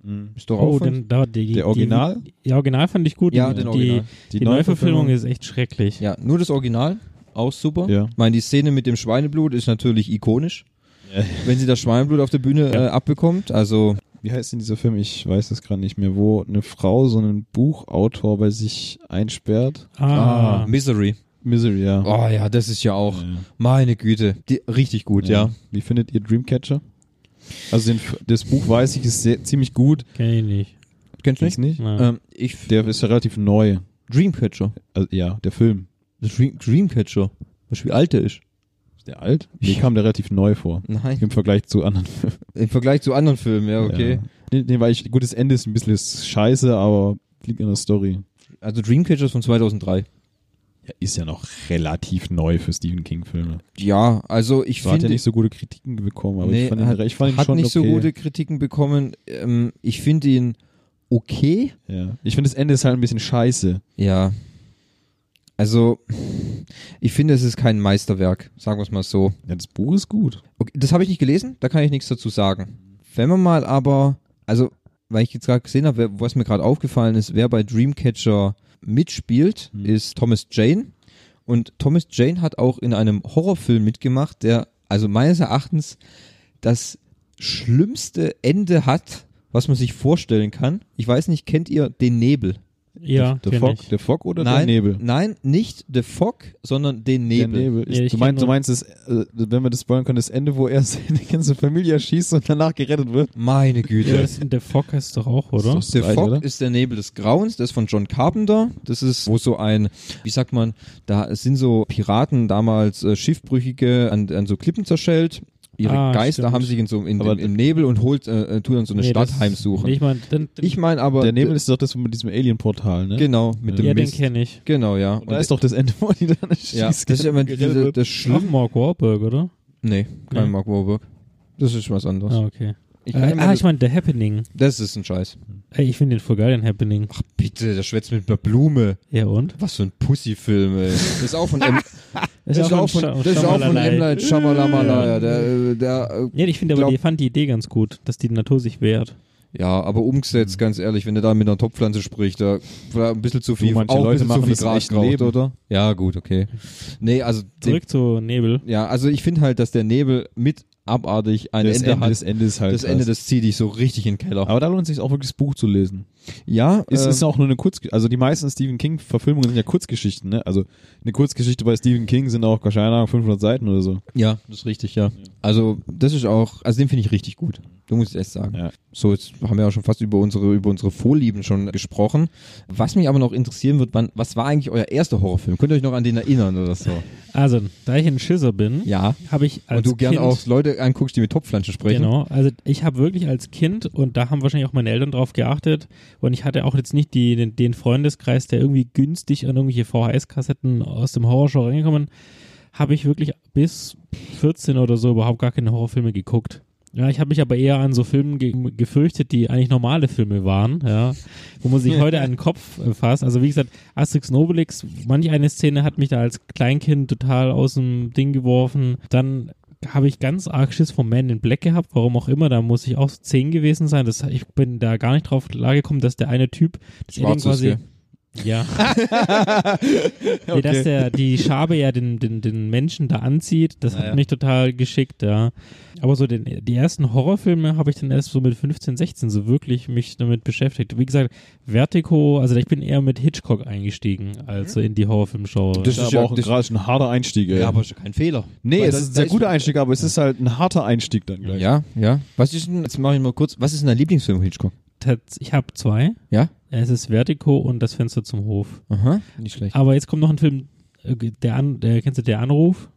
Mhm.
ist doch auch
Oh,
von-
dann, da, die,
Der Original?
Die, ja, Original fand ich gut.
Ja,
Die-
den
die,
Original.
die Neuverfilmung ist echt schrecklich.
ja, nur das Original, auch super.
Ja.
Ich meine, die Szene mit dem Schweineblut ist natürlich ikonisch.
Ja.
Wenn sie das Schweineblut auf der Bühne äh, abbekommt, also
Wie heißt denn dieser Film? Ich weiß es gerade nicht mehr, wo eine Frau so einen Buchautor bei sich einsperrt.
Ah,
Misery.
Misery, ja.
Oh ja, das ist ja auch,
Ja.
meine Güte, die, richtig gut, ja.
Wie findet ihr Dreamcatcher? Also den, das Buch weiß ich ist sehr, ziemlich gut.
kenn ich nicht.
Kennst
Kennst du nicht?
Ja.
Ähm, ich,
Der ist ja relativ neu.
Dreamcatcher.
Also, ja, der Film.
Das Dream, Dreamcatcher. Weißt du, wie alt der ist?
Ist der alt? Mir kam der relativ neu vor.
Nein.
Im Vergleich zu anderen Filmen.
Im Vergleich zu anderen Filmen, ja, okay.
Ja. Nee, nee, weil ich, gut, das Ende ist ein bisschen scheiße, aber liegt an der Story.
Also Dreamcatcher ist von 2003.
Ja, ist ja noch relativ neu für Stephen King-Filme.
Ja, also ich
So hat ja
finde...
nicht so gute Kritiken bekommen, aber
Nee,
ich fand ihn, halt-
hat-
ich fand ihn
hat
schon
nicht
okay.
so gute Kritiken bekommen. Ähm, ich finde ihn okay.
ja. Ich finde, das Ende ist halt ein bisschen scheiße.
Ja. Also, ich finde, es ist kein Meisterwerk, sagen wir es mal so.
Ja, das Buch ist gut.
Okay, das habe ich nicht gelesen, da kann ich nichts dazu sagen. Wenn man mal aber, also, weil ich jetzt gerade gesehen habe, wer- was mir gerade aufgefallen ist, wer bei Dreamcatcher mitspielt,
Hm.
ist Thomas Jane. Und Thomas Jane hat auch in einem Horrorfilm mitgemacht, der, also meines Erachtens, das schlimmste Ende hat, was man sich vorstellen kann. Ich weiß nicht, kennt ihr den Nebel?
Ja,
der,
kenn
der, Fog,
ich.
der Fog oder
nein,
der Nebel?
Nein, nicht The Fog, sondern den Nebel.
Der Nebel.
Ja, ich
ist, du,
kenn
meinst, du
nur-
meinst, das, äh, wenn wir das spoilern können, das Ende, wo er seine ganze Familie erschießt und danach gerettet wird?
Meine Güte.
Ja, das, der Fock heißt doch auch, oder?
Das ist
The
das
Fog
Gleiche, oder?
ist der Nebel des Grauens, das ist von John Carpenter. Das ist, wo so ein, wie sagt man, da sind so Piraten damals äh, Schiffbrüchige an, an so Klippen zerschellt. Ihre
Ah,
Geister
stimmt.
haben sich in so in,
Aber-
dem, im Nebel und holt, äh, äh, tut dann so eine
Nee,
Stadt
das-
heimsuchen.
Ich meine, den, den,
Ich meine aber
Der Nebel ist doch das mit diesem Alien-Portal, ne?
genau mit dem
ja, den
Mist.
kenne ich.
genau, ja.
Und da ist doch das Ende, wo die dann schießt.
ja, das ist immer diese, das
Auch
schlimm.
Mark Wahlberg, oder?
Nee, kein
Nee.
Mark Wahlberg. Das ist was anderes.
Ah, okay.
Ich kann
äh,
immer
ah,
das,
ich meine, The Happening.
das ist ein Scheiß.
Ey, ich finde den voll geil, den Happening.
Ach bitte, der schwätzt mit einer Blume.
Ja, und?
Was für ein Pussy-Film, ey. Das ist auch von M.
Das
Das ist auch von,
Scha-
das ist auch von
Schamalalai.
M. Night Shyamalan, der, äh, der,
Ja, ich finde aber,
Glaub-
die fand die Idee ganz gut, dass die Natur sich wehrt.
äh, ja, aber umgesetzt, ganz ehrlich, wenn der da mit einer Topfpflanze spricht, da war ein bisschen zu viel,
manche
auch ein
Leute
bisschen
machen
zu viel
das im
Gras
echten
geraucht,
Leben.
oder? Ja, gut, okay. Nee, also, den,
Zurück zu Nebel.
ja, also ich finde halt, dass der Nebel mit abartig ein
das
Ende,
Ende,
hat.
das Ende ist halt
das Ende,
krass.
das zieht dich so richtig in den Keller.
Aber da lohnt es sich auch wirklich das Buch zu lesen.
Ja,
Es
äh,
ist auch nur eine Kurzgeschichte. Also die meisten Stephen King-Verfilmungen sind ja Kurzgeschichten, ne? Also eine Kurzgeschichte bei Stephen King sind auch wahrscheinlich keine Ahnung, 500 Seiten oder so.
ja, das ist richtig, ja. Also, das ist auch, also den finde ich richtig gut. Du musst echt sagen.
Ja.
So, jetzt haben wir ja schon fast über unsere, über unsere Vorlieben schon gesprochen. Was mich aber noch interessieren wird, wann, was war eigentlich euer erster Horrorfilm? Könnt ihr euch noch an den erinnern oder so?
Also, da ich ein Schisser bin,
Ja.
habe ich als
Und du
Kind,
gern auch Leute anguckst, die mit Topfpflanzen sprechen.
Genau, also ich habe wirklich als Kind, und da haben wahrscheinlich auch meine Eltern drauf geachtet, und ich hatte auch jetzt nicht die, den, den Freundeskreis, der irgendwie günstig an irgendwelche VHS-Kassetten aus dem Horrorshow reingekommen, habe ich wirklich bis 14 oder so überhaupt gar keine Horrorfilme geguckt. Ja, ich habe mich aber eher an so Filmen ge gefürchtet, die eigentlich normale Filme waren, ja, wo man sich heute an den Kopf äh, fasst. Also wie gesagt, Asterix und Obelix, manch eine Szene hat mich da als Kleinkind total aus dem Ding geworfen. Dann habe ich ganz arg Schiss vom Man in Black gehabt, warum auch immer, da muss ich auch zehn gewesen sein. Das, ich bin da gar nicht drauf klar gekommen, dass der eine Typ, das
Schwarz ist,
quasi,
gell?
ja, Nee, dass der, die Schabe ja den, den, den Menschen da anzieht, das
Naja.
hat mich total geschickt, ja. Aber so den, die ersten Horrorfilme habe ich dann erst so mit 15, 16 so wirklich mich damit beschäftigt. Wie gesagt, Vertigo, also ich bin eher mit Hitchcock eingestiegen, als so in die Horrorfilmschau.
Das ist,
aber
ja
auch
auch
Mhm. das-
gerade ein harter Einstieg, ey.
Ja, aber ist ja kein Fehler.
nee,
Weil
es
das-
ist ein
da
sehr guter Einstieg, aber es ist halt ein harter Einstieg dann gleich.
Ja, ja. Was ist denn, jetzt mache ich mal kurz, was ist denn dein Lieblingsfilm von Hitchcock?
Tats- Ich habe zwei.
Ja?
Es ist Vertigo und das Fenster zum Hof.
Aha, nicht schlecht.
Aber jetzt kommt noch ein Film, äh, der, An, der kennst du, der Anruf?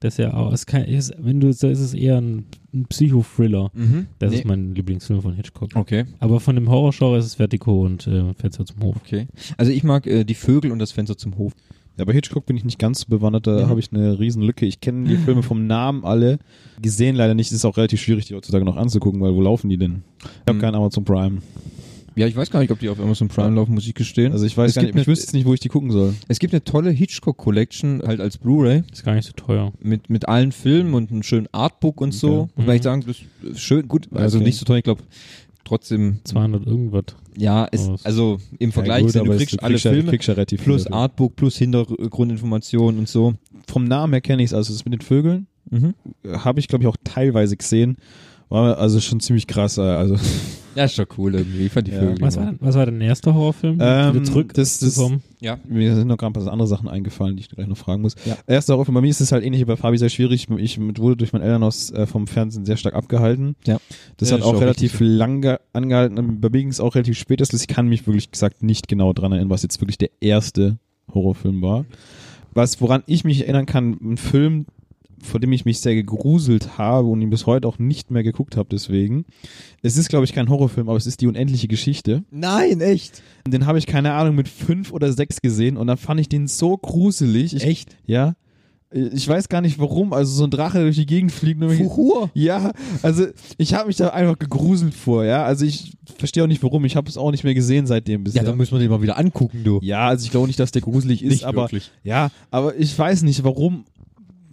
Das ist ja auch, ist kein, ist, wenn du, ist es eher ein, ein Psychothriller.
Mhm.
Das
Nee.
ist mein Lieblingsfilm von Hitchcock.
Okay.
Aber von dem Horrorgenre ist es Vertigo und äh, Fenster zum Hof.
Okay. Also ich mag äh, die Vögel und das Fenster zum Hof.
Ja, bei Hitchcock bin ich nicht ganz so bewandert, da habe ich eine riesen Lücke. Ich kenne die Filme vom Namen alle, gesehen leider nicht. Es ist auch relativ schwierig, die heutzutage noch anzugucken, weil wo laufen die denn? Ich habe
Mhm.
keinen Amazon Prime.
Ja, ich weiß gar nicht, ob die auf Amazon Prime laufen, muss ich gestehen.
Also ich weiß
es
gar
gibt
nicht, ich
eine,
wüsste jetzt nicht, wo ich die gucken soll.
Es gibt eine tolle Hitchcock Collection, halt als Blu-ray,
Ist gar nicht so teuer.
mit, mit allen Filmen und einem schönen Artbook und so.
Mhm.
Wobei ich sagen, das ist schön, gut, also
Okay.
nicht so teuer, ich glaube, trotzdem,
200 irgendwas.
ja,
Aber
ist,
es-
also im Vergleich,
gut,
wenn du
aber es-
kriegst halt alle
ja-
Filme,
kriegst ja relativ
plus
viele.
Artbook, plus Hintergrundinformationen und so.
Vom Namen her kenne ich es, also das mit den Vögeln
Mhm.
äh, habe ich, glaube ich, auch teilweise gesehen. War also schon ziemlich krass. äh, Also
Ja, ist doch cool irgendwie. Ich fand die
Ja.
Vögel.
Was war, denn, was war dein erster Horrorfilm?
Ähm,
Wieder zurück
das- das-
zu kommen.
Ja.
Mir sind noch gerade ein paar andere Sachen eingefallen, die ich gleich noch fragen muss.
Ja.
Erster Aufruf, bei mir ist es halt ähnlich wie bei Fabi sehr schwierig. Ich wurde durch mein Elternhaus äh, vom Fernsehen sehr stark abgehalten.
Ja.
Das
Ja,
hat
ist
auch
auch
relativ
richtig
lang ge- angehalten. Bei mir ging es auch relativ spät. ist. Ich kann mich wirklich gesagt nicht genau dran erinnern, was jetzt wirklich der erste Horrorfilm war. Was, woran ich mich erinnern kann, ein Film, vor dem ich mich sehr gegruselt habe und ihn bis heute auch nicht mehr geguckt habe deswegen. Es ist, glaube ich, kein Horrorfilm, aber es ist die unendliche Geschichte.
Nein, echt.
Den habe ich, keine Ahnung, mit fünf oder sechs gesehen und dann fand ich den so gruselig. Ich,
Echt?
Ja. Ich weiß gar nicht warum. Also so ein Drache, der durch die Gegend fliegt. Und
Fuhur.
ja, also ich habe mich da einfach gegruselt vor, ja. Also ich verstehe auch nicht warum. Ich habe es auch nicht mehr gesehen seitdem
Ja,
bisher.
dann müssen wir den mal wieder angucken, du.
Ja, also ich glaube nicht, dass der gruselig ist,
Nicht
aber
wirklich.
ja, aber ich weiß nicht warum.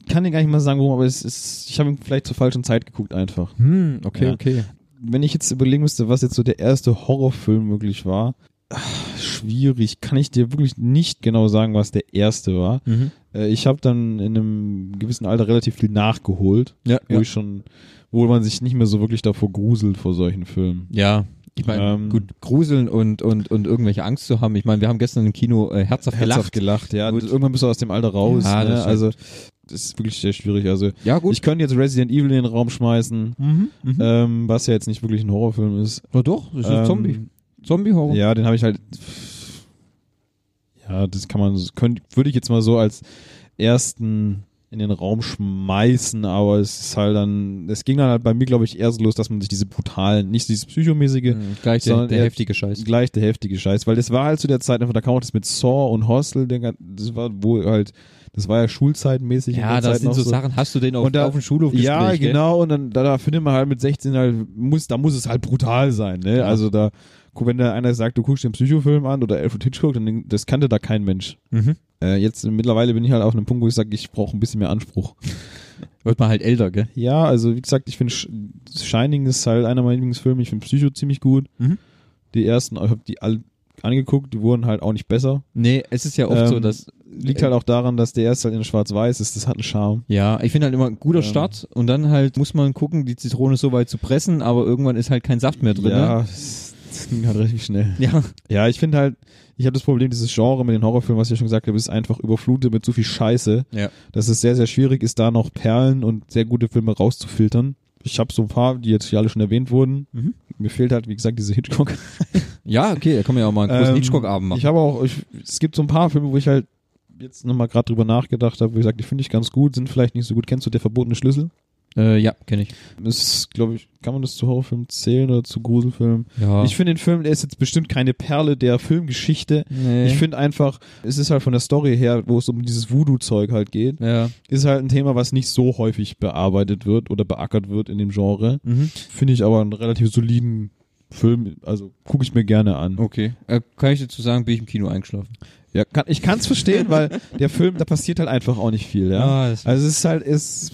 Kann dir gar nicht mal sagen, warum, aber es ist, ich habe ihn vielleicht zur falschen Zeit geguckt einfach.
Hm, okay,
Ja.
okay.
wenn ich jetzt überlegen müsste, was jetzt so der erste Horrorfilm wirklich war, ach, schwierig. Kann ich dir wirklich nicht genau sagen, was der erste war.
Mhm.
Äh, ich habe dann in einem gewissen Alter relativ viel nachgeholt,
Ja,
wo
ja.
ich schon, wo man sich nicht mehr so wirklich davor gruselt vor solchen Filmen.
ja. Ich meine,
Ähm.
gut, gruseln und, und, und irgendwelche Angst zu haben. Ich meine, wir haben gestern im Kino äh, herzhaft,
Herzhaft
gelacht.
gelacht, ja.
Gut.
Irgendwann bist du aus dem Alter raus.
Ja, das
ne?
stimmt.
Also das ist wirklich sehr schwierig. Also
Ja, gut. Mhm. Äh,
ich könnte jetzt Resident Evil in den Raum schmeißen, ähm, was ja jetzt nicht wirklich ein Horrorfilm ist.
Na doch, das ist
Ähm,
ein Zombie. Zombie-Horror.
Ja, den habe ich halt. Ja, das kann man, so- könnt, würde ich jetzt mal so als ersten in den Raum schmeißen, aber es ist halt dann, es ging dann halt bei mir, glaube ich, eher so los, dass man sich diese brutalen, nicht dieses psychomäßige,
Mhm, Gleich der,
Sondern
der
eher-
heftige Scheiß.
gleich der heftige Scheiß, weil das war halt zu der Zeit einfach, da kam auch das mit Saw und Hostel, den gan- das war wohl halt, das war ja schulzeitmäßig. in
Ja,
der
das
Zeit
sind
noch
so Sachen. Hast du den auf,
Und da-
auf dem Schulhof gespielt?
Ja,
gell?
genau. Und dann da, da findet man halt mit 16 halt, muss, da muss es halt brutal sein. Ne?
Ja.
Also da, guck, wenn da einer sagt, du guckst dir einen Psychofilm an oder Alfred Hitchcock, dann das kannte da kein Mensch.
Mhm.
Äh, jetzt äh, mittlerweile bin ich halt auf einem Punkt, wo ich sage, ich brauche ein bisschen mehr Anspruch.
Wird man halt älter, gell?
Ja, also wie gesagt, ich finde Sh- Shining ist halt einer meiner Lieblingsfilme. Ich finde Psycho ziemlich gut.
Mhm.
Die ersten, ich habe die alle angeguckt, die wurden halt auch nicht besser.
Nee, es ist ja oft
Ähm,
so, dass
Liegt halt auch daran, dass der erste halt in schwarz-weiß ist. Das hat einen Charme.
Ja, ich finde halt immer ein guter
Ähm.
Start und dann halt muss man gucken, die Zitrone so weit zu pressen, aber irgendwann ist halt kein Saft mehr drin.
Ja, das das ging halt richtig schnell.
Ne? ja.
Ja, ich finde halt, ich habe das Problem, dieses Genre mit den Horrorfilmen, was ich ja schon gesagt habe, ist einfach überflutet mit so viel Scheiße,
Ja.
dass es sehr, sehr schwierig ist, da noch Perlen und sehr gute Filme rauszufiltern. Ich habe so ein paar, die jetzt hier alle schon erwähnt wurden.
Mhm.
Mir fehlt halt, wie gesagt, diese Hitchcock.
Ja, okay, da kann man ja auch mal einen großen
Ähm,
Hitchcock-Abend machen.
Ich habe auch, ich, es gibt so ein paar Filme, wo ich halt jetzt nochmal gerade drüber nachgedacht habe, wo ich sage, die finde ich ganz gut, sind vielleicht nicht so gut. Kennst du Der verbotene Schlüssel?
Äh, ja, kenne ich.
Ist, glaube ich, kann man das zu Horrorfilm zählen oder zu Gruselfilm?
Ja.
Ich finde den Film, der ist jetzt bestimmt keine Perle der Filmgeschichte.
nee.
Ich finde einfach, es ist halt von der Story her, wo es um dieses Voodoo-Zeug halt geht,
ja.
ist halt ein Thema, was nicht so häufig bearbeitet wird oder beackert wird in dem Genre.
Mhm.
Finde ich aber einen relativ soliden Film, also gucke ich mir gerne an.
Okay. Äh, kann ich dazu sagen, bin ich im Kino eingeschlafen?
Ja, kann, ich kann es verstehen, weil der Film, da passiert halt einfach auch nicht viel, ja.
Ah, das-
Also es ist halt, es ist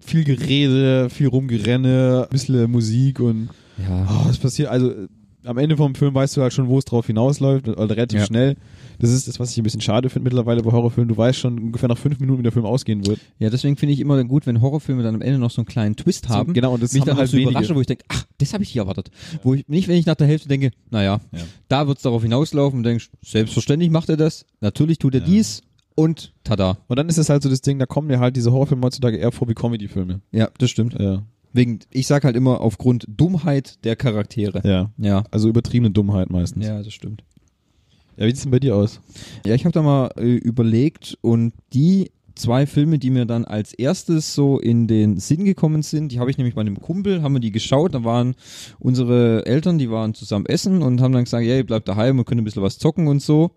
viel Gerede, viel Rumgerenne, ein bisschen Musik und
Ja.
oh, es passiert, also äh, am Ende vom Film weißt du halt schon, wo es drauf hinausläuft, oder relativ
Ja.
schnell. Das ist das, was ich ein bisschen schade finde mittlerweile bei Horrorfilmen. Du weißt schon ungefähr nach fünf Minuten, wie der Film ausgehen wird.
Ja, deswegen finde ich immer gut, wenn Horrorfilme dann am Ende noch so einen kleinen Twist haben.
genau, und das
mich
haben
dann
halt
halt so
wenige.
überraschen, wo ich denke, ach, das habe ich nicht erwartet. Wo ich nicht, wenn ich nach der Hälfte denke, naja,
Ja.
da wird's darauf hinauslaufen und denkst, selbstverständlich macht er das, natürlich tut er dies und tada.
Und dann ist es halt so das Ding, da kommen ja halt diese Horrorfilme heutzutage eher vor wie Comedy-Filme.
Ja, das stimmt.
Ja.
Wegen, ich sag halt immer aufgrund Dummheit der Charaktere.
ja.
Ja.
Also übertriebene Dummheit meistens.
das stimmt.
Ja, wie sieht's denn bei dir aus?
Ja, ich habe da mal äh, überlegt und die zwei Filme, die mir dann als erstes so in den Sinn gekommen sind, die habe ich nämlich bei einem Kumpel, haben wir die geschaut, da waren unsere Eltern, die waren zusammen essen und haben dann gesagt, ja, ihr bleibt daheim und könnt ein bisschen was zocken und so.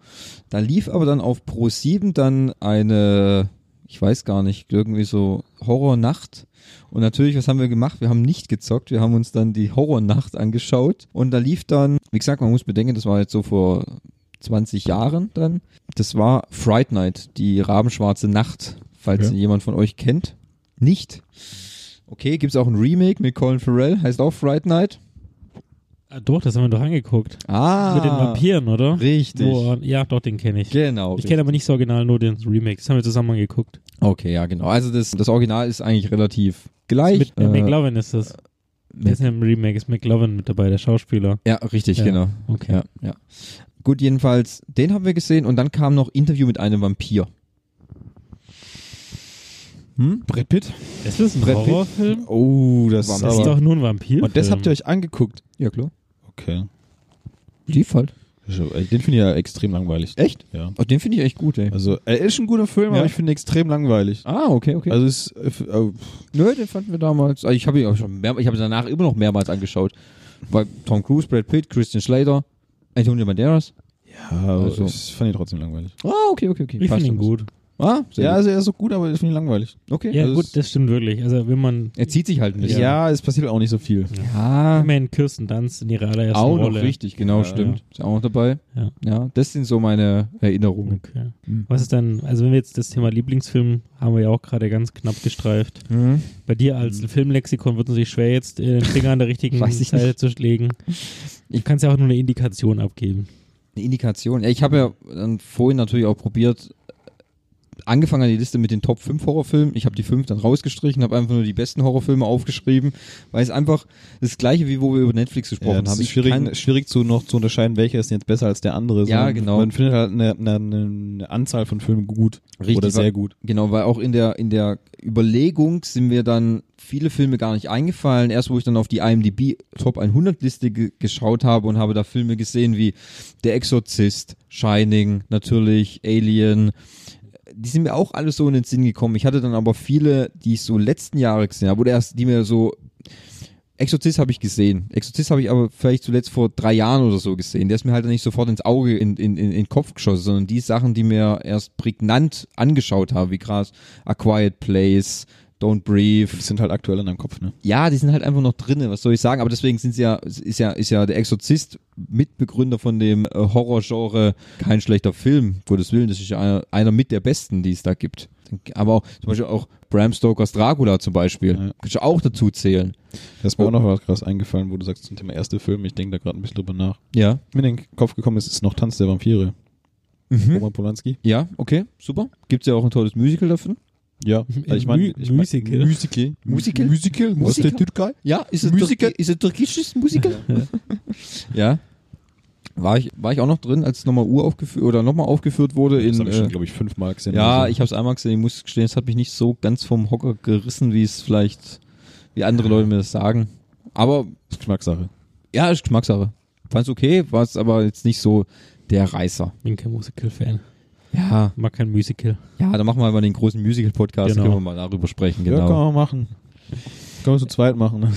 Da lief aber dann auf Pro 7 dann eine, ich weiß gar nicht, irgendwie so Horrornacht. Und natürlich, was haben wir gemacht? Wir haben nicht gezockt, wir haben uns dann die Horrornacht angeschaut und da lief dann, wie gesagt, man muss bedenken, das war jetzt so vor 20 Jahren dann. Das war Fright Night, die rabenschwarze Nacht, falls
Okay.
jemand von euch kennt. Nicht. Okay, gibt's auch ein Remake mit Colin Farrell, heißt auch Fright Night.
Ah, doch, das haben wir doch angeguckt.
Ah,
Mit den Vampiren, oder?
Richtig.
Wo, ja, doch, den kenne ich.
Genau.
ich kenne aber nicht das Original, nur den Remake. Das haben wir zusammen angeguckt.
Okay, ja, genau. Also das, das Original ist eigentlich relativ gleich.
Mit äh, McLovin ist das. Der ist ja im Remake, ist McLovin mit dabei, der Schauspieler.
ja, richtig,
Ja.
genau.
Okay.
Ja, ja. Gut, jedenfalls, den haben wir gesehen und dann kam noch Interview mit einem Vampir.
Hm? Brett Pitt?
Ist das ein
Brad Pitt?
Horrorfilm?
Oh, das
Warum
ist
Das ist
aber...
doch nur ein Vampir.
Und das habt ihr euch angeguckt?
Ja, klar.
Okay.
Die Fall.
Also, Den finde ich ja extrem langweilig.
Echt?
Ja.
Oh, den finde ich echt gut, ey.
Also, er ist ein guter Film,
Ja.
aber ich finde ihn extrem langweilig.
Ah, okay, okay.
Also, es ist, äh, äh,
Nö, den fanden wir damals. Also ich habe ihn auch schon mehr, ich habe ihn danach immer noch mehrmals angeschaut. Weil Tom Cruise, Brad Pitt, Christian Slater, Antonio Banderas.
ja,
Also-
ich fand ihn trotzdem langweilig.
Ah, okay, okay, okay.
Ich
Passt
finde ihn
schon.
gut.
Ah, sehr
ja,
gut.
also, er ist so gut, aber ich finde ihn langweilig.
okay.
Ja,
Also
gut,
es-
das stimmt wirklich. Also, wenn man.
Er zieht sich halt ein bisschen.
Ja, es passiert auch nicht so viel.
ja
Immerhin Kirsten Dunst in ihrer allerersten
Ah. auch
Rolle.
noch richtig, genau,
Ja,
stimmt. Ist auch noch dabei.
Ja.
ja, das sind so meine Erinnerungen.
Okay.
Mhm.
Was ist denn, also wenn wir jetzt das Thema Lieblingsfilm haben wir ja auch gerade ganz knapp gestreift.
Mhm.
Bei dir als Filmlexikon wird es natürlich schwer, jetzt äh, den Finger an der richtigen
Weiß ich
Seite zu legen. Ich kann es ja auch nur eine Indikation abgeben.
Eine Indikation. Ja, ich habe ja dann vorhin natürlich auch probiert, angefangen an die Liste mit den Top 5 Horrorfilmen. Ich habe die 5 dann rausgestrichen, habe einfach nur die besten Horrorfilme aufgeschrieben, weil es einfach das gleiche wie wo wir über Netflix
Ja,
gesprochen
das
haben.
ist
Ich kann-
schwierig, schwierig zu, noch zu unterscheiden, welcher ist denn jetzt besser als der andere.
Ja,
sondern
genau.
Man findet halt eine, eine, eine Anzahl von Filmen gut
Richtig,
oder
weil-
sehr gut.
Genau, weil auch in der, in der Überlegung sind mir dann viele Filme gar nicht eingefallen. Erst wo ich dann auf die IMDb Top 100 Liste ge geschaut habe und habe da Filme gesehen wie Der Exorzist, Shining, natürlich, Alien. Die sind mir auch alles so in den Sinn gekommen. Ich hatte dann aber viele, die ich so letzten Jahre gesehen habe oder erst die mir so Exorzist habe ich gesehen. Exorzist habe ich aber vielleicht zuletzt vor drei Jahren oder so gesehen. Der ist mir halt nicht sofort ins Auge, in, in, in in den Kopf geschossen, sondern die Sachen, die mir erst prägnant angeschaut habe, wie krass A Quiet Place, Don't Breathe.
Die sind halt aktuell in deinem Kopf, ne?
Ja, die sind halt einfach noch drinne. Was soll ich sagen? Aber deswegen sind sie ja, ist ja, ist ja der Exorzist Mitbegründer von dem äh, Horrorgenre kein schlechter Film. Gottes Willen, das ist ja einer, einer mit der besten, die es da gibt. Aber auch, zum Beispiel auch Bram Stokers Dracula zum Beispiel.
Ja.
Kannst du auch dazu zählen.
Da ist mir
Oh.
auch noch was krass eingefallen, wo du sagst zum Thema erste Film. Ich denke da gerade ein bisschen drüber nach.
Ja.
Mir in den Kopf gekommen ist, ist noch Tanz der Vampire.
Mhm.
Roman Polanski.
Ja, okay, super. Gibt es ja auch ein tolles Musical dafür.
Ja, also ich meine,
Mü-
ich mein,
Musical.
Musical.
Musical?
Musical? Aus
Musical?
der Türkei?
Ja, ist es,
Musical-
Türki- ist es türkisches Musical? ja. War ich, war ich auch noch drin, als es nochmal Uhr aufgeführt oder nochmal aufgeführt wurde
das
in.
habe ich schon,
Äh,
glaube ich, fünfmal gesehen.
ja,
oder so.
ich habe es einmal gesehen, ich muss gestehen, es hat mich nicht so ganz vom Hocker gerissen, wie es vielleicht, wie andere Leute mir das sagen. Aber
Ist Geschmackssache.
ja, ist Geschmackssache. Fand's okay, war es aber jetzt nicht so der Reißer.
Ich bin kein Musical-Fan.
Ja.
Mag kein Musical.
Ja, dann machen wir mal den großen Musical-Podcast,
Genau.
dann können wir mal darüber sprechen,
Ja, kann
genau.
man machen. Können wir zu zweit machen. Ne?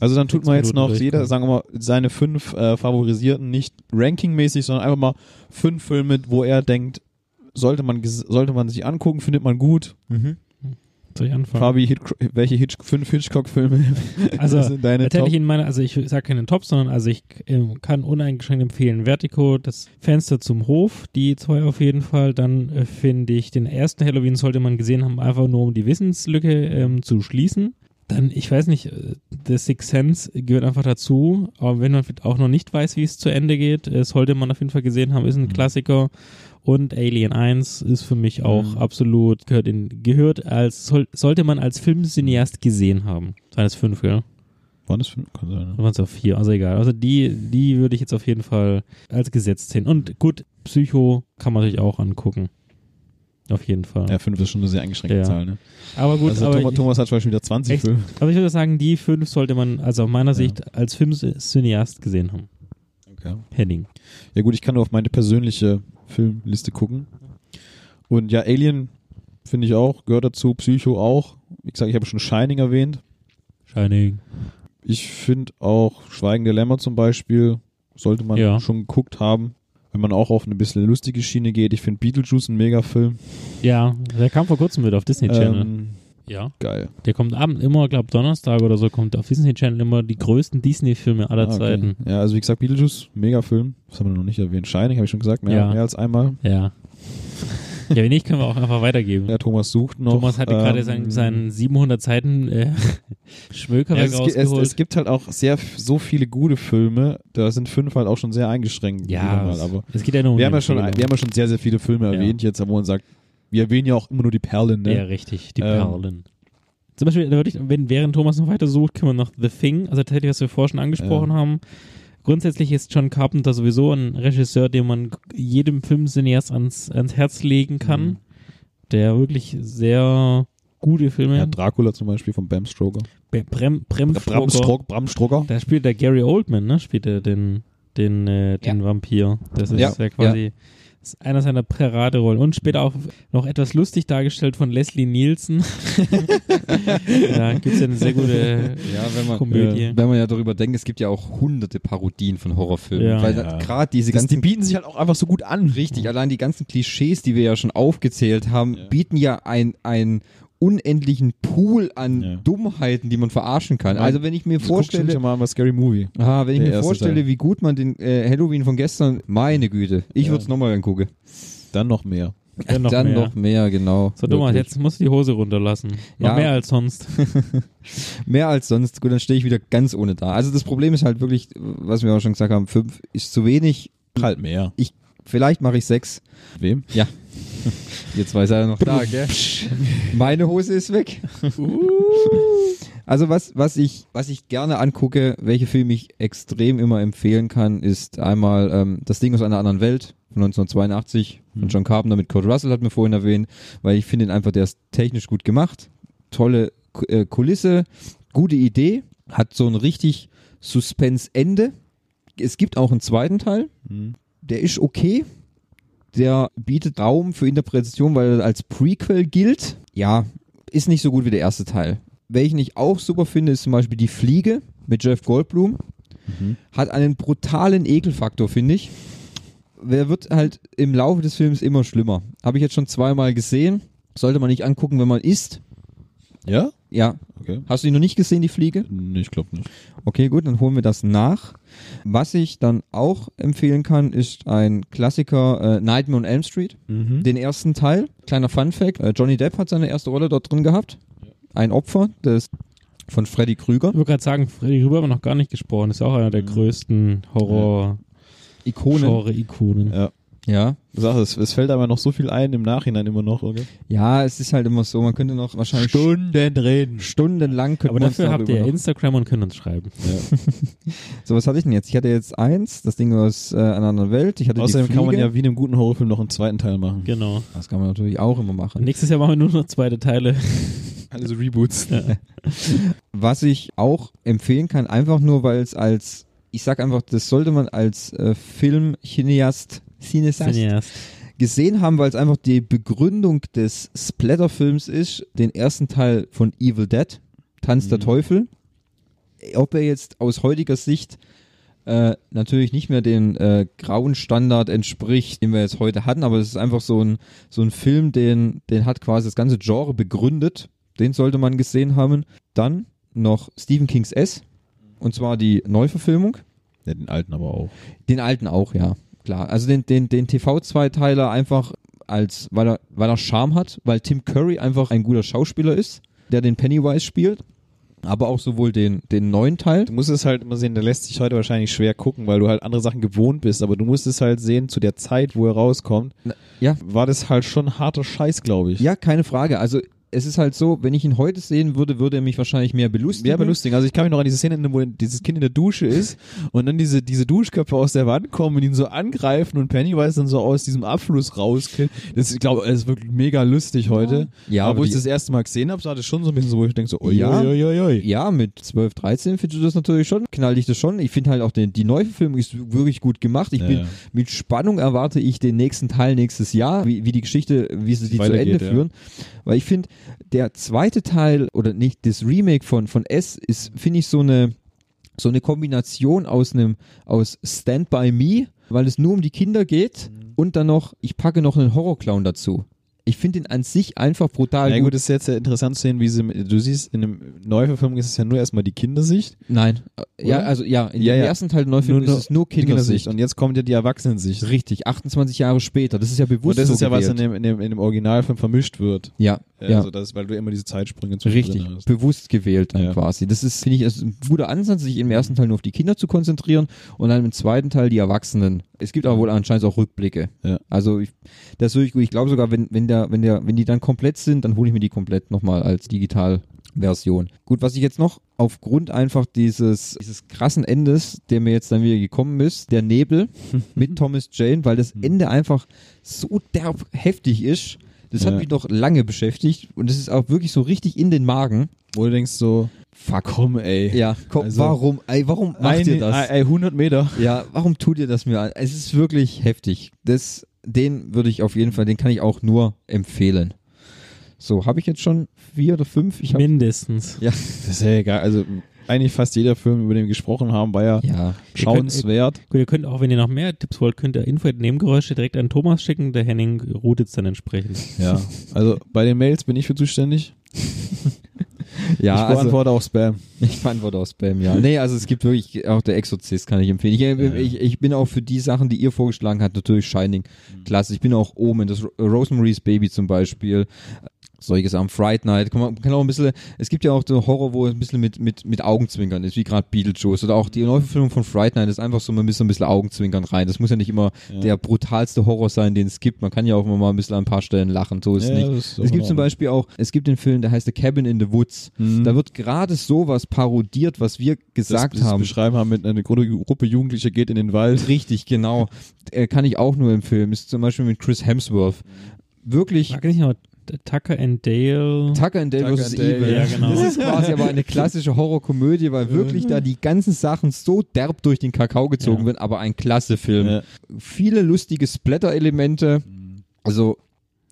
also dann tut
Sechs
man jetzt
Minuten
noch
durchkommen.
jeder, sagen wir mal, seine fünf äh, favorisierten, nicht rankingmäßig, sondern einfach mal fünf Filme, wo er denkt, sollte man, ges- sollte man sich angucken, findet man gut.
Mhm. Soll ich anfangen?
Fabi, Hitch welche Hitch fünf Hitchcock-Filme
Also,
sind deine
Das hätte
Top?
ich in meiner, also ich sage keinen Top, sondern also ich ähm, kann uneingeschränkt empfehlen Vertigo, das Fenster zum Hof, die zwei auf jeden Fall. Dann äh, finde ich den ersten Halloween sollte man gesehen haben, einfach nur um die Wissenslücke ähm, zu schließen. Dann, ich weiß nicht, äh, The Sixth Sense gehört einfach dazu, aber wenn man auch noch nicht weiß, wie es zu Ende geht, äh, sollte man auf jeden Fall gesehen haben, ist
Mhm.
ein Klassiker. Und Alien 1 ist für mich
Mhm.
auch absolut, gehört, in, gehört als, soll, sollte man als Filmcineast gesehen haben. Seines fünf, gell?
Waren das fünf? Kann sein. ne?
Da waren es auf vier, also egal. Also die, die würde ich jetzt auf jeden Fall als gesetzt sehen. Und gut, Psycho kann man sich auch angucken. Auf jeden Fall.
Ja. ja, fünf ist schon eine sehr eingeschränkte
Ja.
Zahl. Ne?
Aber gut,
also
aber,
Thomas, Thomas hat zum Beispiel wieder 20
Echt?
Filme.
ich, aber ich würde sagen, die fünf sollte man also aus meiner
Ja.
Sicht als Filmcineast gesehen haben.
Okay.
Henning.
Ja gut, ich kann nur auf meine persönliche Filmliste gucken. Und ja, Alien finde ich auch, gehört dazu, Psycho auch. Wie gesagt, ich habe schon Shining erwähnt.
Shining.
Ich finde auch Schweigen der Lämmer zum Beispiel, sollte man
Ja.
schon geguckt haben. Wenn man auch auf eine bisschen lustige Schiene geht. Ich finde Beetlejuice ein mega Film.
Ja, der kam vor kurzem wieder auf Disney Channel.
Ähm,
ja.
geil.
Der kommt abend immer, glaube Donnerstag oder so, kommt auf Disney Channel immer die größten Disney-Filme aller
Ah, okay.
Zeiten.
Ja, also wie gesagt, Beetlejuice, mega Film. Das haben wir noch nicht erwähnt. Shining habe ich schon gesagt, mehr,
Ja.
mehr als einmal.
Ja. ja, wenn nicht, können wir auch einfach weitergeben.
Ja, Thomas sucht noch.
Thomas hatte gerade
ähm,
seinen, seinen 700 Seiten äh,
Ja,
Schmökerwerk
es, gi- es,
rausgeholt.
es gibt halt auch sehr f- so viele gute Filme. Da sind fünf halt auch schon sehr eingeschränkt. wieder
ja,
mal, aber
es geht ja nur um
wir
die
haben ja schon, wir
Empfehlung.
haben ja schon sehr sehr viele Filme
Ja.
erwähnt jetzt, aber man sagt, wir erwähnen ja auch immer nur die Perlen. Ne?
Ja, richtig, die
Ähm.
Perlen. Zum Beispiel, da würde ich, wenn, während Thomas noch weiter sucht, können wir noch The Thing, also tatsächlich, was wir vorher schon angesprochen haben. Grundsätzlich ist John Carpenter sowieso ein Regisseur, den man jedem Filmcineast ans, ans Herz legen kann,
Mhm.
der wirklich sehr gute Filme
Ja,
hat.
Dracula zum Beispiel von Bram Stoker.
Brem,
Bram,
Bremfroger.
Strock, Bram Stoker.
Da spielt der Gary Oldman, ne? Spielt er den, den, äh, den Vampir. Das ist ja,
Ja,
quasi das ist einer seiner Paraderollen. Und später auch noch etwas lustig dargestellt von Leslie Nielsen. da gibt es ja eine sehr gute
Ja, wenn man,
Komödie.
wenn man ja darüber denkt, es gibt ja auch hunderte Parodien von Horrorfilmen.
Ja.
Weil
Ja.
gerade diese
Das, die
ganzen
bieten sich halt auch einfach so gut an.
Richtig, allein die ganzen Klischees, die wir ja schon aufgezählt haben,
Ja.
bieten ja ein- einen unendlichen Pool an
Ja.
Dummheiten, die man verarschen kann.
Nein,
Also wenn ich mir
Ich vorstelle
vorstelle,
schon mal an was Scary Movie.
ah, wenn ich
Der
mir
erste
vorstelle,
Teil.
wie gut man den äh, Halloween von gestern, meine Güte, ich
Ja.
würde es nochmal angucken.
Dann noch mehr. halt
Dann Äh, noch
Dann
mehr.
noch mehr, genau.
So, Thomas,
Wirklich.
jetzt musst du die Hose runterlassen. Noch
Ja.
mehr als sonst.
Mehr als sonst, gut, dann stehe ich wieder ganz ohne da. Also das Problem ist halt wirklich, was wir auch schon gesagt haben, fünf ist zu wenig.
Halt mehr.
Vielleicht mache ich sechs.
Wem?
Jetzt weiß er noch da, gell? Meine Hose ist weg. Also was, was, ich, was ich gerne angucke, welche Filme ich extrem immer empfehlen kann, ist einmal ähm, Das Ding aus einer anderen Welt von 1982 von John Carpenter mit Kurt Russell, hat mir vorhin erwähnt, weil ich finde ihn einfach, der ist technisch gut gemacht, tolle Ku- äh, Kulisse, gute Idee, hat so ein richtig Suspense-Ende. Es gibt auch einen zweiten Teil,
Mhm.
der ist okay. Der bietet Raum für Interpretation, weil er als Prequel gilt. Ja, ist nicht so gut wie der erste Teil. Welchen ich auch super finde, ist zum Beispiel Die Fliege mit Jeff Goldblum.
Mhm.
Hat einen brutalen Ekelfaktor, finde ich. Der wird halt im Laufe des Films immer schlimmer. Habe ich jetzt schon zweimal gesehen. Sollte man nicht angucken, wenn man isst.
Ja?
Ja.
Okay.
Hast du ihn noch nicht gesehen, die Fliege?
Nee, ich glaube nicht.
Okay, gut, dann holen wir das nach. Was ich dann auch empfehlen kann, ist ein Klassiker äh, Nightmare on Elm Street
Mhm.
den ersten Teil. Kleiner Fun Fact: äh, Johnny Depp hat seine erste Rolle dort drin gehabt. Ein Opfer des von Freddy Krüger.
Ich wollte gerade sagen, Freddy Rüber haben wir noch gar nicht gesprochen. Ist auch einer
Mhm.
der größten
Ikone.
Horror-Genre-Ikonen.
Ja.
Ja.
Sag, es, es fällt aber noch so viel ein im Nachhinein immer noch, okay?
Ja, es ist halt immer so. Man könnte noch wahrscheinlich
Stunden reden.
stundenlang könnte
Aber
man
dafür habt
darüber
ihr
noch- Mhm.
Instagram und könnt uns schreiben.
So, was hatte ich denn jetzt? Ich hatte jetzt eins, das Ding aus äh, einer anderen Welt. Ich hatte
Außerdem
die
kann man
Fliege.
ja wie in einem guten Horrorfilm noch einen zweiten Teil machen.
Genau.
Das kann man natürlich auch immer machen.
Nächstes Jahr machen wir nur noch zweite Teile.
Also Reboots.
Was ich auch empfehlen kann, einfach nur, weil es als, ich sag einfach, das sollte man als äh, Film-Cineast, Cineast,
Cineast.
gesehen haben, weil es einfach die Begründung des Splatter-Films ist, den ersten Teil von Evil Dead, Tanz der Teufel. Ob er jetzt aus heutiger Sicht äh, natürlich nicht mehr den äh, grauen Standard entspricht, den wir jetzt heute hatten, aber es ist einfach so ein, so ein Film, den, den hat quasi das ganze Genre begründet. Den sollte man gesehen haben. Dann noch Stephen Kings S. Und zwar die Neuverfilmung.
Ja, den alten aber auch.
Den alten auch, ja. Klar. Also den, den, den TV-Zweiteiler einfach als, weil er, weil er Charme hat, weil Tim Curry einfach ein guter Schauspieler ist, der den Pennywise spielt. Aber auch sowohl den, den neuen Teil.
Du musst es halt immer sehen, der lässt sich heute wahrscheinlich schwer gucken, weil du halt andere Sachen gewohnt bist, aber du musst es halt sehen, zu der Zeit, wo er rauskommt,
Ja.
war das halt schon harter Scheiß, glaube ich.
Ja, keine Frage. Also es ist halt so, wenn ich ihn heute sehen würde, würde er mich wahrscheinlich mehr belustigen.
Ja, aber lustig. Also ich kann mich noch an diese Szene erinnern, wo dieses Kind in der Dusche ist und dann diese, diese Duschköpfe aus der Wand kommen und ihn so angreifen und Pennywise dann so aus diesem Abfluss rauskillt. Das, ich glaube, es ist wirklich mega lustig heute.
Ja,
aber
aber
wo ich
die-
das erste Mal gesehen habe, war das schon so ein bisschen so, wo ich denke so, oi,
Ja.
oi, oi, oi, oi.
Ja, mit 12, 13 findest du das natürlich schon, knall ich das schon. Ich finde halt auch den, die neue Verfilmung ist wirklich gut gemacht. Ich
Ja,
bin
ja.
mit Spannung erwarte ich den nächsten Teil nächstes Jahr, wie, wie die Geschichte, wie sie die zu
Weitergeht,
Ende
ja.
führen. Weil ich finde, der zweite Teil oder nicht, das Remake von, von S ist, finde ich, so eine, so eine Kombination aus einem, aus Stand by Me, weil es nur um die Kinder geht
Mhm.
und dann noch, ich packe noch einen Horrorclown dazu. Ich finde ihn an sich einfach brutal
Na
gut.
gut, ist jetzt ja interessant zu sehen, wie sie, du siehst, in einem Neuverfilmung ist es ja nur erstmal die Kindersicht,
Nein. Ja, also ja, in
Ja,
dem
ja.
ersten Teil der Neufilm
Nur-
ist es nur
die Kindersicht.
Kindersicht.
Und jetzt kommt ja die Erwachsenensicht.
Richtig, 28 Jahre später. Das ist ja bewusst
Und das
so
ist ja, was in
gewählt.
dem, in, dem, in dem Originalfilm vermischt wird.
ja,
Äh,
ja.
Also das, weil du immer diese Zeitsprünge zwischendrin
Richtig,
hast.
bewusst gewählt dann
Ja. Mhm.
quasi. Das ist, finde ich, das ist ein guter Ansatz, sich im ersten Teil nur auf die Kinder zu konzentrieren und dann im zweiten Teil die Erwachsenen. Es gibt aber wohl anscheinend auch Rückblicke.
Ja.
Also ich, das würde ich, ich glaube sogar, wenn, wenn, der, wenn, der, wenn die dann komplett sind, dann hole ich mir die komplett nochmal als Digitalversion. Gut, was ich jetzt noch aufgrund einfach dieses, dieses krassen Endes, der mir jetzt dann wieder gekommen ist, der Nebel mit Thomas Jane, weil das
Hm.
Ende einfach so derb heftig ist. Das hat
Ja.
mich noch lange beschäftigt und es ist auch wirklich so richtig in den Magen.
Wo du denkst so, fuck, komm ey.
Ja, komm,
Also-
warum, ey, warum macht ihr das?
Ey, 100 Meter.
Ja, warum tut ihr das mir an? Es ist wirklich heftig. Das, den würde ich auf jeden Fall, den kann ich auch nur empfehlen. So, habe ich jetzt schon vier oder fünf? Ich hab,
Mindestens.
ja,
Das ist ja egal. Also eigentlich fast jeder Film, über den wir gesprochen haben, war ja,
ja.
schauenswert.
Gut, ihr könnt auch, wenn ihr noch mehr Tipps wollt, könnt ihr Info Nebengeräusche direkt an Thomas schicken. Der Henning routet es dann entsprechend.
Ja. Also bei den Mails bin ich für zuständig.
ja
ich
also,
beantworte auch Spam.
Ich beantworte auch Spam, ja. Nee, also es gibt wirklich, auch der Exorzist kann ich empfehlen. Ich, äh, ich, ich bin auch für die Sachen, die ihr vorgeschlagen habt, natürlich Shining,
Mhm.
klasse. Ich bin auch Omen, das Ro- äh, Rosemary's Baby zum Beispiel. Solche Sachen, Fright Night, kann man kann auch ein bisschen, es gibt ja auch den Horror, wo ein bisschen mit, mit, mit Augenzwinkern ist, wie gerade Beetlejuice oder auch die Neuverfilmung von Fright Night ist einfach so, man muss ein bisschen Augenzwinkern rein. Das muss ja nicht immer der brutalste Horror sein, den es gibt. Man kann ja auch immer mal ein bisschen an ein paar Stellen lachen, so ist es
Ja,
nicht.
das ist auch
es gibt
in
zum
Ordnung.
Beispiel auch, es gibt den Film, der heißt The Cabin in the Woods. Da wird gerade sowas parodiert, was wir gesagt
das, das
haben.
beschreiben haben mit einer Gru- Gruppe Jugendlicher geht in den Wald.
Richtig, genau. Äh, kann ich auch nur empfehlen. Ist zum Beispiel mit Chris Hemsworth. Wirklich.
Mag nicht noch Tucker and Dale.
Tucker and Dale
Tucker
vs.
and Dale,
Evil.
ja, genau.
Das ist quasi aber eine klassische Horrorkomödie, weil wirklich da die ganzen Sachen so derb durch den Kakao gezogen
Ja.
werden, aber ein klasse Film.
Ja.
Viele lustige Splatter-Elemente. Also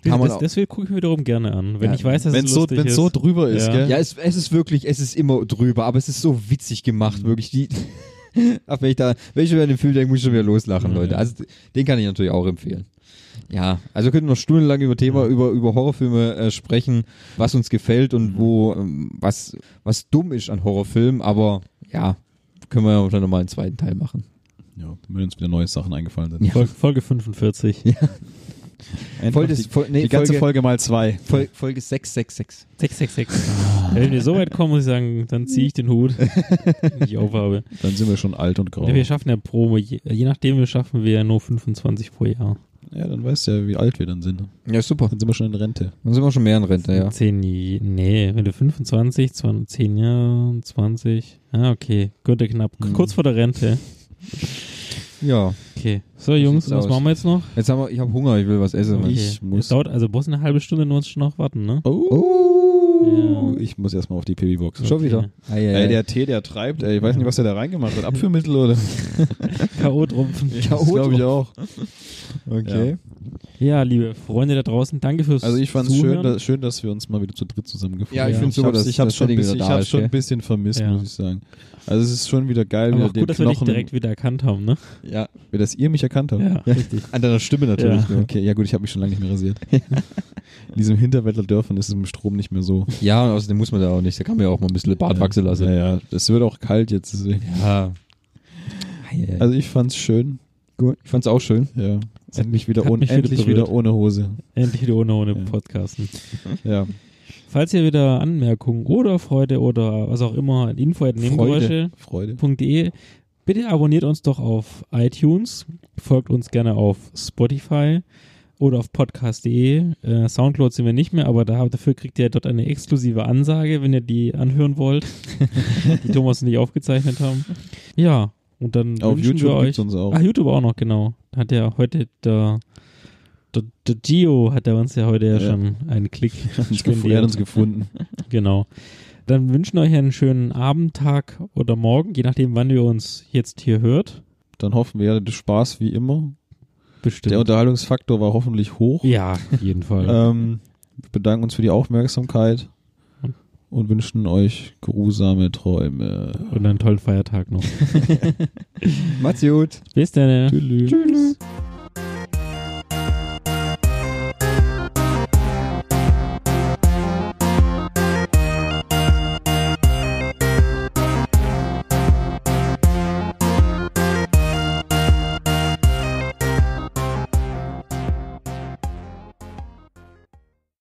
kann man
das,
auch.
deswegen gucke ich mir wiederum gerne an, wenn
Ja.
ich weiß, dass
Wenn
es
es so,
lustig
wenn's
ist.
so drüber ist,
Ja.
gell?
Ja, es, es ist wirklich, es ist immer drüber, aber es ist so witzig gemacht,
Mhm.
wirklich. Die, ach, wenn ich da, wenn ich über den Film denke, muss ich schon wieder loslachen,
Mhm.
Leute. Also den kann ich natürlich auch empfehlen. Ja, also wir könnten noch stundenlang über Thema, über, über Horrorfilme äh, sprechen, was uns gefällt
Mhm.
und wo, ähm, was, was dumm ist an Horrorfilmen, aber ja, können wir dann nochmal einen zweiten Teil machen.
Ja, wenn uns wieder neue Sachen eingefallen sind.
Ja.
Folge, Folge 45.
Einfach
Voll des,
die,
voll, nee,
die ganze Folge mal zwei.
Folge, Folge 666.
666. Wenn wir so weit kommen, muss ich sagen, dann ziehe ich den Hut, den ich aufhabe.
Dann sind wir schon alt und grau.
Wir schaffen ja pro, je, je nachdem, wir schaffen wir ja nur 25 pro Jahr.
Ja, dann weißt du ja, wie alt wir dann sind.
Ja, super.
Dann sind wir schon in Rente.
Dann sind wir schon mehr in Rente, ja.
10, Je- nee, wenn du 25, 20, 10 Jahre, 20, ah, okay, könnte knapp,
Mhm.
kurz vor der Rente.
Ja.
Okay, so Jungs,
sieht's
was
aus?
machen wir jetzt noch?
Jetzt haben wir, ich habe Hunger, ich will was essen.
Okay.
Ich muss-
Es dauert, also bloß eine halbe Stunde nur schon noch warten, ne?
Oh, ich muss erstmal auf die Pibi-Box.
Schon
Okay.
wieder. Ei, ei,
Ey,
ei.
der Tee, der treibt, ey. Ich weiß nicht, was er da reingemacht hat. Abführmittel oder? uh.
K.O. trumpfen.
Das glaube ich auch.
Okay. Ja.
Ja, liebe Freunde da draußen, danke fürs
Also ich fand es schön,
Zuhören.
dass, schön, dass wir uns mal wieder zu dritt zusammengefunden
Ja,
haben.
ich find's super,
hab's-
dass-
ich hab's
dass
schon, ein
Teddy wieder
bisschen, ich
da
hab's
ist,
schon ein
gell?
bisschen vermisst,
Ja.
muss ich sagen. Also es ist schon wieder geil,
Aber
wieder
auch gut,
den
dass wir dich
Knochen,
direkt wieder erkannt haben, ne?
ja, dass ihr mich erkannt habt.
Ja, richtig.
An deiner Stimme
natürlich
Ja. ne? Okay, ja gut, ich habe mich schon lange nicht mehr rasiert. In diesem Hinterwäldlerdörfern ist es mit dem Strom nicht mehr so.
Ja, und außerdem muss man da auch nicht. Da kann man ja auch mal ein bisschen Bart wachsen lassen.
Ja, ja, es wird auch kalt jetzt. Deswegen.
Ja. Also,
Also ich fand's schön.
gut, ich fand's auch schön.
Ja,
hat
endlich wieder,
hat
ohne,
mich wieder
endlich wieder
berührt.
ohne Hose.
Endlich wieder ohne, ohne
Ja.
Podcasten.
Ja,
Falls ihr wieder Anmerkungen oder Freude oder was auch immer, an info at Nebengeräusche.
Freude.
www.ruhrpott.de. Bitte abonniert uns doch auf iTunes, folgt uns gerne auf Spotify oder auf podcast.de. Äh, Soundcloud sind wir nicht mehr, aber da, dafür kriegt ihr dort eine exklusive Ansage, wenn ihr die anhören wollt, die Thomas und ich aufgezeichnet haben. Ja, und dann
Auf
wünschen wir
YouTube
euch.
gibt's uns auch.
Ah, YouTube auch noch, genau. Hat ja heute der, der, der Gio hat er uns ja heute ja,
Ja.
schon einen Klick
Uns gef- er hat uns gefunden.
Genau. Dann wünschen euch einen schönen Abend, Tag oder Morgen, je nachdem, wann ihr uns jetzt hier hört.
Dann hoffen wir, ihr hattet Spaß wie immer. Der
Bestimmt.
Unterhaltungsfaktor war hoffentlich hoch.
Ja, auf jeden Fall.
Ähm, wir bedanken uns für die Aufmerksamkeit und wünschen euch geruhsame Träume.
Und einen tollen Feiertag noch.
Macht's gut.
Bis dann.
Tschüss.
Tschüss.